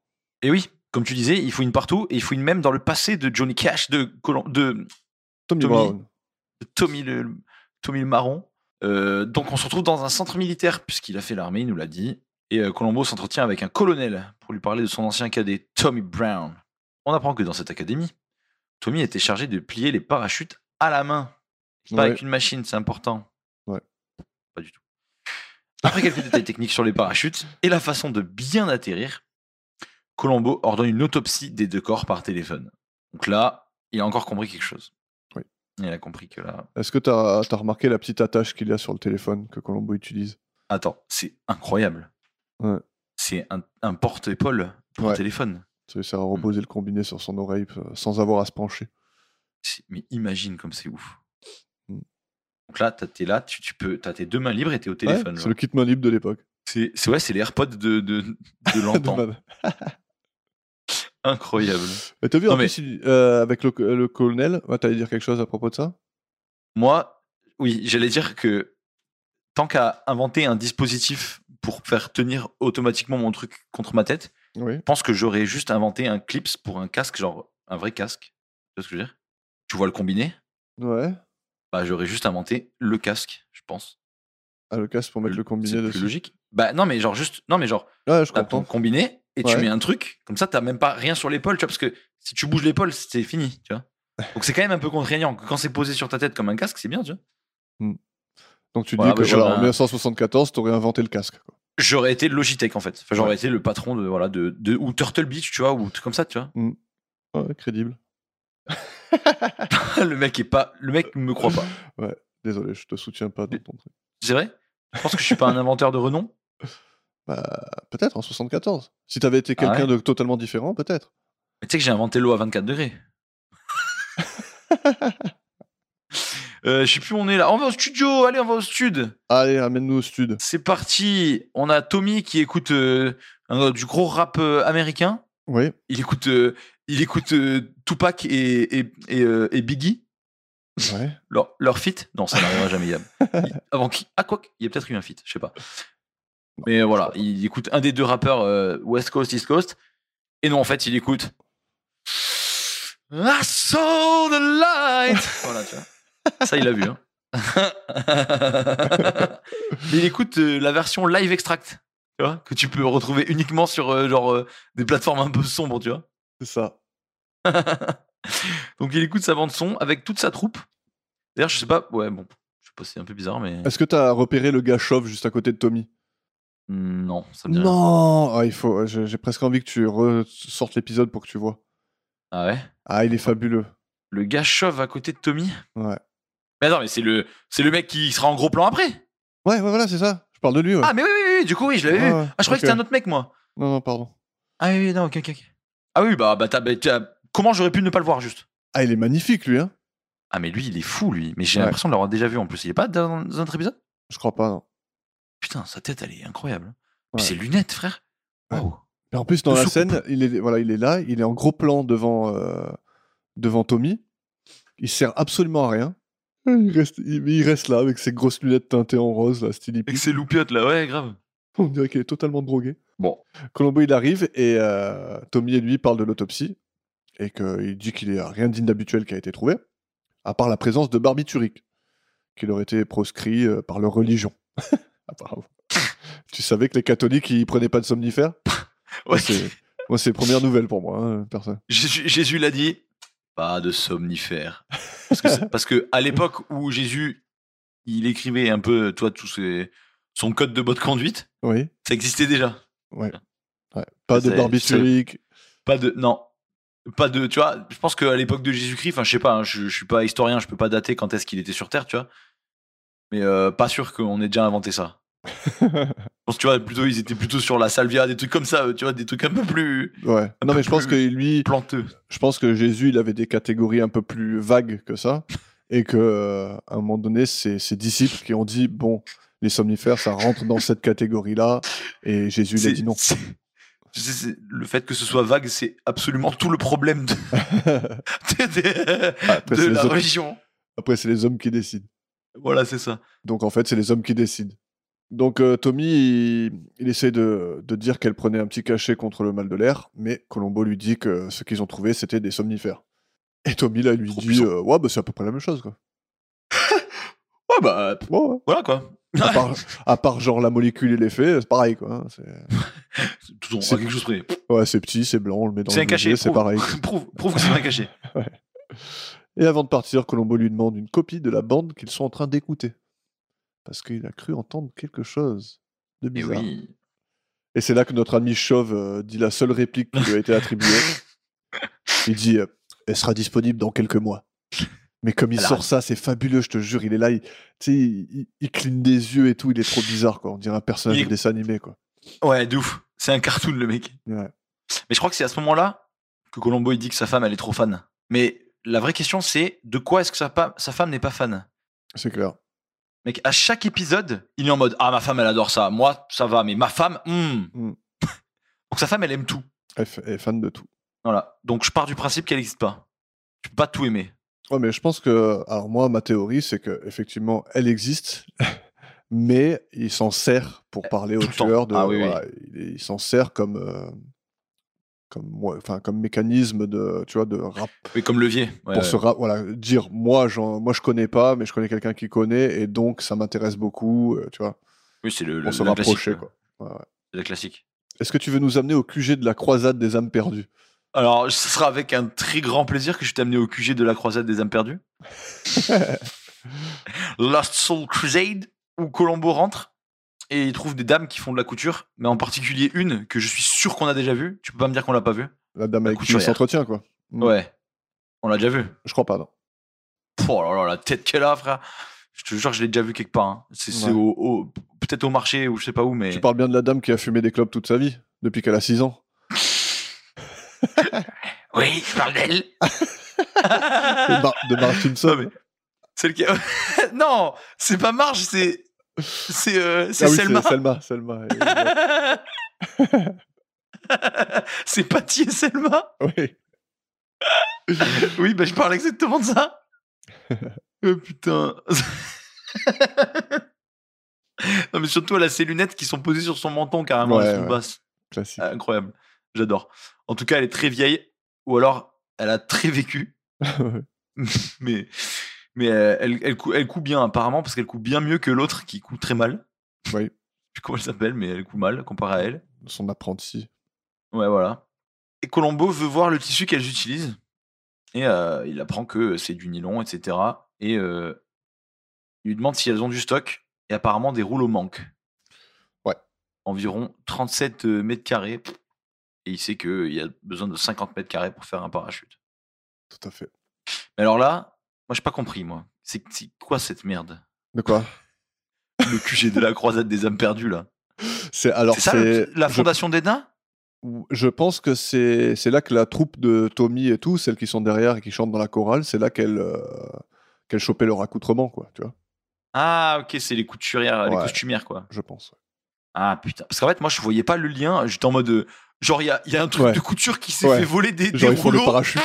S4: Et oui, comme tu disais, il faut une partout et il faut une même dans le passé de Johnny Cash, de, Colom- de
S3: Tommy,
S4: Tommy.
S3: Brown.
S4: Tommy le, Tommy le marron. Euh, donc on se retrouve dans un centre militaire, puisqu'il a fait l'armée, il nous l'a dit. Et euh, Colombo s'entretient avec un colonel pour lui parler de son ancien cadet, Tommy Brown. On apprend que dans cette académie, Tommy était chargé de plier les parachutes à la main. Pas
S3: Ouais.
S4: avec une machine, c'est important.
S3: Ouais.
S4: Pas du tout. Après quelques détails techniques sur les parachutes et la façon de bien atterrir, Colombo ordonne une autopsie des deux corps par téléphone. Donc là, il a encore compris quelque chose.
S3: Oui.
S4: Il a compris que là,
S3: Est-ce que t'as as remarqué la petite attache qu'il y a sur le téléphone que Colombo utilise
S4: Attends, c'est incroyable.
S3: Ouais.
S4: C'est un, un porte-épaule pour
S3: Ouais.
S4: téléphone.
S3: Ça ça
S4: Hmm.
S3: a reposé le combiné sur son oreille euh, sans avoir à se pencher.
S4: C'est- Mais imagine comme c'est ouf.
S3: Mm.
S4: Donc là, t'as- t'es là, tu, tu peux, t'as tes deux mains libres et t'es au
S3: Ouais,
S4: téléphone.
S3: c'est
S4: genre.
S3: le kit main libre de l'époque. [LAUGHS]
S4: C'est c'est- ouais, c'est les AirPods de, de, de l'entente.
S3: Dommage.
S4: Incroyable.
S3: Mais T'as vu,
S4: Non,
S3: en
S4: mais-
S3: plus, il- euh, avec le, le colonel, ouais, t'allais dire quelque chose à propos de ça
S4: Moi, oui, j'allais dire que tant qu'à inventer un dispositif pour faire tenir automatiquement mon truc contre ma tête,
S3: Oui.
S4: je pense que j'aurais juste inventé un clips pour un casque, genre un vrai casque. Tu vois ce que je veux dire Tu vois le combiné
S3: Ouais.
S4: Bah, j'aurais juste inventé le casque, je pense.
S3: Ah, le casque pour mettre le combiné
S4: C'est
S3: dessus.
S4: plus logique. Ah, Bah non, mais genre juste, non mais genre,
S3: Ouais, je
S4: t'as ton
S3: comprends.
S4: combiné et tu
S3: Ouais.
S4: mets un truc. Comme ça, t'as même pas rien sur l'épaule, tu vois, parce que si tu bouges l'épaule, c'est fini,
S3: [LAUGHS]
S4: tu vois. Donc c'est quand même un peu contraignant. que Quand c'est posé sur ta tête comme un casque, c'est bien, tu vois.
S3: Donc tu dis
S4: Voilà,
S3: que
S4: bah, j'aurais
S3: voilà, en
S4: un-
S3: 1974, t'aurais inventé le casque. quoi.
S4: J'aurais été le Logitech en fait. Enfin, j'aurais
S3: Ouais.
S4: été le patron de voilà de, de ou Turtle Beach, tu vois, ou un truc comme ça, tu vois. [LAUGHS]
S3: Ouais, crédible.
S4: le mec est pas, le mec me croit pas.
S3: Désolé, je te soutiens pas dans ton truc.
S4: C'est vrai. Je pense que je suis pas un inventeur de renom.
S3: Bah, peut-être en 74. Si t'avais été
S4: Ah ouais
S3: quelqu'un de totalement différent, peut-être.
S4: Mais tu sais que j'ai inventé l'eau à 24 degrés. Euh, je sais plus où on est là. On va au studio, allez, on va au stud.
S3: Allez, amène-nous au stud.
S4: C'est parti. On a Tommy qui écoute euh, un- du gros rap euh, américain.
S3: Oui.
S4: Il écoute, euh, il écoute euh, Tupac et, et, et, euh, et Biggie.
S3: Ouais.
S4: leur, leur fit Non, ça n'arrivera jamais, Yann. Il- Avant qui Ah, quoi Il y a peut-être eu un fit, je sais pas. Mais voilà, il écoute un des deux rappeurs euh, West Coast, East Coast. Et non, en fait, il écoute. I saw the light Voilà, tu vois. Ça, il l'a vu. hein. Mais il écoute euh, la version live extract, tu vois, que tu peux retrouver uniquement sur euh, genre, euh, des plateformes un peu sombres, tu vois.
S3: [LAUGHS] C'est ça.
S4: Donc il écoute sa bande son avec toute sa troupe. D'ailleurs, je sais pas, ouais, bon, je sais pas, c'est un peu bizarre, mais
S3: Est-ce que t'as repéré le gars chauve juste à côté de Tommy
S4: non, ça me dit rien.
S3: Non Ah, il faut. je- J'ai presque envie que tu ressortes l'épisode pour que tu vois.
S4: Ah ouais.
S3: Ah, il est fabuleux.
S4: Le gars chauve à côté de Tommy.
S3: Ouais.
S4: Mais attends, mais c'est le, c'est le mec qui sera en gros plan après.
S3: Ouais, ouais, voilà, c'est ça. Je parle de lui. Ouais.
S4: Ah mais oui, oui, oui, du coup oui, je l'avais
S3: Ouais,
S4: vu.
S3: ouais,
S4: Ah, je croyais
S3: ok.
S4: que c'était un autre mec, moi.
S3: Non, non, pardon.
S4: Ah oui, oui, non, ok, ok, ok. Ah oui, bah, bah, t'as- bah, t'as- comment j'aurais pu ne pas le voir juste
S3: Ah, il est magnifique, lui, hein
S4: Ah mais lui, il est fou, lui. Mais j'ai
S3: Ouais.
S4: l'impression de l'avoir déjà vu en plus. Il est pas dans, dans un autre épisode
S3: Je crois pas, non.
S4: Putain, sa tête, elle est incroyable. Puis
S3: Ouais.
S4: ses lunettes, frère.
S3: Ouais.
S4: Waouh.
S3: Mais en plus, dans
S4: De
S3: la
S4: soucoupe.
S3: scène, il est, voilà, il est là, il est en gros plan devant, euh, devant Tommy. Il sert absolument à rien. Il reste, il, il reste là avec ses grosses lunettes teintées en rose, là, style hippie.
S4: Avec ses loupiottes là, ouais, grave.
S3: [LAUGHS] On dirait qu'il est totalement drogué.
S4: Bon.
S3: Colombo, il arrive et euh, Tommy et lui parlent de l'autopsie et qu'il dit qu'il n'y a rien d'inhabituel qui a été trouvé, à part la présence de barbiturique, qui leur était proscrit euh, par leur religion. [LAUGHS] Apparemment. tu savais que les catholiques, ils prenaient pas de somnifères
S4: Ouais.
S3: Moi, c'est- Moi, c'est première nouvelle pour moi, hein, personne.
S4: Jésus, Jésus l'a dit, pas de somnifère. Parce que, c'est- parce que à l'époque où Jésus, il écrivait un peu, toi, tout ses- son code de bonne conduite,
S3: Oui.
S4: ça existait déjà.
S3: ouais. Pas de
S4: C'est-
S3: barbiturique.
S4: Pas de, non, pas de, tu vois. Je pense qu'à l'époque de Jésus-Christ, enfin, je sais pas, hein, je, je suis pas historien, je peux pas dater quand est-ce qu'il était sur Terre, tu vois. Mais euh, pas sûr qu'on ait déjà inventé ça. Je pense, tu vois, plutôt, ils étaient plutôt sur la salvia, des trucs comme ça, euh, tu vois, des trucs un peu plus
S3: Ouais.
S4: Un
S3: Non,
S4: peu
S3: mais je pense que
S4: plus-
S3: lui,
S4: planteux.
S3: je pense que Jésus, il avait des catégories un peu plus vagues que ça. Et que, euh, à un moment donné, c'est ses disciples qui ont dit bon, les somnifères, ça rentre dans cette catégorie-là. Et Jésus, il a
S4: C'est-
S3: dit non.
S4: c'est- je sais, c'est- le fait que ce soit vague, c'est absolument tout le problème de, de- de-
S3: [LAUGHS] après,
S4: de
S3: Bah, c'est les
S4: la
S3: autres-
S4: religion.
S3: après, c'est les hommes qui décident.
S4: Voilà, c'est ça.
S3: Donc, en fait, c'est les hommes qui décident. Donc, euh, Tommy, il, il essaie de, de dire qu'elle prenait un petit cachet contre le mal de l'air, mais Colombo lui dit que ce qu'ils ont trouvé, c'était des somnifères. Et Tommy, là, il lui
S4: Trop
S3: dit
S4: puissant.
S3: euh, Ouais, bah, c'est à peu près la même chose, quoi.
S4: Ouais, bah,
S3: Ouais, ouais.
S4: voilà quoi.
S3: À part, à part, genre, la molécule et l'effet, c'est pareil, quoi. hein, C'est
S4: Tout- on-
S3: C'est-
S4: quelque chose près.
S3: ouais, c'est petit, c'est blanc, on le met dans
S4: C'est
S3: le
S4: un cachet.
S3: budget, c'est
S4: prouve-
S3: pareil.
S4: [LAUGHS] prouve, prouve que c'est un cachet.
S3: Et avant de partir, Colombo lui demande une copie de la bande qu'ils sont en train d'écouter. Parce qu'il a cru entendre quelque chose de
S4: Et
S3: bizarre.
S4: oui.
S3: Et c'est là que notre ami Chauve euh, dit la seule réplique qui lui a été
S4: [LAUGHS]
S3: attribuée. Il dit euh, Elle sera disponible dans quelques mois. Mais comme il
S4: Alors-
S3: sort ça, c'est fabuleux, je te jure. Il est là, il, tu sais, il, il- il cligne des yeux et tout. Il est trop bizarre, quoi. On dirait un personnage
S4: Il est-
S3: de dessin animé, quoi.
S4: Ouais, de ouf. C'est un cartoon, le mec.
S3: Ouais.
S4: Mais je crois que c'est à ce moment-là que Colombo il dit que sa femme, elle est trop fan. Mais la vraie question, c'est de quoi est-ce que sa, pa- sa femme n'est pas fan
S3: C'est clair.
S4: Mec, à chaque épisode, il est en mode Ah, ma femme, elle adore ça. Moi, ça va, mais ma femme, hmm.
S3: Hmm.
S4: [LAUGHS] Donc, sa femme, elle aime tout.
S3: Elle f- elle est fan de tout.
S4: Voilà. Donc, je pars du principe qu'elle n'existe pas. Tu peux pas tout aimer.
S3: Ouais, mais je pense que. Alors, moi, ma théorie, c'est que effectivement elle
S4: [LAUGHS]
S3: existe, mais il s'en sert pour parler au
S4: Eh, tout le temps.
S3: tueur. De,
S4: Ah oui, oui.
S3: voilà, il, il s'en sert comme. euh, comme, moi- enfin, comme mécanisme de, tu vois, de rap-
S4: Mais comme levier. Ouais,
S3: pour
S4: ouais.
S3: se ra- voilà, dire moi, j'en- moi je connais pas, mais je connais quelqu'un qui connaît, et donc ça m'intéresse beaucoup, euh, tu vois,
S4: Oui, c'est le, le,
S3: pour se
S4: le
S3: rapprocher.
S4: classique,
S3: quoi.
S4: le classique.
S3: Est-ce que tu veux nous amener au QG de la croisade des âmes perdues
S4: Alors, ce sera avec un très grand plaisir que je vais t'amener au QG de la croisade des
S3: [LAUGHS]
S4: âmes perdues. Lost Soul Crusade, où Colombo rentre et il trouve des dames qui font de la couture, mais en particulier une que je suis sûr qu'on a déjà vue. Tu peux pas me dire qu'on l'a pas vue
S3: La dame
S4: La
S3: avec qui il
S4: couturière.
S3: s'entretient, quoi. Mm.
S4: Ouais. On l'a déjà vue.
S3: Je crois pas, non.
S4: Pouh, Oh là là, la tête qu'elle a, frère. Je te jure, je l'ai déjà vue quelque part. hein. C'est c'est
S3: Ouais.
S4: au, au- peut-être au marché ou je sais pas où, mais.
S3: Tu parles bien de la dame qui a fumé des clopes toute sa vie, depuis qu'elle a 6 ans.
S4: [LAUGHS] Oui, je parle [LAUGHS] d'elle.
S3: De, Mar- de Marge
S4: Non,
S3: Simpson.
S4: mais celle qui. [LAUGHS] non, c'est pas Marge, c'est. C'est euh, c'est
S3: Ah oui,
S4: Selma.
S3: c'est Selma. Selma. Et-
S4: [LAUGHS] c'est Patty et Selma.
S3: oui.
S4: Oui, bah, je parle exactement
S3: [LAUGHS]
S4: de ça. oh putain. [LAUGHS] non, mais surtout, elle a ses lunettes qui sont posées sur son menton carrément.
S3: Ouais,
S4: elles sont
S3: ouais.
S4: basses.
S3: Classique.
S4: Incroyable. J'adore. En tout cas, elle est très vieille. Ou alors, elle a très vécu. [LAUGHS] mais mais euh, elle, elle, cou- elle coud bien, apparemment, parce qu'elle coud bien mieux que l'autre qui coud très mal.
S3: Oui.
S4: Je sais plus comment elle s'appelle, mais elle coud mal comparé à elle.
S3: Son apprenti.
S4: Ouais, voilà. Et Colombo veut voir le tissu qu'elles utilisent. Et euh, il apprend que c'est du nylon, etc. Et euh, il lui demande si elles ont du stock. Et apparemment, des rouleaux manquent.
S3: Ouais.
S4: Environ 37 euh, mètres carrés. Et il sait qu'il y a besoin de 50 mètres carrés pour faire un parachute.
S3: Tout à fait.
S4: Mais alors là, moi, j'ai pas compris, moi. C'est c'est quoi cette merde
S3: De quoi
S4: Le QG de la croisade des âmes perdues, là.
S3: C'est alors
S4: C'est ça, le-
S3: c'est
S4: la
S3: je,
S4: fondation des nains
S3: je pense que c'est c'est là que la troupe de Tommy et tout, celles qui sont derrière et qui chantent dans la chorale, c'est là qu'elle euh, qu'elle chopait leur accoutrement quoi, tu vois.
S4: Ah, ok, c'est les couturières, les
S3: Ouais.
S4: costumières, quoi.
S3: Je pense.
S4: Ah putain, parce qu'en fait moi je voyais pas le lien, j'étais en mode euh, genre il y a, il y a un truc
S3: Ouais.
S4: de couture qui s'est
S3: Ouais.
S4: fait voler des, des
S3: Genre ils font des
S4: rouleaux, [LAUGHS]
S3: parachutes.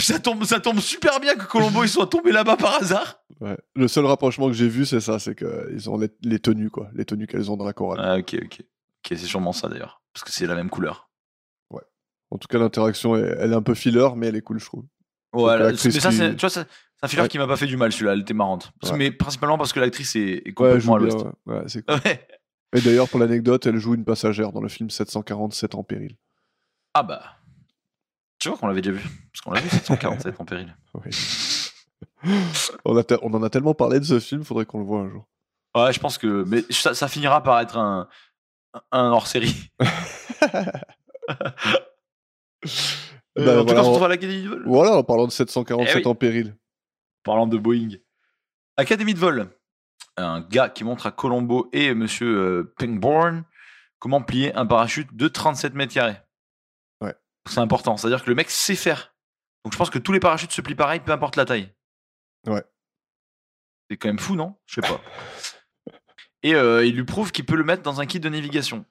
S4: ça tombe, ça tombe super bien que Colombo ils soient tombés là-bas par hasard.
S3: Ouais. Le seul rapprochement que j'ai vu, c'est ça, c'est que ils ont les, les tenues quoi, les tenues qu'elles ont dans la chorale.
S4: Ah ok ok, ok c'est sûrement ça d'ailleurs, parce que c'est la même couleur.
S3: En tout cas, l'interaction est- elle est un peu filler, mais elle est cool, je trouve.
S4: Ouais,
S3: que
S4: là,
S3: l'actrice
S4: mais ça
S3: qui-
S4: c'est, tu vois ça- c'est un filler
S3: Ouais.
S4: qui m'a pas fait du mal celui-là, elle était marrante, Parce-
S3: Ouais.
S4: mais principalement parce que l'actrice est, est
S3: Ouais, elle
S4: complètement
S3: joue
S4: à
S3: bien,
S4: l'ouest.
S3: ouais. Ouais, c'est cool.
S4: Ouais.
S3: Et d'ailleurs, pour l'anecdote, elle joue une passagère dans le film 747 en péril.
S4: Ah bah, tu vois qu'on l'avait déjà vu, parce qu'on l'a vu
S3: [LAUGHS]
S4: 747 en péril.
S3: Oui. on, a te- on en a tellement parlé de ce film, faudrait qu'on le voit un jour.
S4: Ouais, je pense que mais ça, ça finira par être un, un hors-série. Euh,
S3: Bah,
S4: en
S3: voilà,
S4: tout cas, on se
S3: on-
S4: retrouve à l'Académie de vol.
S3: Voilà, en parlant de 747
S4: Eh oui.
S3: en péril.
S4: Parlant de Boeing. Académie de vol. Un gars qui montre à Colombo et Monsieur euh, Pangborn comment plier un parachute de 37 mètres carrés.
S3: Ouais.
S4: C'est important. C'est-à-dire que le mec sait faire. Donc je pense que tous les parachutes se plient pareil, peu importe la taille.
S3: Ouais.
S4: C'est quand même fou, non Je sais pas. [LAUGHS] et euh, il lui prouve qu'il peut le mettre dans un kit de navigation.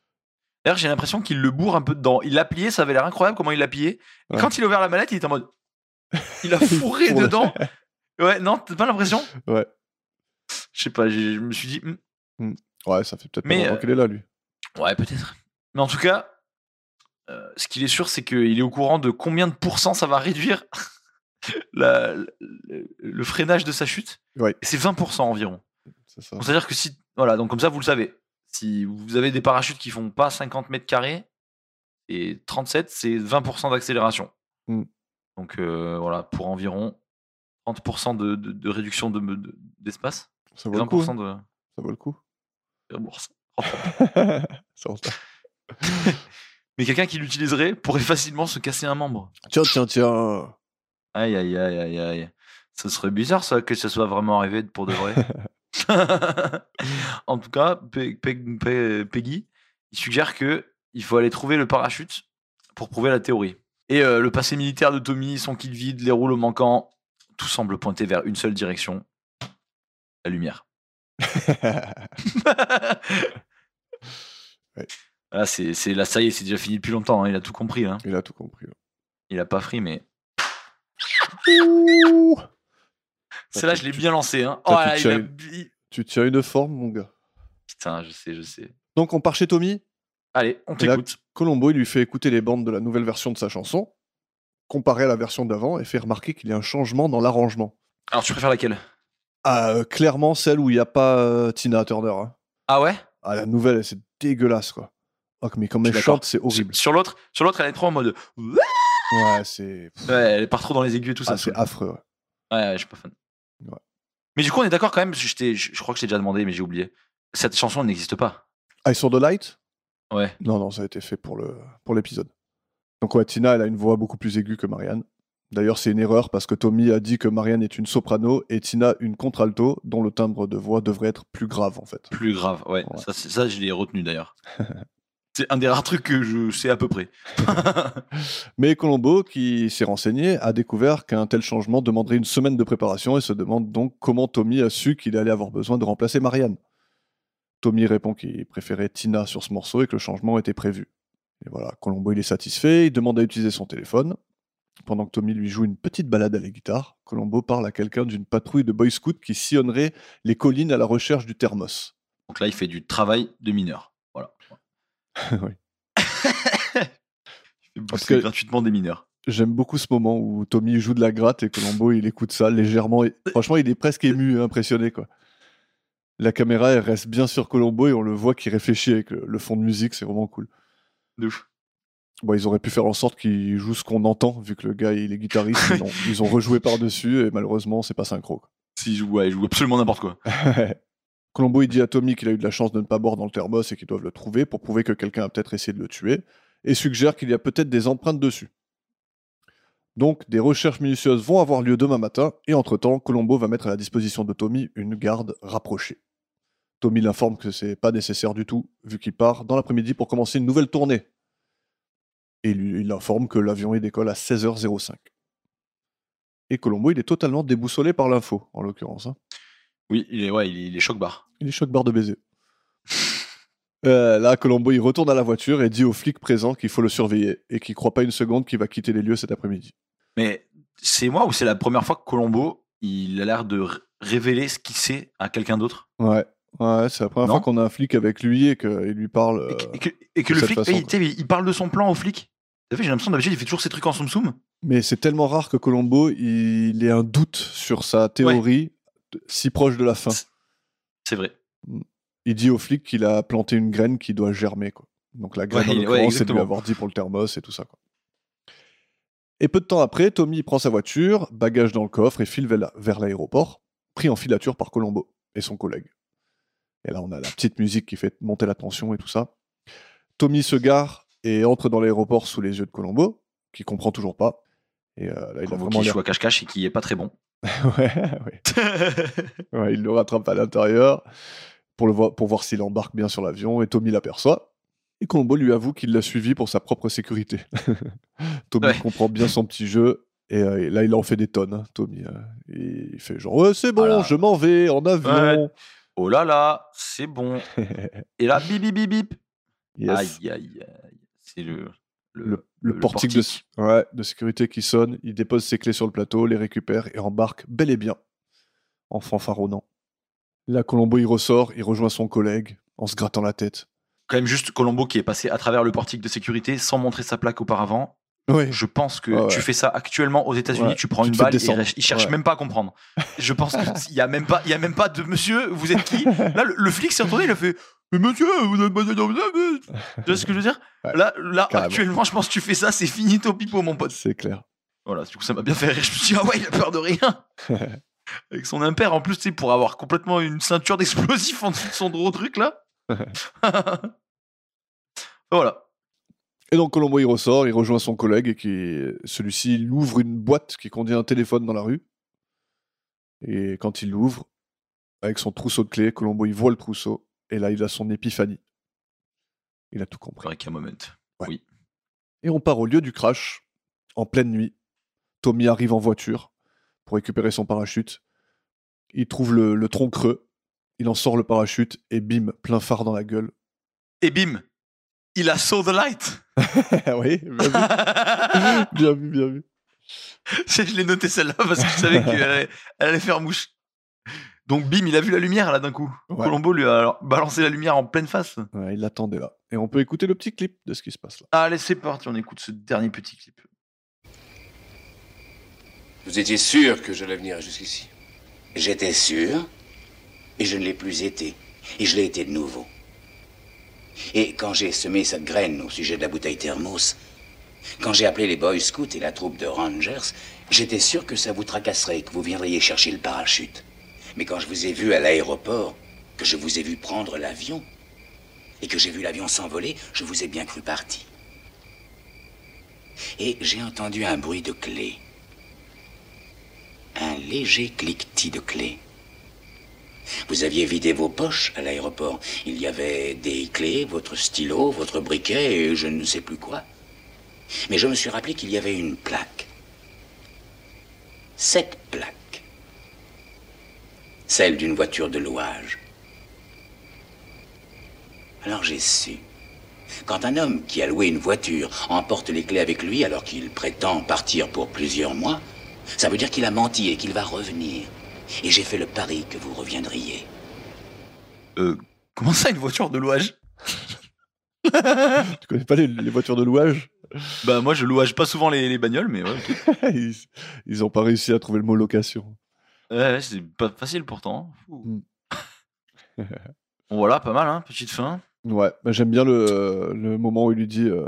S4: D'ailleurs, j'ai l'impression qu'il le bourre un peu dedans. Il l'a plié, ça avait l'air incroyable comment il l'a plié. Et
S3: Ouais.
S4: quand il a ouvert la mallette, il était
S3: [LAUGHS]
S4: en mode. Il a fourré
S3: fourre.
S4: dedans. Ouais, non, t'as pas l'impression
S3: Ouais.
S4: Je sais pas, j'ai- je me suis dit, hmm,
S3: Ouais, ça fait peut-être pas
S4: Mais,
S3: longtemps
S4: euh,
S3: qu'il est là, lui.
S4: ouais, peut-être. Mais en tout cas, euh, ce qu'il est sûr, c'est qu'il est au courant de combien de pourcents ça va réduire [LAUGHS] la- le, le freinage de sa chute.
S3: Ouais.
S4: Et C'est 20% environ.
S3: C'est ça.
S4: Donc, C'est-à-dire que si. Voilà, donc comme ça, vous le savez. Si vous avez des parachutes qui font pas 50 mètres carrés, et 37, c'est 20% d'accélération.
S3: Mm.
S4: Donc euh, voilà, pour environ 30% de, de- de réduction de- de- d'espace.
S3: Ça
S4: De,
S3: vaut le coup.
S4: 20%
S3: hein.
S4: de
S3: Ça vaut le coup.
S4: de rembourse.
S3: Ça vaut le coup.
S4: mais quelqu'un qui l'utiliserait pourrait facilement se casser un membre.
S3: tiens, tiens, tiens.
S4: Aïe, aïe, aïe, aïe, aïe. Ce serait bizarre, ça, que ça soit vraiment arrivé pour de vrai. [LAUGHS] en tout cas, Pe- Pe- Pe- Peggy, il suggère que il faut aller trouver le parachute pour prouver la théorie. Et euh, le passé militaire de Tommy, son kit vide, les rouleaux manquants, tout semble pointer vers une seule direction, la lumière. [LAUGHS] Ah, c'est, c'est là, ça y est, c'est déjà fini depuis longtemps. hein, Il a tout compris. hein.
S3: Il a tout compris. ouais.
S4: Il a pas pris, mais.
S3: Ouh
S4: Celle-là,
S3: tu-
S4: je l'ai
S3: tu-
S4: bien lancé. Hein.
S3: t'as
S4: Oh
S3: tout
S4: là, il a.
S3: tiré.
S4: bi-
S3: Tu tiens une forme, mon gars.
S4: Putain, je sais, je sais.
S3: Donc on part chez Tommy.
S4: Allez, on
S3: Et là-
S4: t'écoute.
S3: Colombo, il lui fait écouter les bandes de la nouvelle version de sa chanson, comparée à la version d'avant, et fait remarquer qu'il y a un changement dans l'arrangement.
S4: Alors, tu préfères laquelle
S3: Ah, euh, clairement, celle où il n'y a pas euh, Tina Turner. hein.
S4: Ah ouais
S3: Ah, la nouvelle, c'est dégueulasse, quoi. Oh, mais quand
S4: Je
S3: elle
S4: suis d'accord.
S3: chante, c'est horrible.
S4: Sur l'autre, sur l'autre, elle est trop en mode. Ouais,
S3: Ouais, c'est pff,
S4: elle part trop dans les aigus et tout
S3: ah,
S4: ça.
S3: c'est
S4: saoule.
S3: affreux. ouais.
S4: Ouais, je suis pas fan.
S3: Ouais.
S4: Mais du coup, on est d'accord quand même, parce que je, t'ai- je- je crois que je t'ai déjà demandé, mais j'ai oublié. Cette chanson elle n'existe pas.
S3: I Saw Ah, the Light
S4: Ouais.
S3: Non, non, ça a été fait pour le pour l'épisode. Donc, ouais, Tina, elle a une voix beaucoup plus aiguë que Marianne. D'ailleurs, c'est une erreur parce que Tommy a dit que Marianne est une soprano et Tina une contralto, dont le timbre de voix devrait être plus grave, en fait.
S4: Plus grave, ouais.
S3: Ouais.
S4: Ça, c'est- ça, je l'ai
S3: [LAUGHS]
S4: retenu d'ailleurs. c'est un des rares trucs que je sais à peu près.
S3: Mais Colombo, qui s'est renseigné, a découvert qu'un tel changement demanderait une semaine de préparation et se demande donc comment Tommy a su qu'il allait avoir besoin de remplacer Marianne. Tommy répond qu'il préférait Tina sur ce morceau et que le changement était prévu. Et voilà, Colombo il est satisfait, il demande à utiliser son téléphone. Pendant que Tommy lui joue une petite balade à la guitare, Colombo parle à quelqu'un d'une patrouille de Boy Scouts qui sillonnerait les collines à la recherche du thermos.
S4: Donc là, il fait du travail de mineur.
S3: [LAUGHS]
S4: Voilà. [LAUGHS]
S3: Oui.
S4: Il fait
S3: Parce
S4: bosser
S3: que-
S4: gratuitement des mineurs.
S3: J'aime beaucoup ce moment où Tommy joue de la gratte et Colombo il écoute ça légèrement. et- Franchement, il est presque ému, et impressionné quoi. La caméra elle reste bien sur Colombo et on le voit qui réfléchit avec le, le fond de musique, c'est vraiment cool.
S4: De ouf.
S3: Bon, ils auraient pu faire en sorte qu'il joue ce qu'on entend, vu que le gars il est guitariste, ils ont, ils ont rejoué par-dessus et malheureusement c'est pas synchro. quoi.
S4: Il joue, ouais, il joue absolument n'importe quoi.
S3: Colombo il dit à Tommy qu'il a eu de la chance de ne pas boire dans le thermos et qu'ils doivent le trouver pour prouver que quelqu'un a peut-être essayé de le tuer et suggère qu'il y a peut-être des empreintes dessus. Donc des recherches minutieuses vont avoir lieu demain matin et entre-temps Colombo va mettre à la disposition de Tommy une garde rapprochée. Tommy l'informe que c'est pas nécessaire du tout vu qu'il part dans l'après-midi pour commencer une nouvelle tournée. Et il lui- il l'informe que l'avion il décolle à 16h05. Et Colombo il est totalement déboussolé par l'info en l'occurrence. hein.
S4: Oui, il est, ouais, il est, il est choc-barre.
S3: Il est choc barre de baiser. [LAUGHS] Euh, là, Colombo, il retourne à la voiture et dit aux flics présents qu'il faut le surveiller et qu'il croit pas une seconde qu'il va quitter les lieux cet après-midi.
S4: Mais c'est moi ou c'est la première fois que Colombo, il a l'air de r- révéler ce qu'il sait à quelqu'un d'autre
S3: Ouais, ouais c'est la première
S4: Non.
S3: fois qu'on a un flic avec lui et qu'il lui parle.
S4: Et que-
S3: euh,
S4: Et que, et
S3: de
S4: que le
S3: cette
S4: flic,
S3: façon,
S4: eh, il, tu sais, il- il parle de son plan au flic. T'as vu, J'ai l'impression d'habitude, il fait toujours ses trucs en soum-soum.
S3: Mais c'est tellement rare que Colombo, il ait un doute sur sa théorie de- si proche de la fin.
S4: C'est vrai.
S3: Il dit aux flics qu'il a planté une graine qui doit germer. Quoi. Donc la graine,
S4: Ouais,
S3: en
S4: il- ouais,
S3: l'occurrence, c'est de lui
S4: exactement.
S3: avoir dit pour le thermos et tout ça. Quoi. Et peu de temps après, Tommy prend sa voiture, bagage dans le coffre et file vers la- vers l'aéroport, pris en filature par Colombo et son collègue. Et là, on a la petite musique qui fait monter la tension et tout ça. Tommy se gare et entre dans l'aéroport sous les yeux de Colombo, qui comprend toujours pas. Et euh, là, il a
S4: Colombo
S3: vraiment
S4: qui
S3: l'air.
S4: joue à cache-cache et qui est pas très bon.
S3: [LAUGHS] Ouais, ouais. Ouais, il le rattrape à l'intérieur pour, le voir, pour voir s'il embarque bien sur l'avion et Tommy l'aperçoit. Et Colombo lui avoue qu'il l'a suivi pour sa propre sécurité. [LAUGHS] Tommy
S4: Ouais.
S3: comprend bien son petit jeu et, euh, et là il en fait des tonnes. hein, Tommy, euh. Et il fait genre ouais, c'est bon,
S4: Voilà.
S3: je m'en vais en avion. [LAUGHS]
S4: oh là là, c'est bon. Et là, bip bip bip bip.
S3: Yes.
S4: Aïe aïe aïe. C'est le,
S3: Le,
S4: le,
S3: le
S4: le
S3: portique, de, ouais, de sécurité qui sonne, il dépose ses clés sur le plateau, les récupère et embarque bel et bien en fanfaronnant. Là, Colombo il ressort, il rejoint son collègue en se grattant la tête.
S4: quand même juste Colombo qui est passé à travers le portique de sécurité sans montrer sa plaque auparavant.
S3: Oui,
S4: Je pense que
S3: Ouais, ouais.
S4: tu fais ça actuellement aux États-Unis,
S3: Ouais,
S4: tu prends
S3: tu
S4: une
S3: te fais
S4: balle et
S3: descendre.
S4: re- ils cherchent
S3: Ouais.
S4: même pas à comprendre. Je pense
S3: [LAUGHS]
S4: qu'il y a même pas, il y a même pas de monsieur. Vous êtes qui Là, le, le flic s'est retourné, il a fait. Mais monsieur, vous êtes pas Tu vois ce que je veux dire
S3: Ouais,
S4: Là, là
S3: carrément.
S4: actuellement, je pense que tu fais ça, c'est finito pipo, mon pote.
S3: c'est clair.
S4: Voilà, du coup, ça m'a bien fait rire. Je me suis dit, ah ouais, il a peur
S3: [LAUGHS]
S4: de rien. Avec son impair, en plus, tu sais, pour avoir complètement une ceinture d'explosifs en dessous de son gros
S3: [LAUGHS]
S4: truc, là. voilà.
S3: Et donc Colombo il ressort, il rejoint son collègue et qui celui-ci il ouvre une boîte qui contient un téléphone dans la rue. Et quand il l'ouvre, avec son trousseau de clés, Colombo il voit le trousseau et là il a son épiphanie. Il a tout compris.
S4: Break a moment.
S3: Et on part au lieu du crash, en pleine nuit. Tommy arrive en voiture pour récupérer son parachute. Il trouve le, le tronc creux Il en sort le parachute et bim, plein phare dans la gueule. [LAUGHS]
S4: Et bim, il a saw the light.
S3: Ah oui, bien
S4: [LAUGHS]
S3: vu, bien vu, bien vu.
S4: je l'ai noté celle-là parce que je savais qu'elle allait, elle allait faire mouche. Donc bim, il a vu la lumière là d'un coup.
S3: Ouais.
S4: Colombo lui a alors balancé la lumière en pleine face.
S3: Ouais, il l'attendait là. Et on peut écouter le petit clip de ce qui se passe là.
S4: Allez, c'est parti, on écoute ce dernier petit clip.
S1: Vous étiez sûr que j'allais venir jusqu'ici
S6: J'étais sûr, et je ne l'ai plus été, et je l'ai été de nouveau. Et quand j'ai semé cette graine au sujet de la bouteille thermos, quand j'ai appelé les Boy Scouts et la troupe de Rangers, j'étais sûr que ça vous tracasserait, que vous viendriez chercher le parachute. Mais quand je vous ai vu à l'aéroport, que je vous ai vu prendre l'avion, et que j'ai vu l'avion s'envoler, je vous ai bien cru parti. Et j'ai entendu un bruit de clé un léger cliquetis de clés. Vous aviez vidé vos poches à l'aéroport. Il y avait des clés, votre stylo, votre briquet et je ne sais plus quoi. Mais je me suis rappelé qu'il y avait une plaque. Cette plaque. Celle d'une voiture de louage. Alors j'ai su. Quand un homme qui a loué une voiture emporte les clés avec lui alors qu'il prétend partir pour plusieurs mois, ça veut dire qu'il a menti et qu'il va revenir. Et j'ai fait le pari que vous reviendriez.
S4: Euh, comment ça, une voiture de louage
S3: Tu connais pas les, les voitures de louage [LAUGHS]
S4: Bah moi, je louage pas souvent les, les bagnoles, mais ouais. ok.
S3: ils, ils ont pas réussi à trouver le mot location.
S4: Ouais, ouais, c'est pas facile pourtant. hein. Fou.
S3: Mm.
S4: [LAUGHS] Bon, voilà, pas mal, hein, petite fin.
S3: Ouais, bah, j'aime bien le, euh, le moment où il lui dit. euh,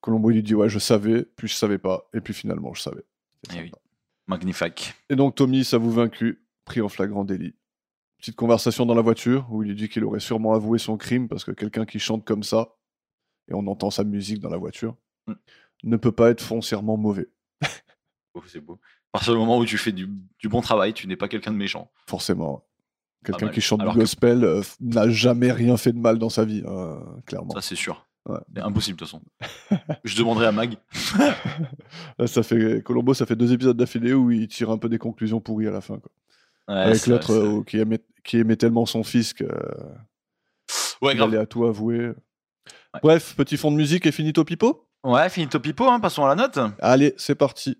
S3: Colombo, il lui dit Ouais, je savais, puis je savais pas, et puis finalement, je savais. C'est
S4: Eh oui.
S3: sympa.
S4: Magnifique.
S3: Et donc Tommy, ça vous vaincu, pris en flagrant délit. Petite conversation dans la voiture où il lui dit qu'il aurait sûrement avoué son crime parce que quelqu'un qui chante comme ça, et on entend sa musique dans la voiture,
S4: Mm.
S3: ne peut pas être foncièrement mauvais,
S4: Oh, c'est beau. À partir du moment où tu fais du, du bon travail, tu n'es pas quelqu'un de méchant.
S3: forcément. Quelqu'un
S4: mal.
S3: qui chante
S4: Alors
S3: du
S4: que-
S3: gospel euh, f- n'a jamais rien fait de mal dans sa vie, hein, clairement.
S4: Ça, c'est sûr.
S3: Ouais.
S4: C'est Impossible, de toute façon. je demanderai à Mag.
S3: Là, ça fait Colombo, ça fait deux épisodes d'affilée où il tire un peu des conclusions pourries à la fin, quoi.
S4: Ouais,
S3: Avec
S4: c'est vrai,
S3: l'autre
S4: c'est
S3: euh,
S4: vrai.
S3: qui, aimait, qui aimait tellement son fils que
S4: Ouais,
S3: il
S4: grave.
S3: allait à tout avouer. Bref, petit fond de musique et finito pipo.
S4: Ouais, finito pipo, hein, passons à la note.
S3: Allez, c'est parti.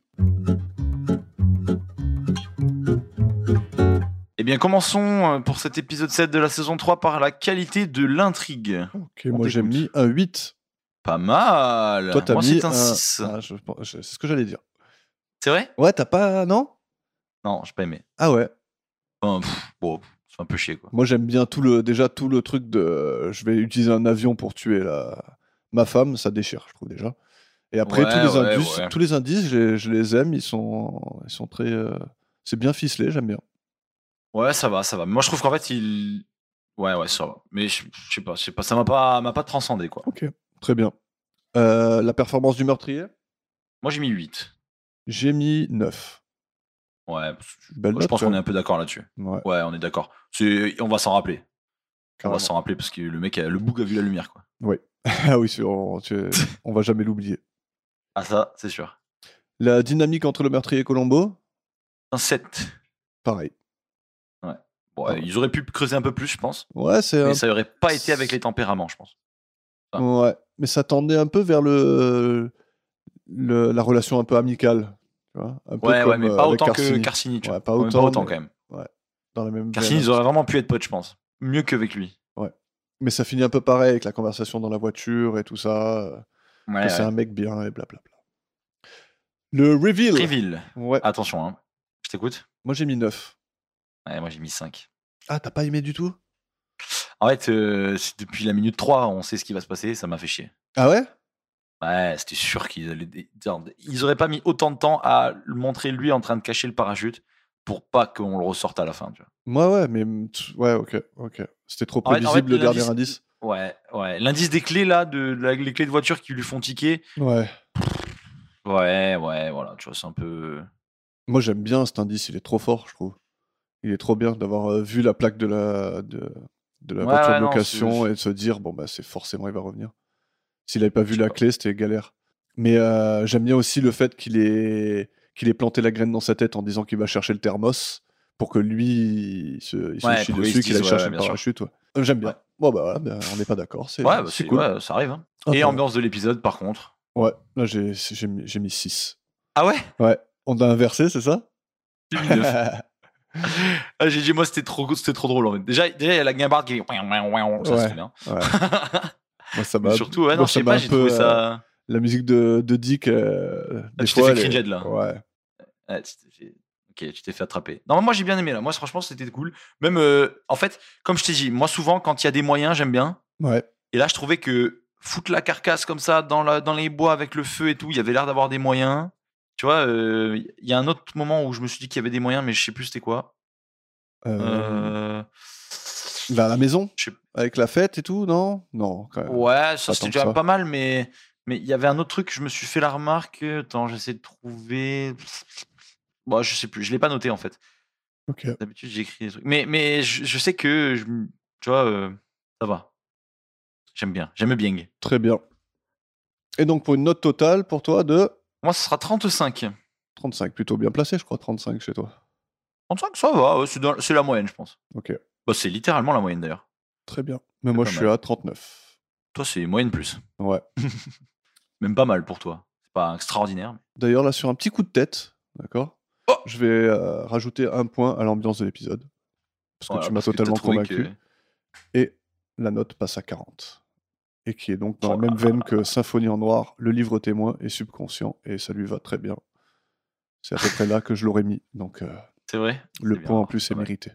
S4: Eh bien, commençons euh, pour cet épisode 7 de la saison 3 par la qualité de l'intrigue.
S3: Ok,
S4: On
S3: moi j'ai
S4: t'écoute.
S3: mis un 8.
S4: Pas mal.
S3: Toi, t'as
S4: Bah, Moi,
S3: mis
S4: c'est un 6.
S3: Ah, je pense- je- c'est ce que j'allais dire.
S4: C'est vrai
S3: Ouais, t'as pas. Non
S4: Non, j'ai pas aimé.
S3: Ah ouais.
S4: Enfin, pff, bon, pff, c'est un peu chier, quoi.
S3: Moi j'aime bien tout le, déjà tout le truc de euh, je vais utiliser un avion pour tuer la... ma femme, ça déchire, je trouve déjà. Et après,
S4: Ouais,
S3: tous, les
S4: ouais,
S3: indices,
S4: ouais.
S3: tous les indices, je les, je les aime, ils sont, ils sont très. euh, C'est bien ficelé, j'aime bien.
S4: Ouais, ça va, ça va. Moi, je trouve qu'en fait, il. Ouais, ouais, ça va. Mais je je sais pas, je sais pas, ça m'a pas, m'a pas transcendé, quoi.
S3: Ok, très bien. Euh, la performance du meurtrier,
S4: Moi, j'ai mis 8.
S3: j'ai mis 9.
S4: Ouais, parce que-
S3: Belle
S4: je
S3: note,
S4: pense
S3: quand
S4: qu'on est
S3: même.
S4: un peu d'accord là-dessus.
S3: Ouais,
S4: Ouais, on est d'accord. C'est- On va s'en rappeler. On
S3: carrément.
S4: va s'en rappeler parce que le mec, a- le bouc a vu la lumière, quoi.
S3: [LAUGHS] Ah oui, c'est- on,
S4: [LAUGHS]
S3: tu- on va jamais l'oublier.
S4: Ah, ça, c'est sûr.
S3: La dynamique entre le meurtrier et Colombo,
S4: Un 7.
S3: pareil.
S4: Bon, ouais,
S3: Ouais.
S4: Ils auraient pu creuser un peu plus, je pense.
S3: Ouais, c'est un-
S4: Mais ça aurait pas été avec les tempéraments, je pense. ça.
S3: ouais, mais ça tendait un peu vers le, le- la relation un peu amicale, tu vois, un peu
S4: Ouais, ouais,
S3: comme,
S4: mais
S3: euh,
S4: pas
S3: avec
S4: autant que
S3: Carcini,
S4: Carcini, tu
S3: Ouais,
S4: vois.
S3: pas
S4: Ouais,
S3: autant, mais-
S4: quand même.
S3: dans la même
S4: Carcini,
S3: veine.
S4: ils auraient vraiment pu être potes, je pense. Mieux qu'avec lui.
S3: Mais ça finit un peu pareil avec la conversation dans la voiture et tout ça, euh,
S4: Ouais,
S3: que c'est
S4: ouais.
S3: un mec bien et blablabla. Le reveal.
S4: Reveal.
S3: Ouais,
S4: Attention, hein. Je t'écoute.
S3: moi j'ai mis 9.
S4: Ouais, moi, j'ai mis 5.
S3: Ah, t'as pas aimé du tout
S4: En fait, euh, c'est depuis la minute 3, on sait ce qui va se passer, ça m'a fait chier.
S3: Ah ouais
S4: Ouais, c'était sûr qu'ils allaient. dé- Attends, Ils auraient pas mis autant de temps à le montrer lui en train de cacher le parachute pour pas qu'on le ressorte à la fin. Tu
S3: Moi ouais, mais tch, ouais, ok, ok. C'était trop
S4: En fait- en
S3: prévisible
S4: fait,
S3: le dernier
S4: l'indice-
S3: indice.
S4: vois. Ouais, ouais. L'indice des clés là, de, de la- les clés de voiture qui lui font tiquer.
S3: Ouais.
S4: Ouais, ouais, voilà. Tu vois, c'est un peu.
S3: Moi, j'aime bien cet indice, il est trop fort, je trouve. Il est trop bien d'avoir euh, vu la plaque de la, de, de la
S4: Ouais,
S3: voiture
S4: ouais,
S3: de
S4: non,
S3: location
S4: c'est-
S3: et de se dire, bon, bah, c'est forcément, il va revenir. S'il n'avait pas vu
S4: Je sais
S3: la
S4: pas.
S3: clé, c'était galère. Mais euh, j'aime bien aussi le fait qu'il ait, qu'il ait planté la graine dans sa tête en disant qu'il va chercher le thermos, pour que lui il se, il se
S4: Ouais,
S3: chie
S4: pour qu'il
S3: dessus, qu'il
S4: se
S3: aille
S4: dise, ouais,
S3: chercher le
S4: ouais, bien sûr.
S3: parachute. ouais. Euh, J'aime bien. Bon, bah voilà, bah, on n'est pas d'accord. C'est
S4: Ouais, bah,
S3: c'est
S4: c'est
S3: cool.
S4: ouais, ça arrive. hein.
S3: Ah,
S4: Et
S3: bah,
S4: ambiance de l'épisode, par contre.
S3: Ouais, là j'ai j'ai mis, j'ai mis 6.
S4: Ah ouais
S3: Ouais, on a inversé, c'est ça
S4: J'ai mis neuf.
S3: [LAUGHS]
S4: Ah, J'ai dit, moi, c'était trop, c'était trop drôle. En fait. Déjà, déjà, il y a la guimbarde qui. Ça,
S3: Ouais.
S4: c'est bien.
S3: Moi, ça
S4: Mais
S3: m'a.
S4: surtout, ouais, non,
S3: moi,
S4: je
S3: ça
S4: sais
S3: m'a
S4: pas,
S3: un
S4: j'ai
S3: peu,
S4: trouvé
S3: euh,
S4: ça. Ah,
S3: La musique de, de Dick. euh, des
S4: tu t'es
S3: fois,
S4: fait
S3: elle est-
S4: cringehead, là.
S3: Ouais. euh,
S4: Ouais, tu t'es fait- Ok, tu t'es fait attraper. Non, moi j'ai bien aimé là. Moi, franchement, c'était cool. Même, euh, en fait, comme je t'ai dit, moi souvent, quand il y a des moyens, j'aime bien.
S3: Ouais.
S4: Et là, je trouvais que foutre la carcasse comme ça dans, la, dans les bois avec le feu et tout, il y avait l'air d'avoir des moyens. Tu vois, euh, il y a un autre moment où je me suis dit qu'il y avait des moyens, mais je sais plus c'était quoi.
S3: Euh,
S4: Euh,
S3: Vers la maison
S4: je sais-
S3: Avec la fête et tout, non Non, quand même.
S4: Ouais,
S3: Euh, pas
S4: ça c'était
S3: tant que
S4: déjà
S3: ça.
S4: pas mal, mais mais il y avait un autre truc. Je me suis fait la remarque. euh, Attends, j'essaie de trouver. Bon, je sais plus. Je l'ai pas noté en fait.
S3: Ok.
S4: D'habitude, j'écris des trucs. Mais, mais je, je sais que, je- tu vois, euh, ça va. J'aime bien. J'aime bien.
S3: Très bien. Et donc, pour une note totale pour toi de
S4: Moi, ce sera 35.
S3: 35, plutôt bien placé, je crois, 35 chez toi.
S4: 35, ça va. ouais, C'est dans- c'est la moyenne, je pense.
S3: Ok.
S4: Bah, c'est littéralement la moyenne, d'ailleurs.
S3: Très bien. Mais moi,
S4: pas
S3: je suis à 39.
S4: Toi, c'est moyenne plus.
S3: Ouais.
S4: [LAUGHS] Même pas mal pour toi. C'est pas extraordinaire. mais-
S3: D'ailleurs, là, sur un petit coup de tête, d'accord
S4: Oh
S3: Je vais euh, rajouter un point à l'ambiance de l'épisode. Parce que
S4: Voilà,
S3: tu m'as
S4: parce t'as
S3: totalement
S4: trouvé
S3: convaincu.
S4: que-
S3: Et la note passe à 40. Et qui est donc dans
S4: Oh
S3: la même veine que Symphonie en Noir, le livre témoin et subconscient. Et ça lui va très bien. C'est à peu près là que je l'aurais mis. Donc,
S4: [LAUGHS]
S3: euh,
S4: C'est vrai.
S3: le
S4: C'est bien,
S3: point en plus
S4: pas
S3: est
S4: mal.
S3: mérité.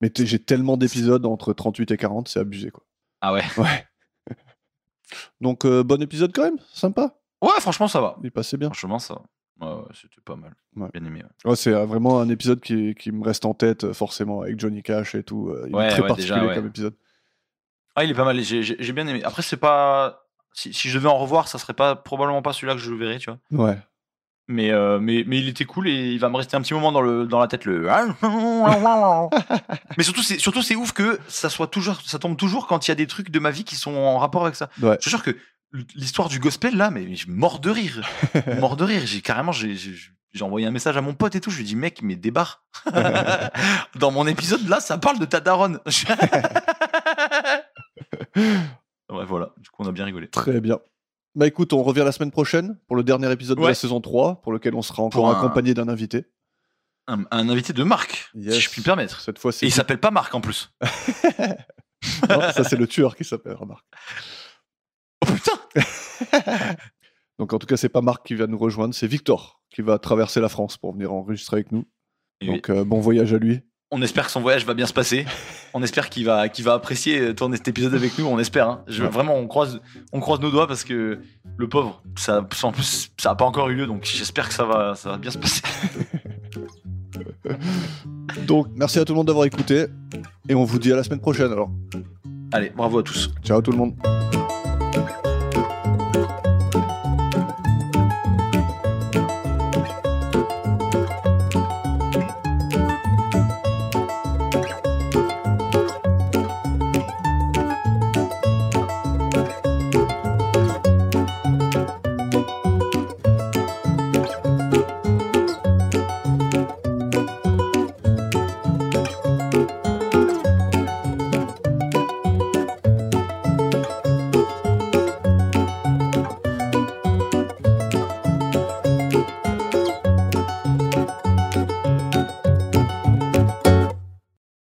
S3: Mais t'es- j'ai tellement d'épisodes entre 38 et 40, c'est abusé, quoi.
S4: Ah ouais.
S3: Ouais. [LAUGHS] Donc, euh, bon épisode quand même, sympa.
S4: Ouais, franchement, ça va.
S3: Il passait bien.
S4: Franchement, ça va. Ouais, ouais, c'était pas mal.
S3: Ouais.
S4: Bien aimé. ouais.
S3: Ouais, c'est euh, vraiment un épisode qui, qui me reste en tête, euh, forcément, avec Johnny Cash et tout. euh, il est
S4: Ouais,
S3: très
S4: ouais, déjà,
S3: particulier
S4: ouais.
S3: comme épisode.
S4: Ah, il est pas mal. J'ai j'ai- j'ai bien aimé. Après, c'est pas. Si, si je devais en revoir, ça serait pas probablement pas celui-là que je verrais, tu vois.
S3: Ouais.
S4: Mais, euh, mais, mais il était cool et il va me rester un petit moment dans, le, dans la tête le. [LAUGHS] mais surtout, c'est surtout, c'est ouf que ça, soit toujours, ça tombe toujours quand il y a des trucs de ma vie qui sont en rapport avec ça.
S3: Ouais.
S4: Je suis sûr que l'histoire du gospel là, mais je suis mort de rire. mort de rire. J'ai carrément j'ai, j'ai, j'ai envoyé un message à mon pote et tout. Je lui ai dit, mec, mais débarre. [LAUGHS] dans mon épisode là, ça parle de ta daronne. [LAUGHS] ouais, voilà. Du coup, on a bien rigolé.
S3: Très bien. Bah écoute, on revient la semaine prochaine pour le dernier épisode de
S4: Ouais.
S3: la saison 3, pour lequel on sera encore
S4: Pour un-
S3: accompagné d'un invité.
S4: Un, un invité de Marc,
S3: Yes.
S4: si je puis me permettre.
S3: Cette fois,
S4: Et
S3: c'est.
S4: il s'appelle pas Marc en plus.
S3: Non, ça, c'est le tueur qui s'appelle, remarque.
S4: Oh putain
S3: Donc, en tout cas, c'est pas Marc qui va nous rejoindre, c'est Victor qui va traverser la France pour venir enregistrer avec nous.
S4: Eh oui.
S3: Donc, euh, bon voyage à lui.
S4: On espère que son voyage va bien se passer. On espère qu'il va, qu'il va apprécier euh, tourner cet épisode avec nous. On espère. hein. Je,
S3: Ouais.
S4: Vraiment, on croise, on croise nos doigts parce que le pauvre, ça, en plus, ça n'a pas encore eu lieu. Donc j'espère que ça va, ça va bien se passer.
S3: Donc, merci à tout le monde d'avoir écouté. Et on vous dit à la semaine prochaine alors.
S4: Allez, bravo à tous.
S3: Ciao tout le monde.